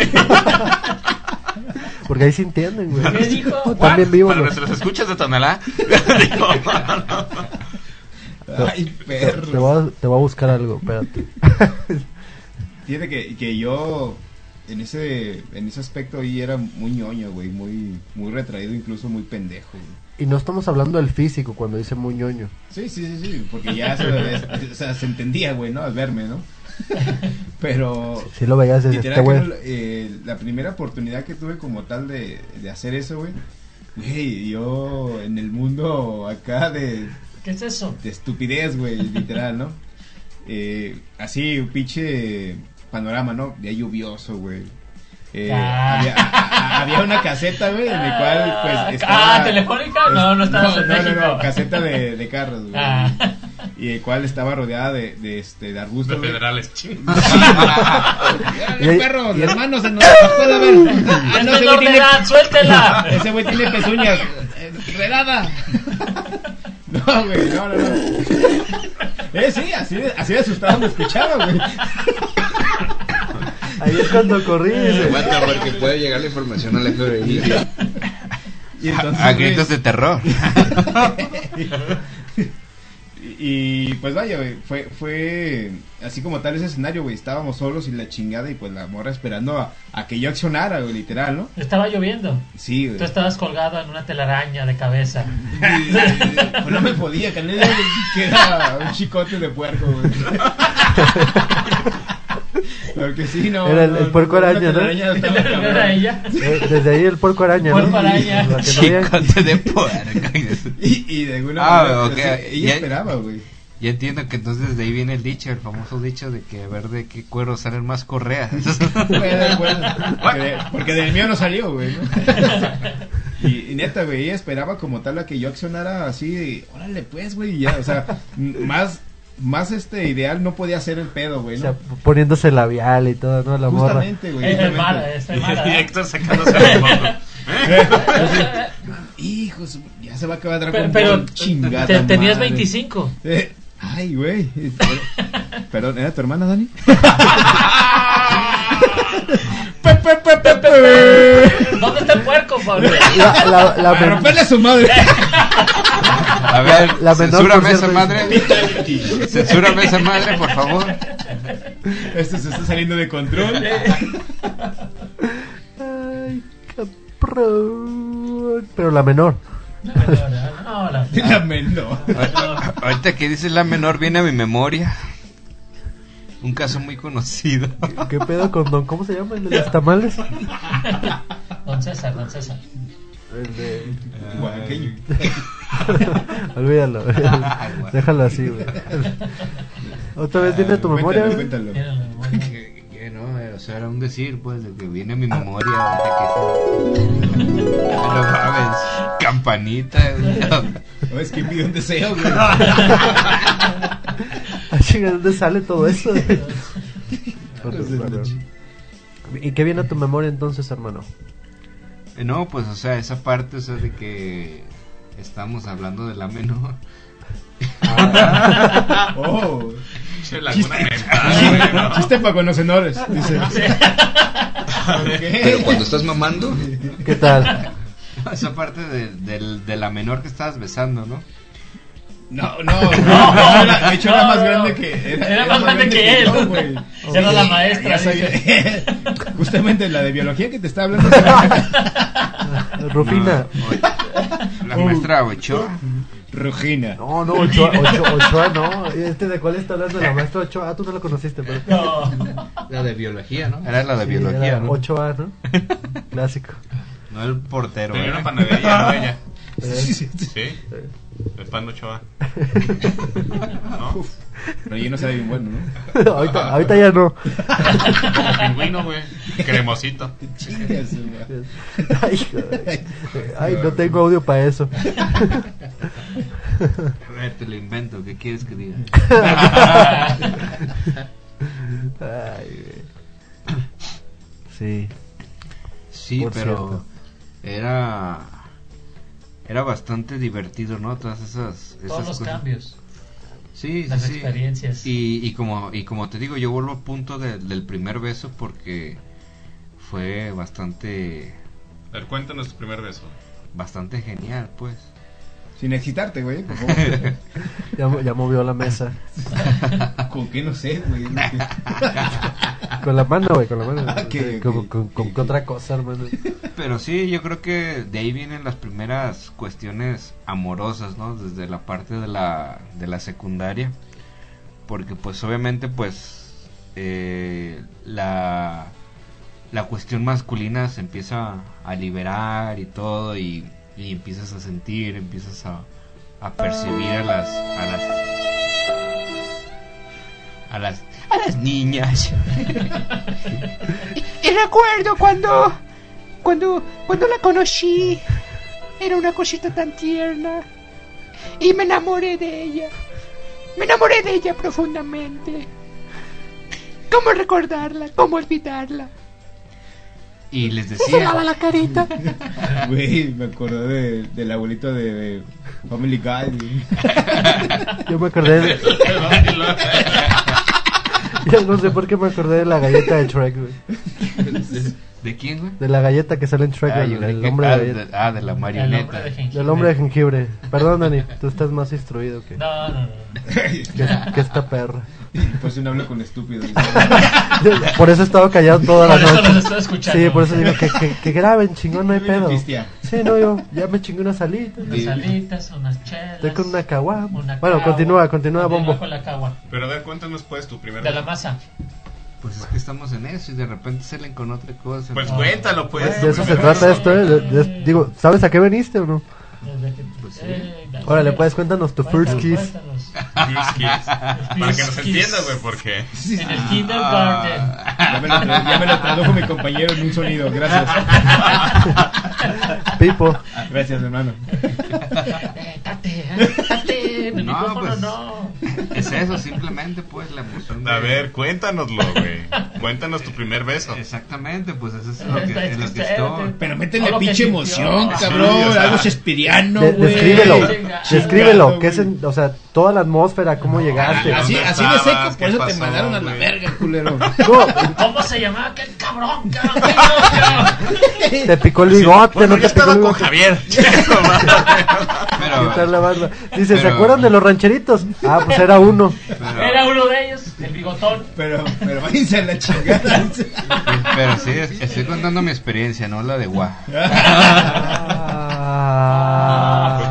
[SPEAKER 5] Porque ahí sí entienden, güey.
[SPEAKER 4] ¿Qué dijo?
[SPEAKER 5] También vivo,
[SPEAKER 7] Para
[SPEAKER 5] güey.
[SPEAKER 7] nuestros escuchas de Tonalá. digo, no, no.
[SPEAKER 9] Ay,
[SPEAKER 5] Te, te
[SPEAKER 9] perro.
[SPEAKER 5] voy a, te voy a buscar algo, espérate.
[SPEAKER 9] Fíjate que, que yo en ese, en ese aspecto ahí era muy ñoño, güey. Muy, muy retraído, incluso muy pendejo, güey.
[SPEAKER 5] Y no estamos hablando del físico cuando dice muy ñoño.
[SPEAKER 9] Sí, sí, sí, sí, porque ya se, o sea, se entendía, güey, ¿no? Al verme, ¿no? Pero
[SPEAKER 5] Si lo veías, dices, este
[SPEAKER 9] literal,
[SPEAKER 5] güey.
[SPEAKER 9] creo, eh, la primera oportunidad que tuve como tal de, de hacer eso, güey, güey, yo en el mundo acá de,
[SPEAKER 4] ¿Qué es eso?
[SPEAKER 9] de estupidez, güey, literal, ¿no? Eh, así, un pinche panorama, ¿no? Ya lluvioso, güey. Eh,
[SPEAKER 4] Ah.
[SPEAKER 9] había, a- a- había una caseta, güey, en la cual,
[SPEAKER 4] Ah,
[SPEAKER 9] pues, estaba...
[SPEAKER 4] ¿telefónica? No, no estabas en
[SPEAKER 9] no, no,
[SPEAKER 4] México.
[SPEAKER 9] no, caseta de, de carros, güey.
[SPEAKER 4] Ah.
[SPEAKER 9] Y el cual estaba rodeada de, de, este, de
[SPEAKER 7] De
[SPEAKER 9] arbustos, güey.
[SPEAKER 7] federales, ching.
[SPEAKER 5] Y ahí-
[SPEAKER 9] perro, el hermano se nos pasó a la verga. Ah,
[SPEAKER 4] ¡Es
[SPEAKER 9] no, ese
[SPEAKER 4] menor
[SPEAKER 9] güey
[SPEAKER 4] de
[SPEAKER 9] tiene-
[SPEAKER 4] edad! ¡Suéltela!
[SPEAKER 9] Ese güey tiene pezuñas. eh, Redada. No, güey, no, no, no. Eh, sí, así de, así de asustado me escuchaba, güey.
[SPEAKER 5] Ahí es cuando corrí, dice.
[SPEAKER 2] Aguanta porque puede llegar la información al FBI.
[SPEAKER 9] Y entonces,
[SPEAKER 8] A
[SPEAKER 9] güey,
[SPEAKER 8] gritos de terror.
[SPEAKER 9] y, Y pues vaya, güey, fue, fue así como tal ese escenario, güey. Estábamos solos y la chingada y pues la morra esperando a, a que yo accionara, güey, literal, ¿no?
[SPEAKER 4] Estaba lloviendo.
[SPEAKER 9] Sí, güey.
[SPEAKER 4] Tú estabas colgado en una telaraña de cabeza.
[SPEAKER 9] Pues no me podía, carnal, que era un chicote de puerco, güey. Porque sí, no.
[SPEAKER 5] Era el- el puerco
[SPEAKER 9] una
[SPEAKER 5] araña, ¿no?
[SPEAKER 9] telaraña estaba cabrón.
[SPEAKER 4] Era ella.
[SPEAKER 5] Eh, Desde ahí el puerco araña, ¿no?
[SPEAKER 4] Puerco araña.
[SPEAKER 5] Para que no vean-
[SPEAKER 8] Chicote de puerca.
[SPEAKER 9] Y, y de alguna
[SPEAKER 8] Ah,
[SPEAKER 9] manera,
[SPEAKER 8] ok,
[SPEAKER 9] pues, sí, ella
[SPEAKER 8] ya-
[SPEAKER 9] esperaba, güey.
[SPEAKER 8] Ya entiendo que entonces de ahí viene el dicho, el famoso dicho de que a ver de qué cuero salen más correas.
[SPEAKER 9] Güey, de acuerdo. Porque, de- porque del mío no salió, güey. ¿no? Y, y neta, güey, ella esperaba como tal a que yo accionara así, de, órale pues, güey, y ya, o sea, m- más, más este ideal no podía ser el pedo, güey,
[SPEAKER 5] O
[SPEAKER 9] ¿no?
[SPEAKER 5] sea, poniéndose labial y todo, ¿no? La morra.
[SPEAKER 9] Justamente, güey.
[SPEAKER 4] Es eh.
[SPEAKER 9] justamente.
[SPEAKER 4] mala, es mala.
[SPEAKER 7] Y Héctor sacándose el moco.
[SPEAKER 9] Hijo, su- ya se va a acabar
[SPEAKER 4] Pero,
[SPEAKER 9] Dragon
[SPEAKER 4] pero
[SPEAKER 9] Ball, chingada
[SPEAKER 4] te- tenías
[SPEAKER 9] madre.
[SPEAKER 4] 25.
[SPEAKER 9] Eh, ay, güey. Perdón, ¿era tu hermana, Dani? Pe, pe, pe, pe, pe.
[SPEAKER 4] ¿Dónde está el puerco, Pablo?
[SPEAKER 5] La, la, la,
[SPEAKER 9] A
[SPEAKER 5] men-
[SPEAKER 9] romperle a su madre.
[SPEAKER 8] A ver,
[SPEAKER 5] La menor,
[SPEAKER 8] censúrame
[SPEAKER 5] por
[SPEAKER 8] esa
[SPEAKER 5] cierto,
[SPEAKER 8] madre. Censúrame esa madre, por favor.
[SPEAKER 9] Esto se está saliendo de control.
[SPEAKER 5] Ay, cabrón. Pero la menor.
[SPEAKER 4] No, no, no, no, la-
[SPEAKER 9] La menor.
[SPEAKER 8] Ahor- Ahorita que dices la menor viene a mi memoria. Un caso muy conocido.
[SPEAKER 5] ¿Qué pedo con don? ¿Cómo se llama? ¿El de los tamales?
[SPEAKER 4] Don César, don César.
[SPEAKER 5] El de...
[SPEAKER 9] Oaxaqueño.
[SPEAKER 5] Olvídalo. Déjalo así, güey. Otra vez dime tu
[SPEAKER 9] Cuéntalo,
[SPEAKER 5] memoria. güey.
[SPEAKER 9] Cuéntalo.
[SPEAKER 4] Mira la memoria.
[SPEAKER 8] Que- que no, eh, o sea, era un decir, pues, de que viene a mi memoria. ahorita que- No mames, campanita. güey.
[SPEAKER 9] No, Oh, es que pidió un deseo, güey.
[SPEAKER 5] Ah, chinga, ¿Dónde sale todo eso? ¿Y qué viene a tu memoria entonces, hermano?
[SPEAKER 8] Eh, No, pues, o sea, esa parte, o sea, de que estamos hablando de la menor.
[SPEAKER 9] Oh.
[SPEAKER 7] Che, laguna mental, güey, ¿no?
[SPEAKER 9] Chiste para conocedores, dice.
[SPEAKER 8] Pero
[SPEAKER 9] Ok.
[SPEAKER 8] cuando estás mamando,
[SPEAKER 5] ¿Qué tal?
[SPEAKER 8] esa parte de, del- de la menor que estabas besando, ¿no?
[SPEAKER 9] No, no, no, no, era- de hecho era
[SPEAKER 4] No,
[SPEAKER 9] más
[SPEAKER 4] no.
[SPEAKER 9] grande que
[SPEAKER 4] Era más grande que él.
[SPEAKER 9] yo, güey.
[SPEAKER 4] Era la
[SPEAKER 9] Sí,
[SPEAKER 4] maestra,
[SPEAKER 9] ya sabía-
[SPEAKER 4] dice.
[SPEAKER 9] Justamente la de biología que te está hablando.
[SPEAKER 5] Rufina.
[SPEAKER 8] No, o- la maestra Ochoa.
[SPEAKER 9] Rugina.
[SPEAKER 5] No, no, Ochoa, Ochoa, Ochoa, no. ¿Este de cuál está hablando? La maestra Ochoa. Ah, tú no la conociste, pero.
[SPEAKER 4] No.
[SPEAKER 8] La de biología, ¿no? Era la de
[SPEAKER 5] Sí,
[SPEAKER 8] biología,
[SPEAKER 5] era
[SPEAKER 8] ¿no?
[SPEAKER 5] Ochoa, ¿no? Clásico.
[SPEAKER 8] No el portero,
[SPEAKER 7] Tenía
[SPEAKER 8] ¿eh?
[SPEAKER 7] una panadería, ¿no? Ella.
[SPEAKER 5] Eh,
[SPEAKER 7] Sí. El pan de Ochoa. ¿No?
[SPEAKER 9] Pero yo no sabe bien bueno, ¿no?
[SPEAKER 5] ahorita, ahorita ya no.
[SPEAKER 7] Como pingüino, güey. Cremosito.
[SPEAKER 9] Chingas, güey.
[SPEAKER 5] Ay, joder. Ay, no tengo audio para eso.
[SPEAKER 8] A ver, te lo invento, ¿qué quieres que diga?
[SPEAKER 5] Ay, güey. Sí.
[SPEAKER 8] Sí,
[SPEAKER 5] Por
[SPEAKER 8] pero
[SPEAKER 5] cierto.
[SPEAKER 8] era era bastante divertido, ¿no? Todas esas, esas
[SPEAKER 4] Todos los
[SPEAKER 8] cosas.
[SPEAKER 4] cambios.
[SPEAKER 8] Sí,
[SPEAKER 4] Las
[SPEAKER 8] sí, sí.
[SPEAKER 4] experiencias.
[SPEAKER 8] Y, y como y como te digo, yo vuelvo a punto de- del primer beso porque fue bastante
[SPEAKER 7] A ver, cuéntanos tu primer beso.
[SPEAKER 8] bastante genial, pues.
[SPEAKER 9] Sin excitarte, güey, por favor.
[SPEAKER 5] Ya, mo- ya movió la mesa.
[SPEAKER 9] ¿Con qué no sé, güey?
[SPEAKER 5] Con la mano, güey, con la mano.
[SPEAKER 9] Ah, que-
[SPEAKER 5] Como-
[SPEAKER 9] que-
[SPEAKER 5] con, con-
[SPEAKER 9] que-
[SPEAKER 5] con otra cosa, hermano.
[SPEAKER 8] Pero sí, yo creo que de ahí vienen las primeras cuestiones amorosas, ¿no? Desde la parte de la, de la secundaria. Porque pues obviamente pues eh, la, la cuestión masculina se empieza a liberar y todo y, y empiezas a sentir, empiezas a, a percibir a las... A las a las, a las niñas.
[SPEAKER 11] Y recuerdo cuando, cuando, cuando Pues la conocí, era una cosita tan tierna y me enamoré de ella. Me enamoré de ella profundamente. ¿Cómo recordarla? ¿Cómo olvidarla?
[SPEAKER 8] Y les
[SPEAKER 11] Me sonaba
[SPEAKER 8] decía...
[SPEAKER 11] la carita.
[SPEAKER 9] Güey, me acordé de- del abuelito de, de Family Guy, güey.
[SPEAKER 5] Yo me acordé de... Yo no sé por qué me acordé de la galleta de Shrek, güey.
[SPEAKER 8] ¿De quién, güey?
[SPEAKER 5] De la galleta que sale en Shrek,
[SPEAKER 8] Ah,
[SPEAKER 5] el,
[SPEAKER 8] yo creí
[SPEAKER 5] el
[SPEAKER 8] que-
[SPEAKER 5] hombre
[SPEAKER 8] ah,
[SPEAKER 5] de
[SPEAKER 8] de- ah, de la marioneta. El hombre de jengibre.
[SPEAKER 5] Del hombre de jengibre. Perdón, Dani, tú estás más instruido que,
[SPEAKER 4] No, no, no.
[SPEAKER 5] que- que esta perra.
[SPEAKER 9] Pues un hablo con estúpidos.
[SPEAKER 5] Por eso he estado callado toda la
[SPEAKER 9] Por eso
[SPEAKER 5] noche.
[SPEAKER 9] los estoy escuchando.
[SPEAKER 5] Sí, por eso digo que, que, que graben, chingón, no hay pedo.
[SPEAKER 9] Cristian.
[SPEAKER 5] Sí, no, yo ya me chingué una salita.
[SPEAKER 4] Unas alitas, unas chelas.
[SPEAKER 5] Estoy con una caguama.
[SPEAKER 4] una
[SPEAKER 5] Bueno,
[SPEAKER 4] cagua.
[SPEAKER 5] continúa, continúa, bombo.
[SPEAKER 4] con la cagua.
[SPEAKER 7] Pero a ver, cuéntanos pues tu primer...
[SPEAKER 4] De la masa.
[SPEAKER 8] Pues es que estamos en eso y de repente salen con otra cosa.
[SPEAKER 7] Pues cuéntalo, pues.
[SPEAKER 5] De eso se trata esto, ¿eh? De- de- digo, ¿sabes a qué veniste o no?
[SPEAKER 8] Pues sí.
[SPEAKER 4] Eh,
[SPEAKER 5] Órale, pues cuéntanos tu first kiss.
[SPEAKER 7] First kiss. Para que nos entiendas, güey, porque...
[SPEAKER 4] En el kindergarten.
[SPEAKER 8] Ah.
[SPEAKER 9] Ya me, lo tra- ya me lo tradujo mi compañero en un sonido, gracias.
[SPEAKER 5] Pipo.
[SPEAKER 9] Gracias, hermano.
[SPEAKER 4] Eh, tate, eh, tate, mi
[SPEAKER 8] No,
[SPEAKER 4] micrófono
[SPEAKER 8] pues,
[SPEAKER 4] no.
[SPEAKER 8] Es eso, simplemente, pues, la emoción.
[SPEAKER 7] A
[SPEAKER 8] de-
[SPEAKER 7] ver, cuéntanoslo, güey. Cuéntanos tu primer beso.
[SPEAKER 8] Exactamente, pues eso es lo que, en lo que estoy.
[SPEAKER 9] Pero
[SPEAKER 8] Todo
[SPEAKER 9] métele
[SPEAKER 8] lo que
[SPEAKER 9] pinche
[SPEAKER 8] sintió.
[SPEAKER 9] emoción,
[SPEAKER 8] Sí,
[SPEAKER 9] cabrón.
[SPEAKER 8] o sea,
[SPEAKER 9] algo shakespeareano,
[SPEAKER 5] De-
[SPEAKER 9] güey.
[SPEAKER 5] descríbelo,
[SPEAKER 9] Chingado,
[SPEAKER 5] descríbelo,
[SPEAKER 9] güey.
[SPEAKER 5] que es, en- o sea, toda la atmósfera, cómo llegaste.
[SPEAKER 9] Así, así de seco, por eso te mandaron a la verga, culero.
[SPEAKER 4] ¿Cómo se llamaba aquel cabrón? cabrón?
[SPEAKER 5] Te picó el bigote, no te picó el bigote.
[SPEAKER 7] Javier.
[SPEAKER 5] ¿Qué tal la banda? Dice, ¿se acuerdan de los rancheritos? Ah, pues era uno.
[SPEAKER 4] Era uno de ellos, el bigotón.
[SPEAKER 9] Pero, pero váyanse a la chingada.
[SPEAKER 8] Pero sí, es- estoy contando mi experiencia, no la de Gua.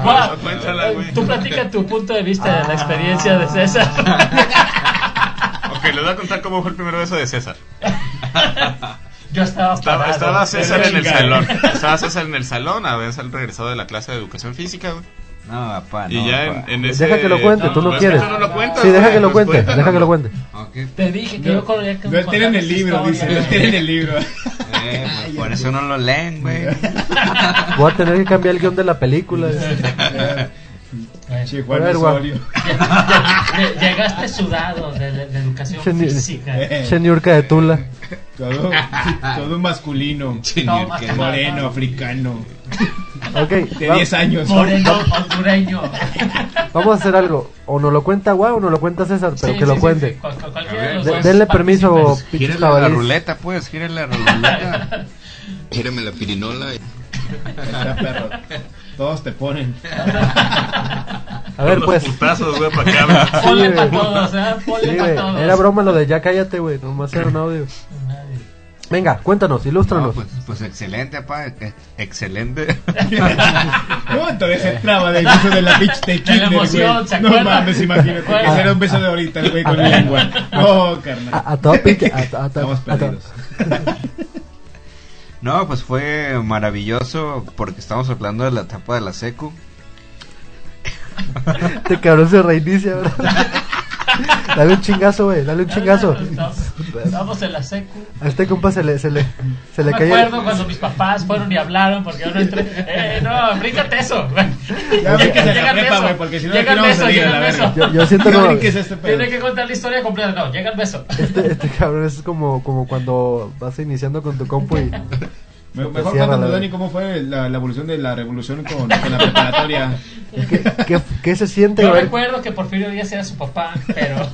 [SPEAKER 4] Guau, tú platica tu punto de vista de la experiencia de César.
[SPEAKER 7] Ok, les voy a contar cómo fue el primer beso de César.
[SPEAKER 4] Yo estaba
[SPEAKER 7] Estaba,
[SPEAKER 4] parado.
[SPEAKER 7] estaba César
[SPEAKER 4] Era
[SPEAKER 7] en el
[SPEAKER 4] chingado.
[SPEAKER 7] salón. Estaba César en el salón, habían sal- regresado de la clase de educación física, güey.
[SPEAKER 8] No,
[SPEAKER 4] Ah,
[SPEAKER 8] papá,
[SPEAKER 7] Y
[SPEAKER 8] no,
[SPEAKER 7] ya en,
[SPEAKER 8] papá.
[SPEAKER 7] en ese...
[SPEAKER 5] Pues Deja que lo cuente, tú no
[SPEAKER 7] pues,
[SPEAKER 5] quieres.
[SPEAKER 7] tú no lo cuentas,
[SPEAKER 5] Sí, deja
[SPEAKER 7] güey,
[SPEAKER 5] que lo
[SPEAKER 7] pues,
[SPEAKER 5] cuente, deja que
[SPEAKER 7] cuéntanos.
[SPEAKER 5] lo cuente.
[SPEAKER 8] eh,
[SPEAKER 4] Te dije que yo corría con
[SPEAKER 9] No estén en el libro, dice. No estén en el libro.
[SPEAKER 8] Eh, pues, por eso no lo leen, güey.
[SPEAKER 5] Voy a tener que cambiar el guión de la película.
[SPEAKER 9] Che,
[SPEAKER 5] A
[SPEAKER 9] Juan
[SPEAKER 5] ver, guau.
[SPEAKER 9] Osorio.
[SPEAKER 4] Lle- Llegaste sudado de, de- de educación física.
[SPEAKER 9] Eh,
[SPEAKER 5] Cheniurca de Tula.
[SPEAKER 9] Todo, todo masculino.
[SPEAKER 4] Todo masculino.
[SPEAKER 9] Moreno, africano.
[SPEAKER 5] Ok,
[SPEAKER 9] De
[SPEAKER 5] va-
[SPEAKER 9] 10 años.
[SPEAKER 4] Moreno, hondureño.
[SPEAKER 5] vamos a hacer algo. O nos lo cuenta Gua o nos lo cuenta César, pero
[SPEAKER 4] Sí,
[SPEAKER 5] que
[SPEAKER 4] sí,
[SPEAKER 5] lo
[SPEAKER 4] sí,
[SPEAKER 5] cuente.
[SPEAKER 4] sí, cual- cual-
[SPEAKER 8] A
[SPEAKER 4] cualquiera de
[SPEAKER 8] ver,
[SPEAKER 4] los
[SPEAKER 5] De-
[SPEAKER 4] dos
[SPEAKER 5] denle
[SPEAKER 4] participa.
[SPEAKER 5] permiso,
[SPEAKER 7] pues,
[SPEAKER 5] pinches
[SPEAKER 8] Gírale la
[SPEAKER 5] jabalís.
[SPEAKER 8] ruleta, pues, gírale la ruleta.
[SPEAKER 10] Gírame la pirinola. y-
[SPEAKER 9] Está perro. Todos te ponen.
[SPEAKER 5] A ver, pues.
[SPEAKER 7] Unos putazos, güey, para que hables.
[SPEAKER 4] Ponle
[SPEAKER 5] Sí,
[SPEAKER 4] para
[SPEAKER 5] güey.
[SPEAKER 4] todos, ¿eh? Ponle
[SPEAKER 5] Sí,
[SPEAKER 4] para
[SPEAKER 5] güey,
[SPEAKER 4] todos.
[SPEAKER 5] Era broma lo de ya cállate, güey. Nomás era un audio. Venga,
[SPEAKER 8] No,
[SPEAKER 5] cuéntanos,
[SPEAKER 7] Ah,
[SPEAKER 5] ilústranos.
[SPEAKER 8] pues, pues excelente, papá.
[SPEAKER 7] e,
[SPEAKER 8] eh, Excelente.
[SPEAKER 9] No, todavía se traba del beso de la bitch de
[SPEAKER 4] De la
[SPEAKER 9] Hitler,
[SPEAKER 4] emoción,
[SPEAKER 9] güey.
[SPEAKER 4] ¿se
[SPEAKER 9] No
[SPEAKER 4] acuerdan?
[SPEAKER 9] mames, imagínate que
[SPEAKER 4] Bueno.
[SPEAKER 9] será un beso de ahorita, el güey, con lengua.
[SPEAKER 5] Ah.
[SPEAKER 9] No, carnal.
[SPEAKER 5] A, a todo pinche. A, a- a-
[SPEAKER 9] Estamos
[SPEAKER 5] a- a-
[SPEAKER 9] perdidos.
[SPEAKER 8] No, pues fue maravilloso porque estamos hablando de la etapa de la secu.
[SPEAKER 5] Este cabrón se reinicia, bro. Dale un chingazo, güey. Dale un chingazo.
[SPEAKER 4] Estábamos en la secu.
[SPEAKER 5] A este compa se le, se le, se le
[SPEAKER 4] me
[SPEAKER 5] cae el-
[SPEAKER 4] acuerdo cuando mis papás fueron y hablaron porque yo no entré. Eh, no, bríncate eso.
[SPEAKER 9] Ya bríncate
[SPEAKER 4] Llega-
[SPEAKER 9] la
[SPEAKER 4] llega el
[SPEAKER 9] prepa,
[SPEAKER 4] beso.
[SPEAKER 9] güey, porque si no,
[SPEAKER 4] Llega el
[SPEAKER 9] aquí no vamos
[SPEAKER 4] beso,
[SPEAKER 9] a salir a
[SPEAKER 4] llega
[SPEAKER 9] la
[SPEAKER 4] el
[SPEAKER 9] verga.
[SPEAKER 4] beso.
[SPEAKER 5] Yo, yo siento
[SPEAKER 9] No
[SPEAKER 5] como,
[SPEAKER 9] brinques este pedo.
[SPEAKER 4] Tiene que contar la historia completa. No, llega el beso.
[SPEAKER 5] este, este cabrón es como, como cuando vas iniciando con tu compu y
[SPEAKER 9] Me-
[SPEAKER 5] Te
[SPEAKER 9] Mejor
[SPEAKER 5] cierra
[SPEAKER 9] cuéntanos,
[SPEAKER 5] la-
[SPEAKER 9] Dani, cómo fue la, la evolución de la revolución con, con la preparatoria.
[SPEAKER 5] ¿qué, qué, qué se siente
[SPEAKER 4] Yo
[SPEAKER 5] haber,
[SPEAKER 4] recuerdo que Porfirio Díaz era su papá, pero.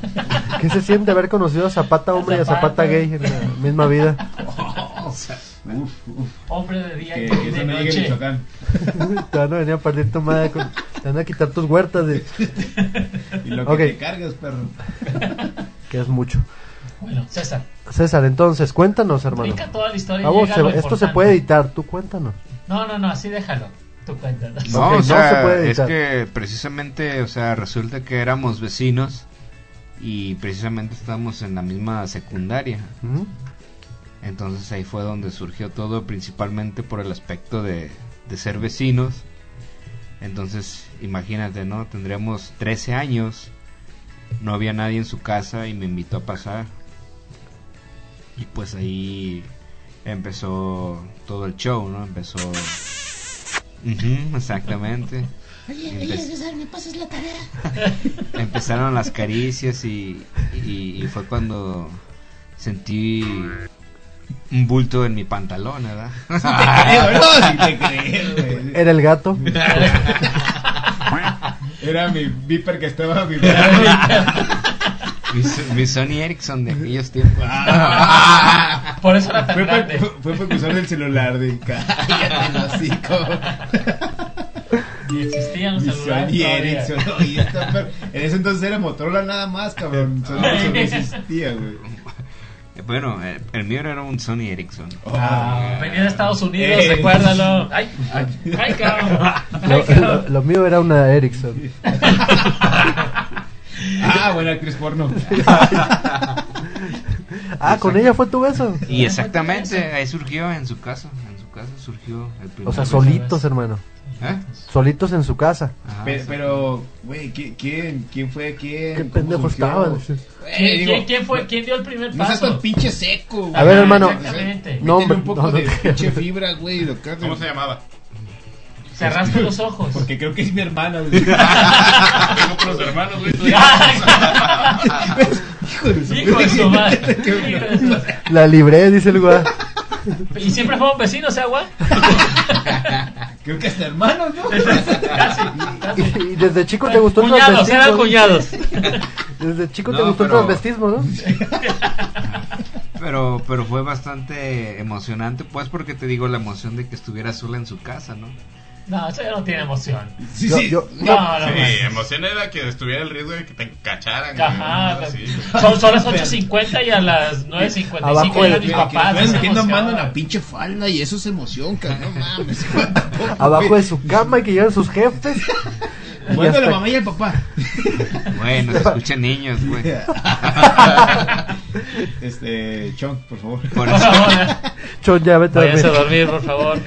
[SPEAKER 5] qué se siente haber conocido a Zapata hombre y a Zapata
[SPEAKER 4] Zapata.
[SPEAKER 5] gay en la misma vida?
[SPEAKER 9] Uf, uf,
[SPEAKER 4] Hombre de día
[SPEAKER 9] que,
[SPEAKER 4] y
[SPEAKER 9] que
[SPEAKER 4] de
[SPEAKER 9] eso no llegue a
[SPEAKER 4] noche.
[SPEAKER 9] Michoacán.
[SPEAKER 5] Te van a venir a partir tu madre con- te van a quitar tus huertas de-
[SPEAKER 9] Y lo que
[SPEAKER 5] Ok.
[SPEAKER 9] te cargas, perro.
[SPEAKER 5] que es mucho.
[SPEAKER 4] Bueno, César,
[SPEAKER 5] César, entonces, cuéntanos, hermano.
[SPEAKER 4] brinca toda la historia. y
[SPEAKER 9] Ah,
[SPEAKER 5] A vos,
[SPEAKER 4] llega
[SPEAKER 5] se-
[SPEAKER 4] a lo
[SPEAKER 5] esto se
[SPEAKER 4] importante.
[SPEAKER 5] puede editar, tú cuéntanos.
[SPEAKER 4] No, no, no, así déjalo. Tú cuéntanos.
[SPEAKER 8] No,
[SPEAKER 5] Ok, no
[SPEAKER 8] o sea,
[SPEAKER 5] se puede
[SPEAKER 8] es
[SPEAKER 5] editar.
[SPEAKER 8] que precisamente, o sea, resulta que éramos vecinos y precisamente estábamos en la misma secundaria.
[SPEAKER 5] ¿Mm?
[SPEAKER 8] Entonces ahí fue donde surgió todo, principalmente por el aspecto de, de ser vecinos. Entonces, imagínate, ¿no? Tendríamos 13 años, no había nadie en su casa y me invitó a pasar. Y pues ahí empezó todo el show, ¿no? Empezó... Ujú, exactamente.
[SPEAKER 11] Oye,
[SPEAKER 8] Empe-
[SPEAKER 11] Elías César, ¿me pasas la tarea?
[SPEAKER 8] Empezaron las caricias y, y- y fue cuando sentí un bulto en mi pantalón, ¿verdad?
[SPEAKER 9] Creo, no, si te crees, güey.
[SPEAKER 5] Era el gato.
[SPEAKER 9] Era mi viper que estaba vibrando. Ah.
[SPEAKER 8] Mi, so- mi Sony Ericsson de aquellos tiempos.
[SPEAKER 4] Por eso era tan
[SPEAKER 9] Fue,
[SPEAKER 4] grande.
[SPEAKER 9] fue, fue porque usaron el celular de cállate el hocico.
[SPEAKER 4] Y existían los
[SPEAKER 9] Y
[SPEAKER 4] celulares
[SPEAKER 9] Sony
[SPEAKER 4] todavía.
[SPEAKER 9] Ericsson, oye, esta per- En ese entonces era Motorola nada más, cabrón. Sony Ericsson no existía, güey.
[SPEAKER 8] Eh, Bueno, eh, el mío era un Sony Ericsson.
[SPEAKER 4] Ah, Venía de Estados Unidos,
[SPEAKER 8] Eh.
[SPEAKER 4] recuérdalo. Ay, ay, ay, cabrón. Ay,
[SPEAKER 5] Lo, lo-
[SPEAKER 4] cabrón.
[SPEAKER 5] lo mío era una Ericsson.
[SPEAKER 9] Ah, buena actriz porno.
[SPEAKER 5] Ah, con ella fue tu beso.
[SPEAKER 8] Y exactamente, ahí surgió en su casa. En su casa surgió el primer
[SPEAKER 5] O sea,
[SPEAKER 8] beso.
[SPEAKER 5] solitos, hermano.
[SPEAKER 8] ¿Eh?
[SPEAKER 5] Solitos en su casa.
[SPEAKER 9] Pe- Pero, güey, ¿qui- ¿quién, ¿quién fue quién?
[SPEAKER 5] Qué
[SPEAKER 9] ¿Cómo
[SPEAKER 5] pendejo
[SPEAKER 9] surgió?
[SPEAKER 5] estaba.
[SPEAKER 9] Eh,
[SPEAKER 4] ¿Quién,
[SPEAKER 9] digo,
[SPEAKER 4] quién- quién fue? ¿Quién dio el primer
[SPEAKER 9] No seas
[SPEAKER 4] paso?
[SPEAKER 9] tan pinche seco, güey.
[SPEAKER 5] A ver, hermano.
[SPEAKER 4] Exactamente.
[SPEAKER 5] No, hombre,
[SPEAKER 9] un poco
[SPEAKER 5] no, no
[SPEAKER 9] de
[SPEAKER 5] te-
[SPEAKER 9] pinche fibra, güey. Lo cago.
[SPEAKER 7] ¿Cómo se llamaba?
[SPEAKER 4] Cerraste los ojos.
[SPEAKER 9] Porque creo que es mi hermana, güey.
[SPEAKER 7] Tengo otros hermanos, güey. tú
[SPEAKER 9] Hijo de su
[SPEAKER 4] Ah, Hijo de su madre.
[SPEAKER 9] Qué bueno.
[SPEAKER 4] Hijo de su madre.
[SPEAKER 5] La libré, dice el güey.
[SPEAKER 4] Y siempre fueron vecinos, ¿eh, güey?
[SPEAKER 9] Creo que hasta hermanos, ¿no?
[SPEAKER 4] Casi.
[SPEAKER 5] Y, y desde chico te gustó el
[SPEAKER 4] Cuñados, eran
[SPEAKER 5] transvestismo.
[SPEAKER 4] cuñados.
[SPEAKER 5] Desde chico te
[SPEAKER 8] No,
[SPEAKER 5] gustó el
[SPEAKER 8] pero-
[SPEAKER 5] transvestismo, ¿no?
[SPEAKER 8] Pero, pero fue bastante emocionante, pues, porque te digo la emoción de que estuviera sola en su casa, ¿no?
[SPEAKER 4] No, eso ya no tiene emoción.
[SPEAKER 9] Sí,
[SPEAKER 5] Yo-
[SPEAKER 9] sí.
[SPEAKER 5] yo-
[SPEAKER 4] No, no.
[SPEAKER 7] Sí,
[SPEAKER 4] no.
[SPEAKER 7] emoción era que estuviera el riesgo de que te cacharan. güey,
[SPEAKER 4] Ajá,
[SPEAKER 7] ¿no? Sí.
[SPEAKER 4] son, son las 8.50 y a las 9.55
[SPEAKER 5] Abajo
[SPEAKER 4] llegan
[SPEAKER 5] del-
[SPEAKER 4] mis
[SPEAKER 9] Que
[SPEAKER 4] papás.
[SPEAKER 9] estoy
[SPEAKER 4] esa
[SPEAKER 9] metiendo
[SPEAKER 4] emoción.
[SPEAKER 9] mano en la pinche falda y eso es emoción, cabrón. No mames.
[SPEAKER 5] Abajo de su cama y que llegan sus jefes. Y
[SPEAKER 9] Bueno, la
[SPEAKER 5] hasta-
[SPEAKER 9] mamá y el papá.
[SPEAKER 8] Bueno, se escuchan niños, güey.
[SPEAKER 9] Este, Chon, por favor.
[SPEAKER 8] Por
[SPEAKER 4] Por
[SPEAKER 8] eso,
[SPEAKER 4] favor, eh.
[SPEAKER 5] Chon, ya vete a
[SPEAKER 4] váyanse a
[SPEAKER 5] dormir.
[SPEAKER 4] dormir, por favor.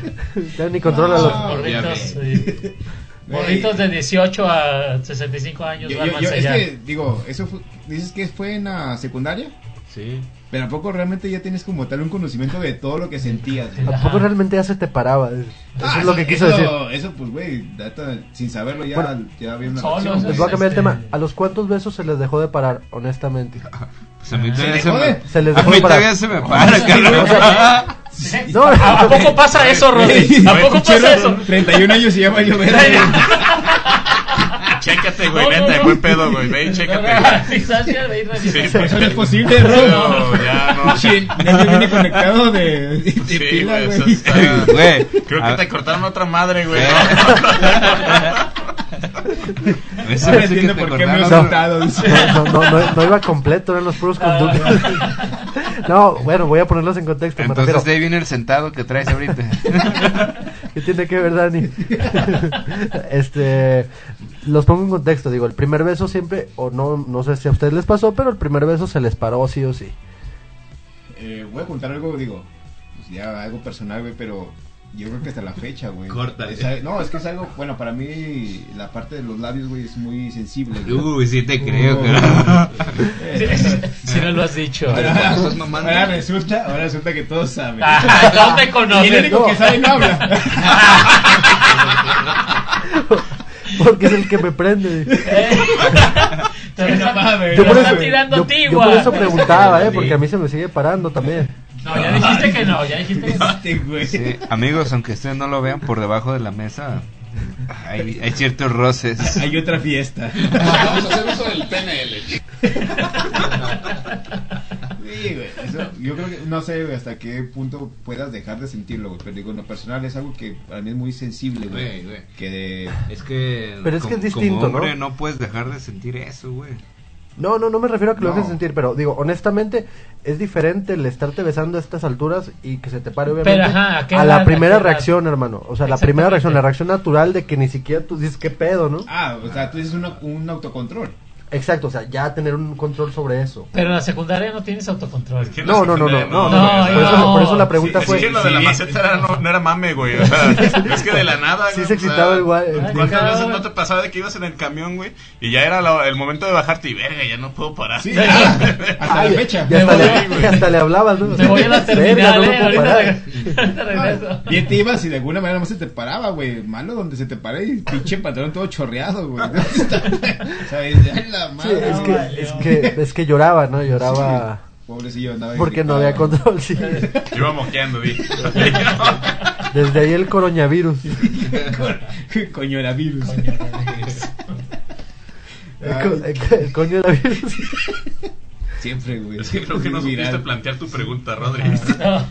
[SPEAKER 5] Ya ni controla
[SPEAKER 9] No.
[SPEAKER 5] los-
[SPEAKER 4] Ah, Morritos,
[SPEAKER 7] Obviamente.
[SPEAKER 9] Eh,
[SPEAKER 4] sí. Morritos de 18 a 65
[SPEAKER 9] Yo-
[SPEAKER 4] años,
[SPEAKER 9] yo- yo-
[SPEAKER 4] duérmanse
[SPEAKER 9] es
[SPEAKER 4] ya.
[SPEAKER 9] que, digo, eso fue- dices que fue en la secundaria,
[SPEAKER 8] sí.
[SPEAKER 9] pero ¿a poco realmente ya tienes como tal un conocimiento de todo lo que sentías? güey?
[SPEAKER 4] Ajá.
[SPEAKER 5] ¿A poco realmente ya se te paraba? Eso
[SPEAKER 9] Ah,
[SPEAKER 5] es lo que quiso decir.
[SPEAKER 9] eso- Eso, pues, güey, data- sin saberlo ya,
[SPEAKER 5] Bueno,
[SPEAKER 9] ya había una
[SPEAKER 4] solo,
[SPEAKER 9] reacción,
[SPEAKER 4] eso
[SPEAKER 9] güey.
[SPEAKER 5] Les voy Pues a cambiar el
[SPEAKER 4] Este-
[SPEAKER 5] tema. ¿A los cuántos besos se les dejó de parar, honestamente?
[SPEAKER 8] Pues a mí todavía
[SPEAKER 9] ¿Se
[SPEAKER 8] se,
[SPEAKER 9] dejó
[SPEAKER 8] me...
[SPEAKER 9] de-
[SPEAKER 5] Se les
[SPEAKER 8] A
[SPEAKER 5] dejó
[SPEAKER 8] mí
[SPEAKER 5] de
[SPEAKER 8] todavía
[SPEAKER 5] parar.
[SPEAKER 8] se me para, cabrón.
[SPEAKER 5] No, eh,
[SPEAKER 4] ¿A a poco pasa eso, Rodri? ¿A poco pasa eso?
[SPEAKER 9] 31 años y ya valió ver.
[SPEAKER 7] Chécate, güey,
[SPEAKER 4] No, no,
[SPEAKER 7] neta,
[SPEAKER 4] no.
[SPEAKER 7] buen pedo, güey. Ve y chécate. güey.
[SPEAKER 4] Distancia de ir
[SPEAKER 7] Sí,
[SPEAKER 4] revisando.
[SPEAKER 9] Pero eso no es
[SPEAKER 7] porque-
[SPEAKER 9] posible, Rob.
[SPEAKER 7] No, ya no.
[SPEAKER 9] Sí, nadie viene conectado de, de
[SPEAKER 7] Sí,
[SPEAKER 9] pila,
[SPEAKER 7] güey, eso
[SPEAKER 9] güey.
[SPEAKER 7] está-
[SPEAKER 8] Güey,
[SPEAKER 7] Creo
[SPEAKER 8] a-
[SPEAKER 7] que te cortaron otra madre, güey.
[SPEAKER 8] A
[SPEAKER 9] Eso
[SPEAKER 8] veces
[SPEAKER 9] no
[SPEAKER 8] me hace que
[SPEAKER 9] entiendo
[SPEAKER 8] te
[SPEAKER 9] por qué me he
[SPEAKER 8] acordaron.
[SPEAKER 9] soltado.
[SPEAKER 5] No, no, no, no iba completo, eran los puros
[SPEAKER 4] Ah.
[SPEAKER 5] conductos. No, bueno, voy a ponerlos en contexto. Me refiero.
[SPEAKER 8] Entonces de ahí viene el sentado que traes ahorita.
[SPEAKER 5] ¿Qué tiene que ver, Dani? este, los pongo en contexto. Digo, el primer beso siempre, o no, no sé si a ustedes les pasó, pero el primer beso se les paró sí o sí.
[SPEAKER 9] Eh, voy a contar algo, digo, pues ya algo personal, güey, pero yo creo que hasta la fecha, güey.
[SPEAKER 8] Córtale.
[SPEAKER 9] Es al- no, es que es algo, bueno, para mí la parte de los labios, güey, es muy sensible. güey. Eh,
[SPEAKER 8] Uy, sí te creo,
[SPEAKER 9] Uh.
[SPEAKER 8] cabrón.
[SPEAKER 4] Sí, sí, sí, no lo has dicho.
[SPEAKER 9] Ahora,
[SPEAKER 8] Estás mamando.
[SPEAKER 9] ahora resulta, ahora resulta que todos saben.
[SPEAKER 4] Ah, No te
[SPEAKER 9] y el
[SPEAKER 4] conoces.
[SPEAKER 9] único que sabe no habla.
[SPEAKER 5] Porque es el que me prende.
[SPEAKER 4] Eh, Te lo
[SPEAKER 9] No
[SPEAKER 4] está-
[SPEAKER 9] mames.
[SPEAKER 4] te
[SPEAKER 9] Yo
[SPEAKER 4] lo
[SPEAKER 9] por
[SPEAKER 4] está
[SPEAKER 9] eso-
[SPEAKER 4] tirando
[SPEAKER 5] Yo,
[SPEAKER 4] a ti,
[SPEAKER 5] yo por
[SPEAKER 4] güey.
[SPEAKER 5] eso preguntaba, ¿eh? Porque a mí se me sigue parando también.
[SPEAKER 4] No, ya dijiste que no, ya dijiste que no.
[SPEAKER 9] Este, güey.
[SPEAKER 8] Sí, amigos, aunque ustedes no lo vean, por debajo de la mesa hay, hay ciertos roces.
[SPEAKER 9] Hay otra fiesta.
[SPEAKER 2] Vamos a hacer uso del PNL.
[SPEAKER 9] Sí, güey, eso- yo creo que no sé güey, hasta qué punto puedas dejar de sentirlo, güey, pero digo, en lo personal es algo que para mí es muy sensible, güey.
[SPEAKER 8] Güey, güey.
[SPEAKER 9] Que de...
[SPEAKER 8] Es que,
[SPEAKER 5] Pero es que
[SPEAKER 8] como-
[SPEAKER 5] es distinto,
[SPEAKER 8] como hombre,
[SPEAKER 5] ¿no?
[SPEAKER 8] ¿no? puedes dejar de sentir eso, güey.
[SPEAKER 5] No, no, no me refiero a que lo
[SPEAKER 9] No.
[SPEAKER 5] dejes sentir, pero digo, honestamente, es diferente el estarte besando a estas alturas y que se te pare, obviamente.
[SPEAKER 4] Pero, ajá, ¿a qué
[SPEAKER 5] a la
[SPEAKER 4] edad,
[SPEAKER 5] primera
[SPEAKER 4] a qué edad?
[SPEAKER 5] reacción, hermano. O sea, la primera reacción, la reacción natural de que ni siquiera tú dices, ¿qué pedo, no?
[SPEAKER 9] Ah, o sea, tú dices una- un autocontrol.
[SPEAKER 5] Exacto, o sea, ya tener un control sobre eso.
[SPEAKER 4] Pero en la secundaria no tienes autocontrol.
[SPEAKER 5] No, no, no, no, no,
[SPEAKER 4] no,
[SPEAKER 5] por, Eso,
[SPEAKER 4] no.
[SPEAKER 5] por eso la pregunta
[SPEAKER 7] Es
[SPEAKER 5] fue.
[SPEAKER 7] que lo de la maceta era- no, no era mame, güey. o sea, es que de la nada. güey,
[SPEAKER 5] Sí se
[SPEAKER 7] o sea,
[SPEAKER 5] excitaba eh. el guay- el
[SPEAKER 7] ¿Cuántas
[SPEAKER 4] guay.
[SPEAKER 7] veces no te pasaba de que ibas en el camión, güey? Y ya era la- el momento de bajarte y verga, ya no puedo parar.
[SPEAKER 9] Sí, ah, hasta
[SPEAKER 5] Ay,
[SPEAKER 9] la fecha.
[SPEAKER 5] Y hasta,
[SPEAKER 4] Me
[SPEAKER 5] le, y hasta le hablabas, ¿no?
[SPEAKER 4] Me voy a la
[SPEAKER 5] Verga,
[SPEAKER 4] terminal,
[SPEAKER 5] no me
[SPEAKER 4] eh.
[SPEAKER 5] puedo
[SPEAKER 4] ahorita
[SPEAKER 5] parar.
[SPEAKER 4] reg- te regreso.
[SPEAKER 9] Y te ibas y de alguna manera no se te paraba, güey. Malo donde se te pare y pinche pantalón todo chorreado, güey. O sea, es- ay, la
[SPEAKER 5] Sí,
[SPEAKER 9] madre,
[SPEAKER 5] es,
[SPEAKER 9] güey.
[SPEAKER 5] que, es, que, es que lloraba, ¿no? Lloraba
[SPEAKER 9] Pobrecillo, andaba
[SPEAKER 5] porque no
[SPEAKER 9] irritado.
[SPEAKER 5] había control, sí.
[SPEAKER 7] Iba moqueando, vi.
[SPEAKER 5] Desde ahí el coronavirus.
[SPEAKER 9] Con- Coño, era virus.
[SPEAKER 5] El, co- el coño de la virus.
[SPEAKER 9] Siempre, güey.
[SPEAKER 7] Es que creo que no
[SPEAKER 9] Viral.
[SPEAKER 7] supiste plantear tu pregunta,
[SPEAKER 5] Ah,
[SPEAKER 7] Rodríguez.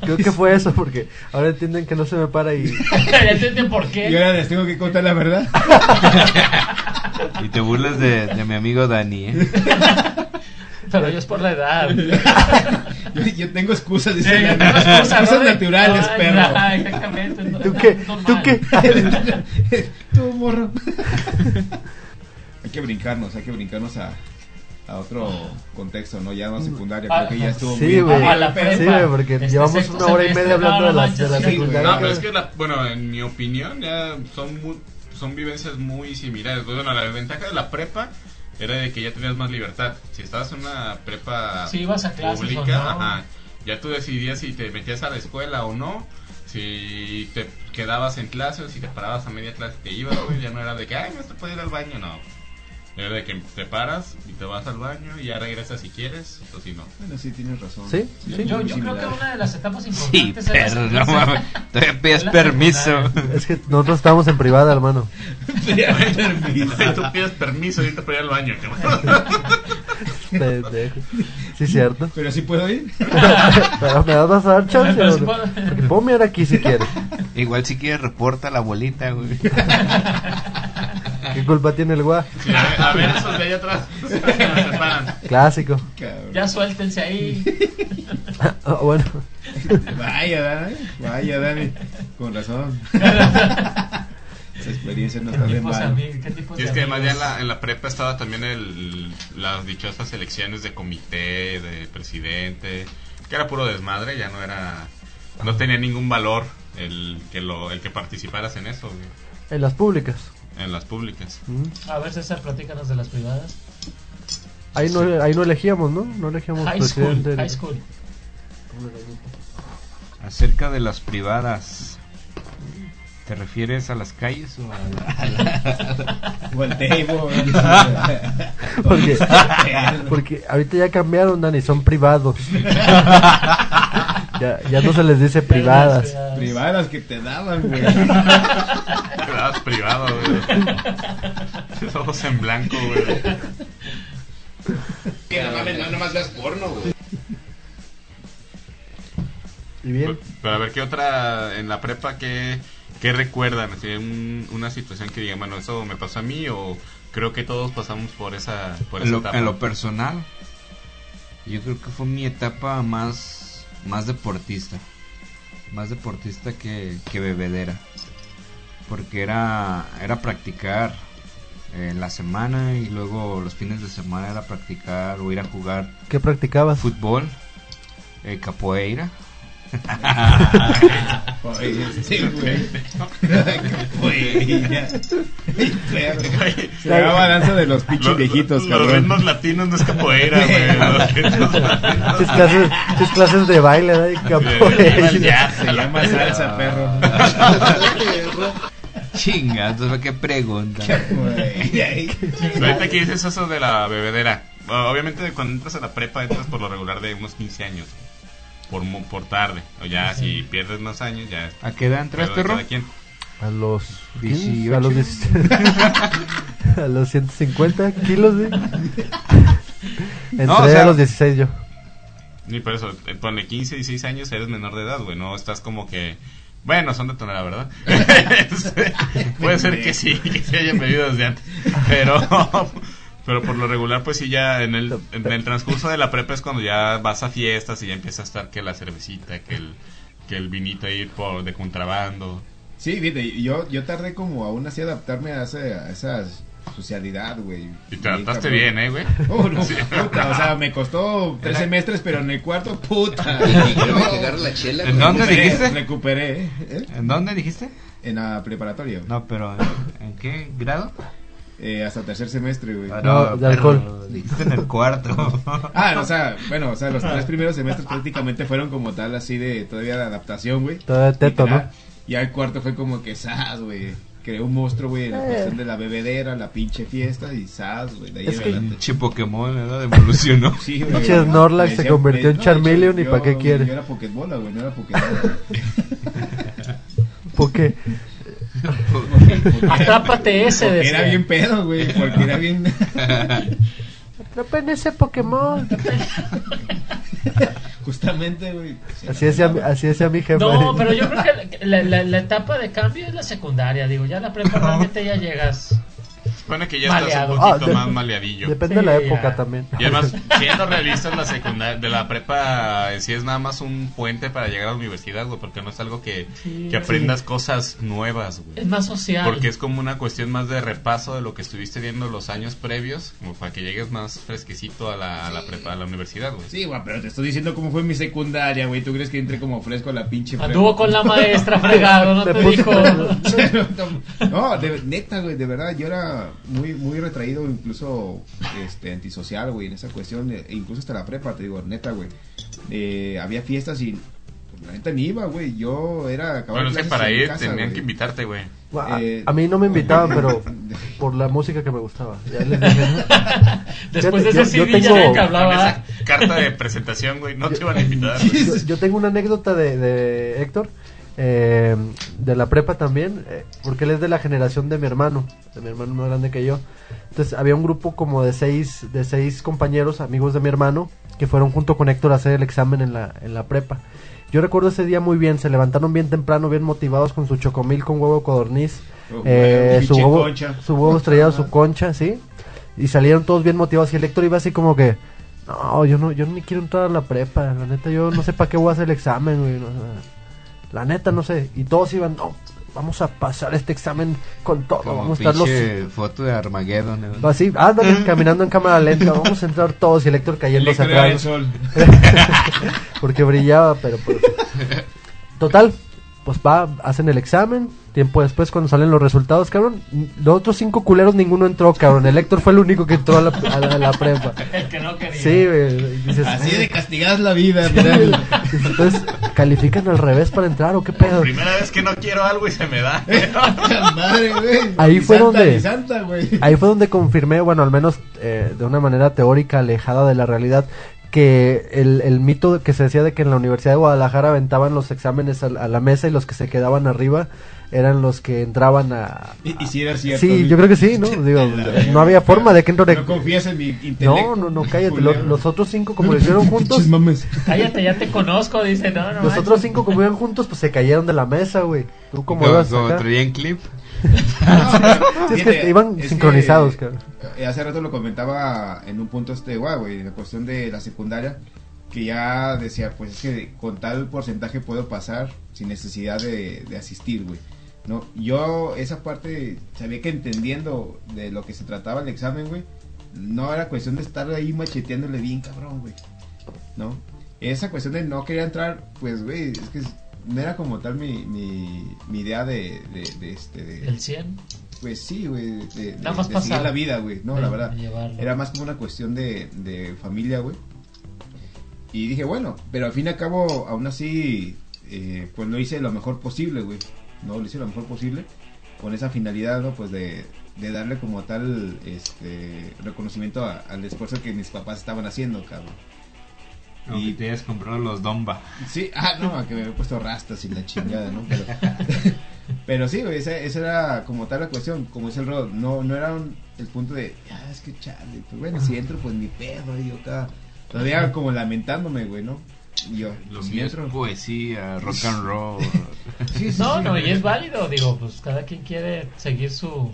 [SPEAKER 5] Creo que fue eso, porque ahora entienden que no se me para y.
[SPEAKER 4] ya entienden por
[SPEAKER 9] Y
[SPEAKER 4] qué.
[SPEAKER 9] ahora les tengo que contar la verdad.
[SPEAKER 8] Y te burlas de, de mi amigo Dani, ¿eh?
[SPEAKER 4] Pero yo es por la edad.
[SPEAKER 9] Yo, yo tengo excusas, dice
[SPEAKER 4] Sí,
[SPEAKER 9] Dani.
[SPEAKER 4] tengo excusas,
[SPEAKER 9] Excusas
[SPEAKER 4] ¿no?
[SPEAKER 9] naturales,
[SPEAKER 4] Ay,
[SPEAKER 9] perro.
[SPEAKER 4] ajá, exactamente.
[SPEAKER 5] ¿Tú qué? ¿Tú
[SPEAKER 4] Normal.
[SPEAKER 5] qué?
[SPEAKER 9] Tú, morro. hay que brincarnos, hay que brincarnos a, a otro contexto, ¿no? Ya no secundaria,
[SPEAKER 4] Ah,
[SPEAKER 9] creo que ya estuvo
[SPEAKER 5] Sí,
[SPEAKER 9] muy...
[SPEAKER 5] güey.
[SPEAKER 4] A la prepa.
[SPEAKER 5] Sí, güey, porque
[SPEAKER 4] Este
[SPEAKER 5] llevamos
[SPEAKER 4] sexto
[SPEAKER 5] una hora y
[SPEAKER 4] semestre,
[SPEAKER 5] media hablando
[SPEAKER 4] no,
[SPEAKER 5] de la,
[SPEAKER 4] manches,
[SPEAKER 5] de la
[SPEAKER 4] sí, güey.
[SPEAKER 5] secundaria.
[SPEAKER 7] No, pero es que, la- bueno, en mi opinión, ya son, mu- son vivencias muy similares. Bueno, la ventaja de la prepa era de que ya tenías más libertad. Si estabas en una prepa
[SPEAKER 4] Si ibas a clases
[SPEAKER 7] pública,
[SPEAKER 4] o no.
[SPEAKER 7] ajá, ya tú decidías si te metías a la escuela o no, si te quedabas en clase o si te parabas a media clase y te ibas, güey, ya no era de que, ay, no te puedo ir al baño, no. Era de que te paras y te vas al baño y ya regresas si quieres o si no.
[SPEAKER 9] Bueno, sí, tienes razón.
[SPEAKER 5] Sí, sí.
[SPEAKER 4] Yo, yo creo que
[SPEAKER 9] similar.
[SPEAKER 4] una de las etapas
[SPEAKER 8] Sí,
[SPEAKER 4] importantes es
[SPEAKER 8] perro, no mames. Todavía pides permiso.
[SPEAKER 5] Es que nosotros estábamos en privada, hermano.
[SPEAKER 7] Y tú pides permiso ahorita para ir al baño. cabrón.
[SPEAKER 5] De- de- Sí, cierto.
[SPEAKER 9] Pero sí puedo ir.
[SPEAKER 5] Pero me vas a dar chance.
[SPEAKER 4] Pero sí
[SPEAKER 5] ¿no?
[SPEAKER 4] puedo.
[SPEAKER 5] Porque puedo mirar aquí si quieres.
[SPEAKER 8] Igual si quieres reporta a la abuelita, güey.
[SPEAKER 5] ¿Qué culpa tiene el guá?
[SPEAKER 7] Sí, a, ver, a ver esos de allá atrás. que nos separan.
[SPEAKER 5] Clásico.
[SPEAKER 9] Cabrón.
[SPEAKER 4] Ya suéltense ahí.
[SPEAKER 5] Ah, bueno,
[SPEAKER 9] Vaya, Dani. Vaya, Dani. Con razón. Esa experiencia no está
[SPEAKER 4] ¿Qué
[SPEAKER 9] bien
[SPEAKER 4] tipos de
[SPEAKER 9] mal.
[SPEAKER 4] amigos? ¿Qué tipos
[SPEAKER 7] Y
[SPEAKER 4] de
[SPEAKER 7] es que además ya en
[SPEAKER 4] amigos?
[SPEAKER 7] la, en la prepa estaba también el, las dichosas elecciones de comité, de presidente, que era puro desmadre, ya no era, no tenía ningún valor el que lo, el que participaras en eso, güey,
[SPEAKER 5] en las públicas.
[SPEAKER 7] en las públicas.
[SPEAKER 5] Mm.
[SPEAKER 4] A ver, César, platícanos de las privadas.
[SPEAKER 5] Ahí no, ahí no elegíamos, ¿no? No elegíamos
[SPEAKER 4] High school,
[SPEAKER 5] presidente.
[SPEAKER 4] high school.
[SPEAKER 8] Acerca de las privadas. ¿Te refieres a las calles o a la-
[SPEAKER 9] O el table.
[SPEAKER 5] Porque, porque ahorita ya cambiaron, Dani, son privados. Ya, ya no se les dice privadas.
[SPEAKER 9] Privadas que te daban, güey.
[SPEAKER 7] Quedabas privado, güey. Ojos en blanco, güey.
[SPEAKER 2] Que no mames, no, nomás veas porno, güey.
[SPEAKER 5] Y bien,
[SPEAKER 7] Pero a ver, ¿qué otra en la prepa que, recuerdan? Así, un- una situación que digan, bueno, eso me pasó a mí o creo que todos pasamos por esa, por esa
[SPEAKER 8] en, lo,
[SPEAKER 7] etapa.
[SPEAKER 8] en lo personal? Yo creo que fue mi etapa más, más deportista. Más deportista que, que bebedera. Porque era, era practicar eh, la semana y luego los fines de semana era practicar o ir a jugar
[SPEAKER 5] ¿qué practicabas?
[SPEAKER 8] fútbol, eh, capoeira.
[SPEAKER 9] Oye, Sí, güey. Güey, ya.
[SPEAKER 7] Güey,
[SPEAKER 9] Se daba danza de los pinches
[SPEAKER 7] lo-
[SPEAKER 9] viejitos,
[SPEAKER 7] Los ritmos
[SPEAKER 9] cabrón.
[SPEAKER 7] latinos no es capoeira, güey. Los ritmos latinos.
[SPEAKER 5] Sus clases, sus clases de baile, ¿eh? ¿no? Y
[SPEAKER 7] Sí,
[SPEAKER 5] capoeira.
[SPEAKER 7] ya,
[SPEAKER 9] Se llama salsa, perro.
[SPEAKER 8] Chingados, qué pregunta.
[SPEAKER 9] Güey.
[SPEAKER 7] Ahorita que dices eso de la bebedera. Bueno, obviamente cuando entras a la prepa entras por lo regular de unos 15 años. Por, mu- por tarde. O ya si pierdes más años, ya es
[SPEAKER 8] ¿A qué edad este entraste,
[SPEAKER 7] pedo de
[SPEAKER 8] Ro?
[SPEAKER 7] cada quien.
[SPEAKER 5] A los
[SPEAKER 8] 18.
[SPEAKER 5] a los 17 a los 150 kilos, ¿eh? Entré
[SPEAKER 8] No, o sea-
[SPEAKER 5] a los 16 yo.
[SPEAKER 7] Y por eso, eh, ponle 15, 16 años, eres menor de edad, güey. No estás como que. Bueno, son de tonelada, ¿verdad? Este, Puede ser que sí, que se hayan bebido desde antes. Pero. Pero por lo regular, pues sí, ya en el, en el transcurso de la prepa es cuando ya vas a fiestas y ya empieza a estar que la cervecita, que el, que el vinito ahí por, de contrabando.
[SPEAKER 9] Sí, fíjate, yo, yo tardé como aún así adaptarme a, ese- a esa socialidad, güey.
[SPEAKER 7] Y te adaptaste
[SPEAKER 9] cabrón.
[SPEAKER 7] bien, ¿eh, güey?
[SPEAKER 9] Oh, no,
[SPEAKER 7] Sí.
[SPEAKER 9] puta, o sea, me costó tres semestres, pero en el cuarto, puta.
[SPEAKER 10] Y que no me llegara la chela.
[SPEAKER 8] ¿En
[SPEAKER 10] güey.
[SPEAKER 8] dónde
[SPEAKER 9] Recuperé,
[SPEAKER 8] dijiste?
[SPEAKER 9] recuperé ¿eh?
[SPEAKER 8] ¿En dónde dijiste?
[SPEAKER 9] en la preparatoria. güey.
[SPEAKER 8] No, pero ¿en qué grado?
[SPEAKER 9] Eh, hasta tercer semestre, güey.
[SPEAKER 8] Ah,
[SPEAKER 5] No, de
[SPEAKER 8] perro,
[SPEAKER 5] alcohol.
[SPEAKER 8] Dijiste en el cuarto.
[SPEAKER 9] Ah, o sea, bueno, o sea, los tres primeros semestres prácticamente fueron como tal, así de todavía de adaptación, güey.
[SPEAKER 5] Todavía teto, ¿no?
[SPEAKER 9] Literal. Y al cuarto fue como que sas, güey. Creé un monstruo, güey, en la cuestión de la bebedera, la pinche fiesta y sas, güey. De ahí
[SPEAKER 5] Es que-
[SPEAKER 9] adelante.
[SPEAKER 8] Pinche Pokémon, ¿verdad? Evolucionó.
[SPEAKER 9] Sí,
[SPEAKER 5] Pinche Snorlax
[SPEAKER 9] Me
[SPEAKER 5] se
[SPEAKER 9] decía-
[SPEAKER 5] convirtió
[SPEAKER 9] me-
[SPEAKER 5] en
[SPEAKER 9] no,
[SPEAKER 5] Charmeleon,
[SPEAKER 9] yo-
[SPEAKER 5] ¿y pa' qué
[SPEAKER 9] yo-
[SPEAKER 5] quiere?
[SPEAKER 9] Yo era Pokébola, güey, no era Pokébola.
[SPEAKER 5] Porque
[SPEAKER 4] Atrápate ese,
[SPEAKER 9] Porque era
[SPEAKER 4] decía.
[SPEAKER 9] bien pedo, güey, porque era bien...
[SPEAKER 5] Atrapen ese Pokémon.
[SPEAKER 9] Justamente, güey.
[SPEAKER 5] Así decía, mi- así decía mi jefe.
[SPEAKER 4] No, pero yo creo que la, la- la etapa de cambio es la secundaria, digo, ya la prepa realmente ya llegas.
[SPEAKER 7] Supone que ya
[SPEAKER 4] Maleado.
[SPEAKER 7] estás un poquito
[SPEAKER 4] Ah, de-
[SPEAKER 7] más maleadillo.
[SPEAKER 5] depende de la Sí, época ya. también.
[SPEAKER 7] Y además, siendo realistas, la secundaria, de la prepa, en sí es nada más un puente para llegar a la universidad, güey, porque no es algo que,
[SPEAKER 4] Sí.
[SPEAKER 7] que aprendas cosas nuevas, güey.
[SPEAKER 4] Es más social.
[SPEAKER 7] Porque es como una cuestión más de repaso de lo que estuviste viendo los años previos, como para que llegues más fresquecito a la, a la prepa, a la universidad, güey.
[SPEAKER 9] Sí, güey, pero te estoy diciendo cómo fue mi secundaria, güey. ¿Tú crees que entré como fresco a la pinche prepa?
[SPEAKER 4] Anduvo con la maestra, fregado, no te
[SPEAKER 9] puse-
[SPEAKER 4] dijo.
[SPEAKER 9] no, de, neta, güey, de verdad, yo era muy muy retraído, incluso este antisocial, güey, en esa cuestión, e incluso hasta la prepa, te digo, neta, güey. Eh, había fiestas y pues, la neta ni iba, güey. Yo era acabar
[SPEAKER 7] Bueno, es que
[SPEAKER 9] clases
[SPEAKER 7] para
[SPEAKER 9] en mi
[SPEAKER 7] ir
[SPEAKER 9] casa,
[SPEAKER 7] tenían
[SPEAKER 9] güey.
[SPEAKER 7] que invitarte, güey.
[SPEAKER 5] A,
[SPEAKER 9] Eh,
[SPEAKER 5] a mí no me invitaban, pero por la música que me gustaba. Ya les dije, ¿no?
[SPEAKER 7] Después
[SPEAKER 5] Fíjate,
[SPEAKER 7] de ese
[SPEAKER 5] yo- yo
[SPEAKER 7] CD ya
[SPEAKER 5] tengo-
[SPEAKER 7] sabía que hablaba. Con esa carta de presentación, güey, no te iban a invitar. güey.
[SPEAKER 5] yo, yo tengo una anécdota de, de Héctor, eh, de la prepa también, eh, porque él es de la generación de mi hermano, de mi hermano más grande que yo. Entonces había un grupo como de seis, de seis compañeros, amigos de mi hermano, que fueron junto con Héctor a hacer el examen en la, en la prepa. Yo recuerdo ese día muy bien, se levantaron bien temprano, bien motivados con su chocomil con huevo codorniz,
[SPEAKER 9] Oh,
[SPEAKER 5] eh,
[SPEAKER 9] güey,
[SPEAKER 5] su,
[SPEAKER 9] pinche
[SPEAKER 5] huevo,
[SPEAKER 9] concha. Ah.
[SPEAKER 5] su huevo estrellado, su concha, ¿sí? Y salieron todos bien motivados y el Héctor iba así como que... No, yo no, yo ni quiero entrar a la prepa, la neta, yo no sé para qué voy a hacer el examen, güey. no, o sea, la neta, no sé. Y todos iban, no, vamos a pasar este examen con todo,
[SPEAKER 8] Como
[SPEAKER 5] vamos a estar los...
[SPEAKER 8] pinche foto de Armageddon. ¿no?
[SPEAKER 5] Así, ándale, caminando en cámara lenta, vamos a entrar todos y el Héctor cayéndose
[SPEAKER 8] Héctor era
[SPEAKER 5] atrás.
[SPEAKER 8] el
[SPEAKER 5] ¿no? Porque brillaba, pero pues... Total, pues va, hacen el examen, tiempo después cuando salen los resultados, cabrón, los otros cinco culeros ninguno entró, cabrón. El Héctor fue el único que entró a la, a la- a la prepa.
[SPEAKER 4] El que no quería.
[SPEAKER 5] Sí, güey. dices,
[SPEAKER 9] Así
[SPEAKER 5] "Ay,
[SPEAKER 9] de castigadas la vida, mira.
[SPEAKER 5] entonces, ¿califican al revés para entrar o qué pedo?
[SPEAKER 7] Primera vez que no quiero algo y se me da.
[SPEAKER 9] Madre, güey.
[SPEAKER 5] Ahí
[SPEAKER 9] Ni
[SPEAKER 5] fue
[SPEAKER 9] santa,
[SPEAKER 5] donde-
[SPEAKER 9] ni santa, güey.
[SPEAKER 5] Ahí fue donde confirmé, bueno, al menos eh, de una manera teórica, alejada de la realidad, que el, el mito que se decía de que en la Universidad de Guadalajara aventaban los exámenes a, la- a la mesa y los que se quedaban arriba eran los que entraban a...
[SPEAKER 9] Y, y si era cierto.
[SPEAKER 5] Sí,
[SPEAKER 9] güey.
[SPEAKER 5] yo creo que sí, ¿no? Digo, no había forma de que entrara...
[SPEAKER 9] No confías en mi intelecto.
[SPEAKER 5] No, no, no, cállate. lo- los otros cinco, como lo hicieron juntos,
[SPEAKER 4] Cállate, ya te conozco, dice, no, no.
[SPEAKER 5] los
[SPEAKER 4] manches.
[SPEAKER 5] otros cinco, como iban juntos, pues se cayeron de la mesa, güey. Tú como
[SPEAKER 8] Como-
[SPEAKER 5] ibas
[SPEAKER 8] como
[SPEAKER 5] acá.
[SPEAKER 8] traían clip.
[SPEAKER 5] Sí, es
[SPEAKER 9] Fíjate,
[SPEAKER 5] que iban
[SPEAKER 9] es que-
[SPEAKER 5] sincronizados, cabrón.
[SPEAKER 9] Eh, hace rato lo comentaba en un punto este guau, güey, la cuestión de la secundaria, que ya decía, pues es que con tal porcentaje puedo pasar sin necesidad de, de asistir, güey. No, yo esa parte sabía que entendiendo de lo que se trataba el examen, güey, no era cuestión de estar ahí macheteándole bien, cabrón, güey. ¿No? Esa cuestión de no querer entrar, pues, güey, es que no era como tal mi, mi, mi idea de, de- de este... de-
[SPEAKER 4] El 100.
[SPEAKER 9] pues sí, güey, de, de-
[SPEAKER 4] Nada más
[SPEAKER 9] de seguir
[SPEAKER 4] pasar.
[SPEAKER 9] la vida, güey. No,
[SPEAKER 4] De-
[SPEAKER 9] la verdad.
[SPEAKER 4] de llevarlo.
[SPEAKER 9] Era más como una cuestión de, de familia, güey. Y dije, bueno, pero al fin y al cabo, aún así, eh, pues lo hice lo mejor posible, güey. No, lo hice lo mejor posible. Con esa finalidad, ¿no? Pues de, de darle como tal este reconocimiento a- al esfuerzo que mis papás estaban haciendo, cabrón.
[SPEAKER 8] Y te hayas comprado los Domba.
[SPEAKER 9] Sí, ah, no, a que me había puesto rastas y la chingada, ¿no? Pero, pero sí, güey, esa, esa era como tal la cuestión, como es el rod, no, no era un- el punto de, ah, es que chale, pues bueno, si entro, pues ni pedo, y yo acá, todavía como lamentándome, güey, ¿no? Y yo,
[SPEAKER 8] Los
[SPEAKER 9] si
[SPEAKER 8] míos
[SPEAKER 9] entro,
[SPEAKER 8] poesía, rock and roll.
[SPEAKER 9] sí, sí,
[SPEAKER 4] No,
[SPEAKER 9] sí,
[SPEAKER 4] no,
[SPEAKER 9] güey.
[SPEAKER 4] y es válido, digo, pues cada quien quiere seguir su,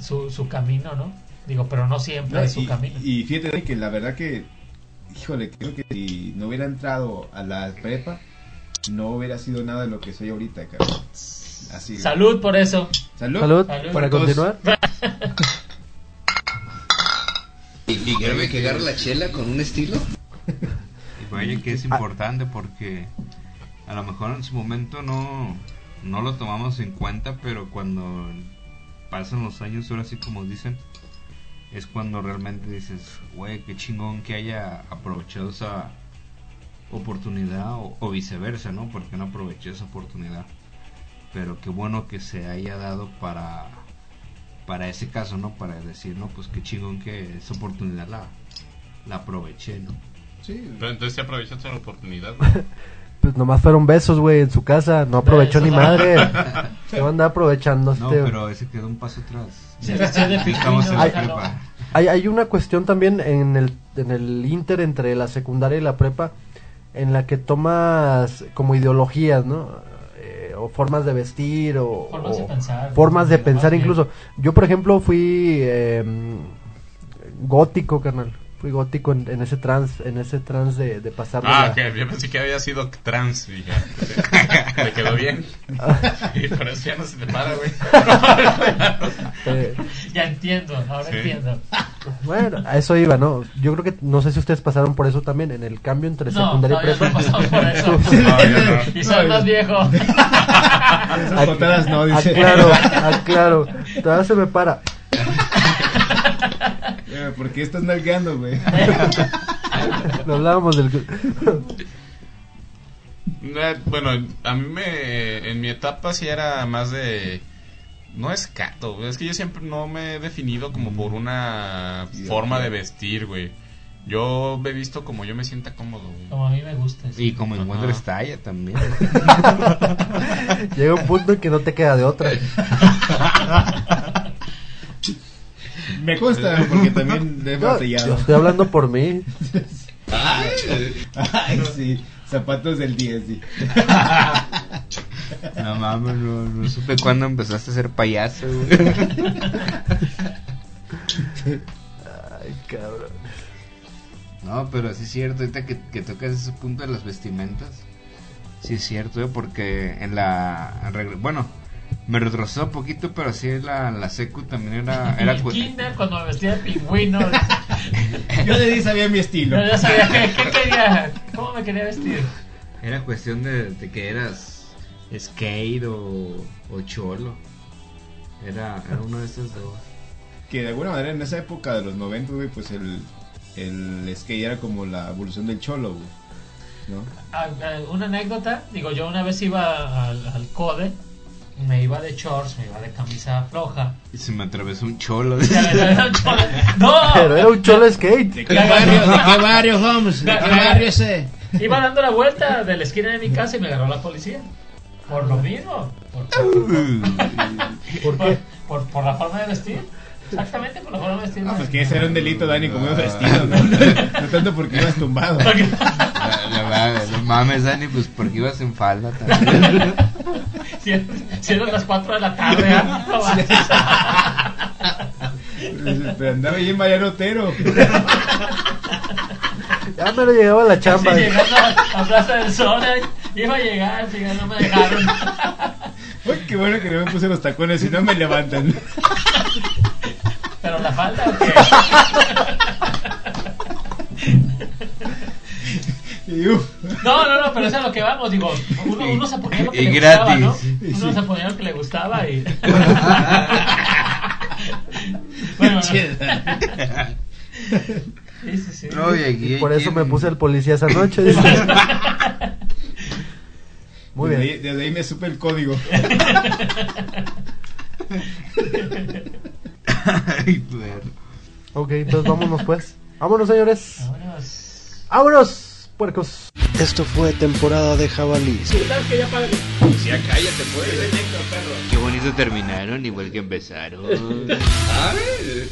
[SPEAKER 4] su, su camino, ¿no? Digo, pero no siempre
[SPEAKER 9] No,
[SPEAKER 4] es su
[SPEAKER 9] y,
[SPEAKER 4] camino.
[SPEAKER 9] y fíjate güey, que la verdad que, híjole, creo que si no hubiera entrado a la prepa, no hubiera sido nada de lo que soy ahorita, cabrón. Así. güey.
[SPEAKER 4] Salud por eso.
[SPEAKER 9] Salud.
[SPEAKER 5] Salud,
[SPEAKER 4] Salud.
[SPEAKER 5] para
[SPEAKER 9] Todos-
[SPEAKER 5] continuar.
[SPEAKER 10] Y, y créeme que agarra la chela con un estilo. Ah.
[SPEAKER 8] Y vaya que es importante porque a lo mejor en su momento no, no lo tomamos en cuenta, pero cuando pasan los años, ahora sí como dicen, es cuando realmente dices, güey, qué chingón que haya aprovechado esa oportunidad o, o viceversa, ¿no? Porque no aproveché esa oportunidad. Pero qué bueno que se haya dado para para ese caso, ¿no? Para decir, no, pues qué chingón que esa oportunidad la, la aproveché, ¿no?
[SPEAKER 9] Sí, güey.
[SPEAKER 7] Pero entonces sí aprovechaste la oportunidad, güey.
[SPEAKER 5] Pues nomás fueron besos, güey, en su casa. No aprovechó ni
[SPEAKER 4] Besos.
[SPEAKER 5] madre. Se va a andar aprovechando
[SPEAKER 8] No,
[SPEAKER 5] este.
[SPEAKER 8] pero ese quedó un paso atrás.
[SPEAKER 4] Se vistió de
[SPEAKER 8] Estamos en
[SPEAKER 4] pingüino,
[SPEAKER 8] la
[SPEAKER 4] déjalo.
[SPEAKER 8] prepa.
[SPEAKER 5] Hay, hay una cuestión también en el, en el inter entre la secundaria y la prepa en la que tomas como ideologías, ¿no? Eh, o formas de vestir o
[SPEAKER 4] Formas de
[SPEAKER 5] o
[SPEAKER 4] pensar.
[SPEAKER 5] formas de
[SPEAKER 4] Lo más
[SPEAKER 5] pensar
[SPEAKER 4] bien.
[SPEAKER 5] incluso. Yo, por ejemplo, fui eh, gótico, carnal. Fui gótico en, en ese trans, en ese trans de, de pasar de
[SPEAKER 7] Ah,
[SPEAKER 5] la-
[SPEAKER 7] que yo pensé que había sido trans, dije. Me quedó bien. Y por eso ya no se te para, güey.
[SPEAKER 5] Eh,
[SPEAKER 4] Ya entiendo, ahora
[SPEAKER 7] Sí.
[SPEAKER 4] entiendo. Ah,
[SPEAKER 5] Bueno, a eso iba, ¿no? Yo creo que, no sé si ustedes pasaron por eso también, en el cambio entre
[SPEAKER 4] No,
[SPEAKER 5] secundaria y
[SPEAKER 4] todavía
[SPEAKER 5] prepa.
[SPEAKER 4] no pasamos por eso.
[SPEAKER 5] Tú-
[SPEAKER 4] Y soy más viejo.
[SPEAKER 5] Ac-
[SPEAKER 9] jotadas
[SPEAKER 5] ah,
[SPEAKER 9] no, dice.
[SPEAKER 5] Aclaro, aclaro. Todavía se me para.
[SPEAKER 9] Eh, ¿Por qué estás nalgando, güey?
[SPEAKER 5] Lo hablábamos del...
[SPEAKER 7] Eh, Bueno, a mí me, en mi etapa sí era más de... No es cato, güey, es que yo siempre no me he definido como por una
[SPEAKER 8] Mm.
[SPEAKER 7] forma de vestir, güey. Yo me he visto como yo me sienta cómodo, güey.
[SPEAKER 4] Como a mí me gusta.
[SPEAKER 8] Y como encuentras talla también.
[SPEAKER 5] Llega un punto en que no te queda de otra.
[SPEAKER 9] Me consta, porque también le he
[SPEAKER 5] No, yo
[SPEAKER 9] batallado.
[SPEAKER 5] estoy hablando por mí.
[SPEAKER 9] Ay, ay, sí. Zapatos del 10, sí.
[SPEAKER 8] No mames, no, no supe cuándo empezaste a ser payaso, güey.
[SPEAKER 5] Ay, cabrón.
[SPEAKER 8] No, pero sí es cierto, ahorita que, que tocas ese punto de las vestimentas. Sí es cierto, eh, porque en la... regre- Bueno, me retrocedió un poquito, pero sí la, la secu también era...
[SPEAKER 4] En
[SPEAKER 8] era
[SPEAKER 4] el
[SPEAKER 8] cu-
[SPEAKER 4] kinder, cuando me vestía de pingüino,
[SPEAKER 9] Yo le di sabía mi estilo.
[SPEAKER 4] yo ya sabía qué, qué quería, cómo me quería vestir.
[SPEAKER 8] Era cuestión de, de que eras skate o, o cholo. Era, era uno de esos dos.
[SPEAKER 9] Que de alguna manera en esa época de los 90, güey, pues el, el skate era como la evolución del cholo, güey. ¿No?
[SPEAKER 4] Ah, eh, Una anécdota, digo, yo una vez iba al, al CODE, me iba de shorts, me iba de camisa floja.
[SPEAKER 8] Y se me atravesó un cholo.
[SPEAKER 4] Ya ves, era un cholo. ¡No!
[SPEAKER 5] Pero era un cholo skate.
[SPEAKER 4] Ya,
[SPEAKER 12] ¿Qué barrio, Holmes? ¿De qué barrio ese?
[SPEAKER 4] Iba dando la vuelta de la esquina de mi casa y me agarró la policía. Por lo mismo. Por, por,
[SPEAKER 5] ¿Por
[SPEAKER 4] por-
[SPEAKER 5] qué?
[SPEAKER 4] por- por la forma de vestir. Exactamente por la forma de vestir.
[SPEAKER 9] Ah, pues que ese era un delito, Dani, como un vestido, ¿no? No tanto porque ibas tumbado.
[SPEAKER 8] La- la verdad, No mames, Dani, pues porque ibas en falda también.
[SPEAKER 4] Si eran, si eran las 4 de la tarde, ¿ah? No manches.
[SPEAKER 9] Pero andaba ahí en Mariano Otero.
[SPEAKER 5] Ya me lo llegaba la chamba.
[SPEAKER 4] Sí, llegando a, a Plaza del Sol, eh, iba a llegar, al final no me dejaron.
[SPEAKER 9] Uy, qué bueno que no me puse los tacones y no me levantan.
[SPEAKER 4] Pero la falda, ¿o qué?
[SPEAKER 9] Y uff,
[SPEAKER 4] No, no, no, pero eso es a lo que vamos. Digo, uno, uno se ponía lo que
[SPEAKER 8] Y
[SPEAKER 4] le
[SPEAKER 8] gratis.
[SPEAKER 4] gustaba, ¿no? Uno se ponía lo que le gustaba y. bueno, no. Sí, sí, sí.
[SPEAKER 8] No, y aquí-
[SPEAKER 5] Y por eso
[SPEAKER 8] aquí-
[SPEAKER 5] me puse el policía esa noche. dice. Muy
[SPEAKER 9] desde,
[SPEAKER 5] bien.
[SPEAKER 9] Ahí, desde ahí me supe el código.
[SPEAKER 8] Ay, perro.
[SPEAKER 5] Ok, entonces vámonos pues. Vámonos, señores.
[SPEAKER 4] Vámonos.
[SPEAKER 5] Vámonos, puercos.
[SPEAKER 1] Esto fue temporada de jabalís.
[SPEAKER 2] Ya cállate, pues.
[SPEAKER 8] Qué bonito terminaron, igual que empezaron.
[SPEAKER 2] Ay,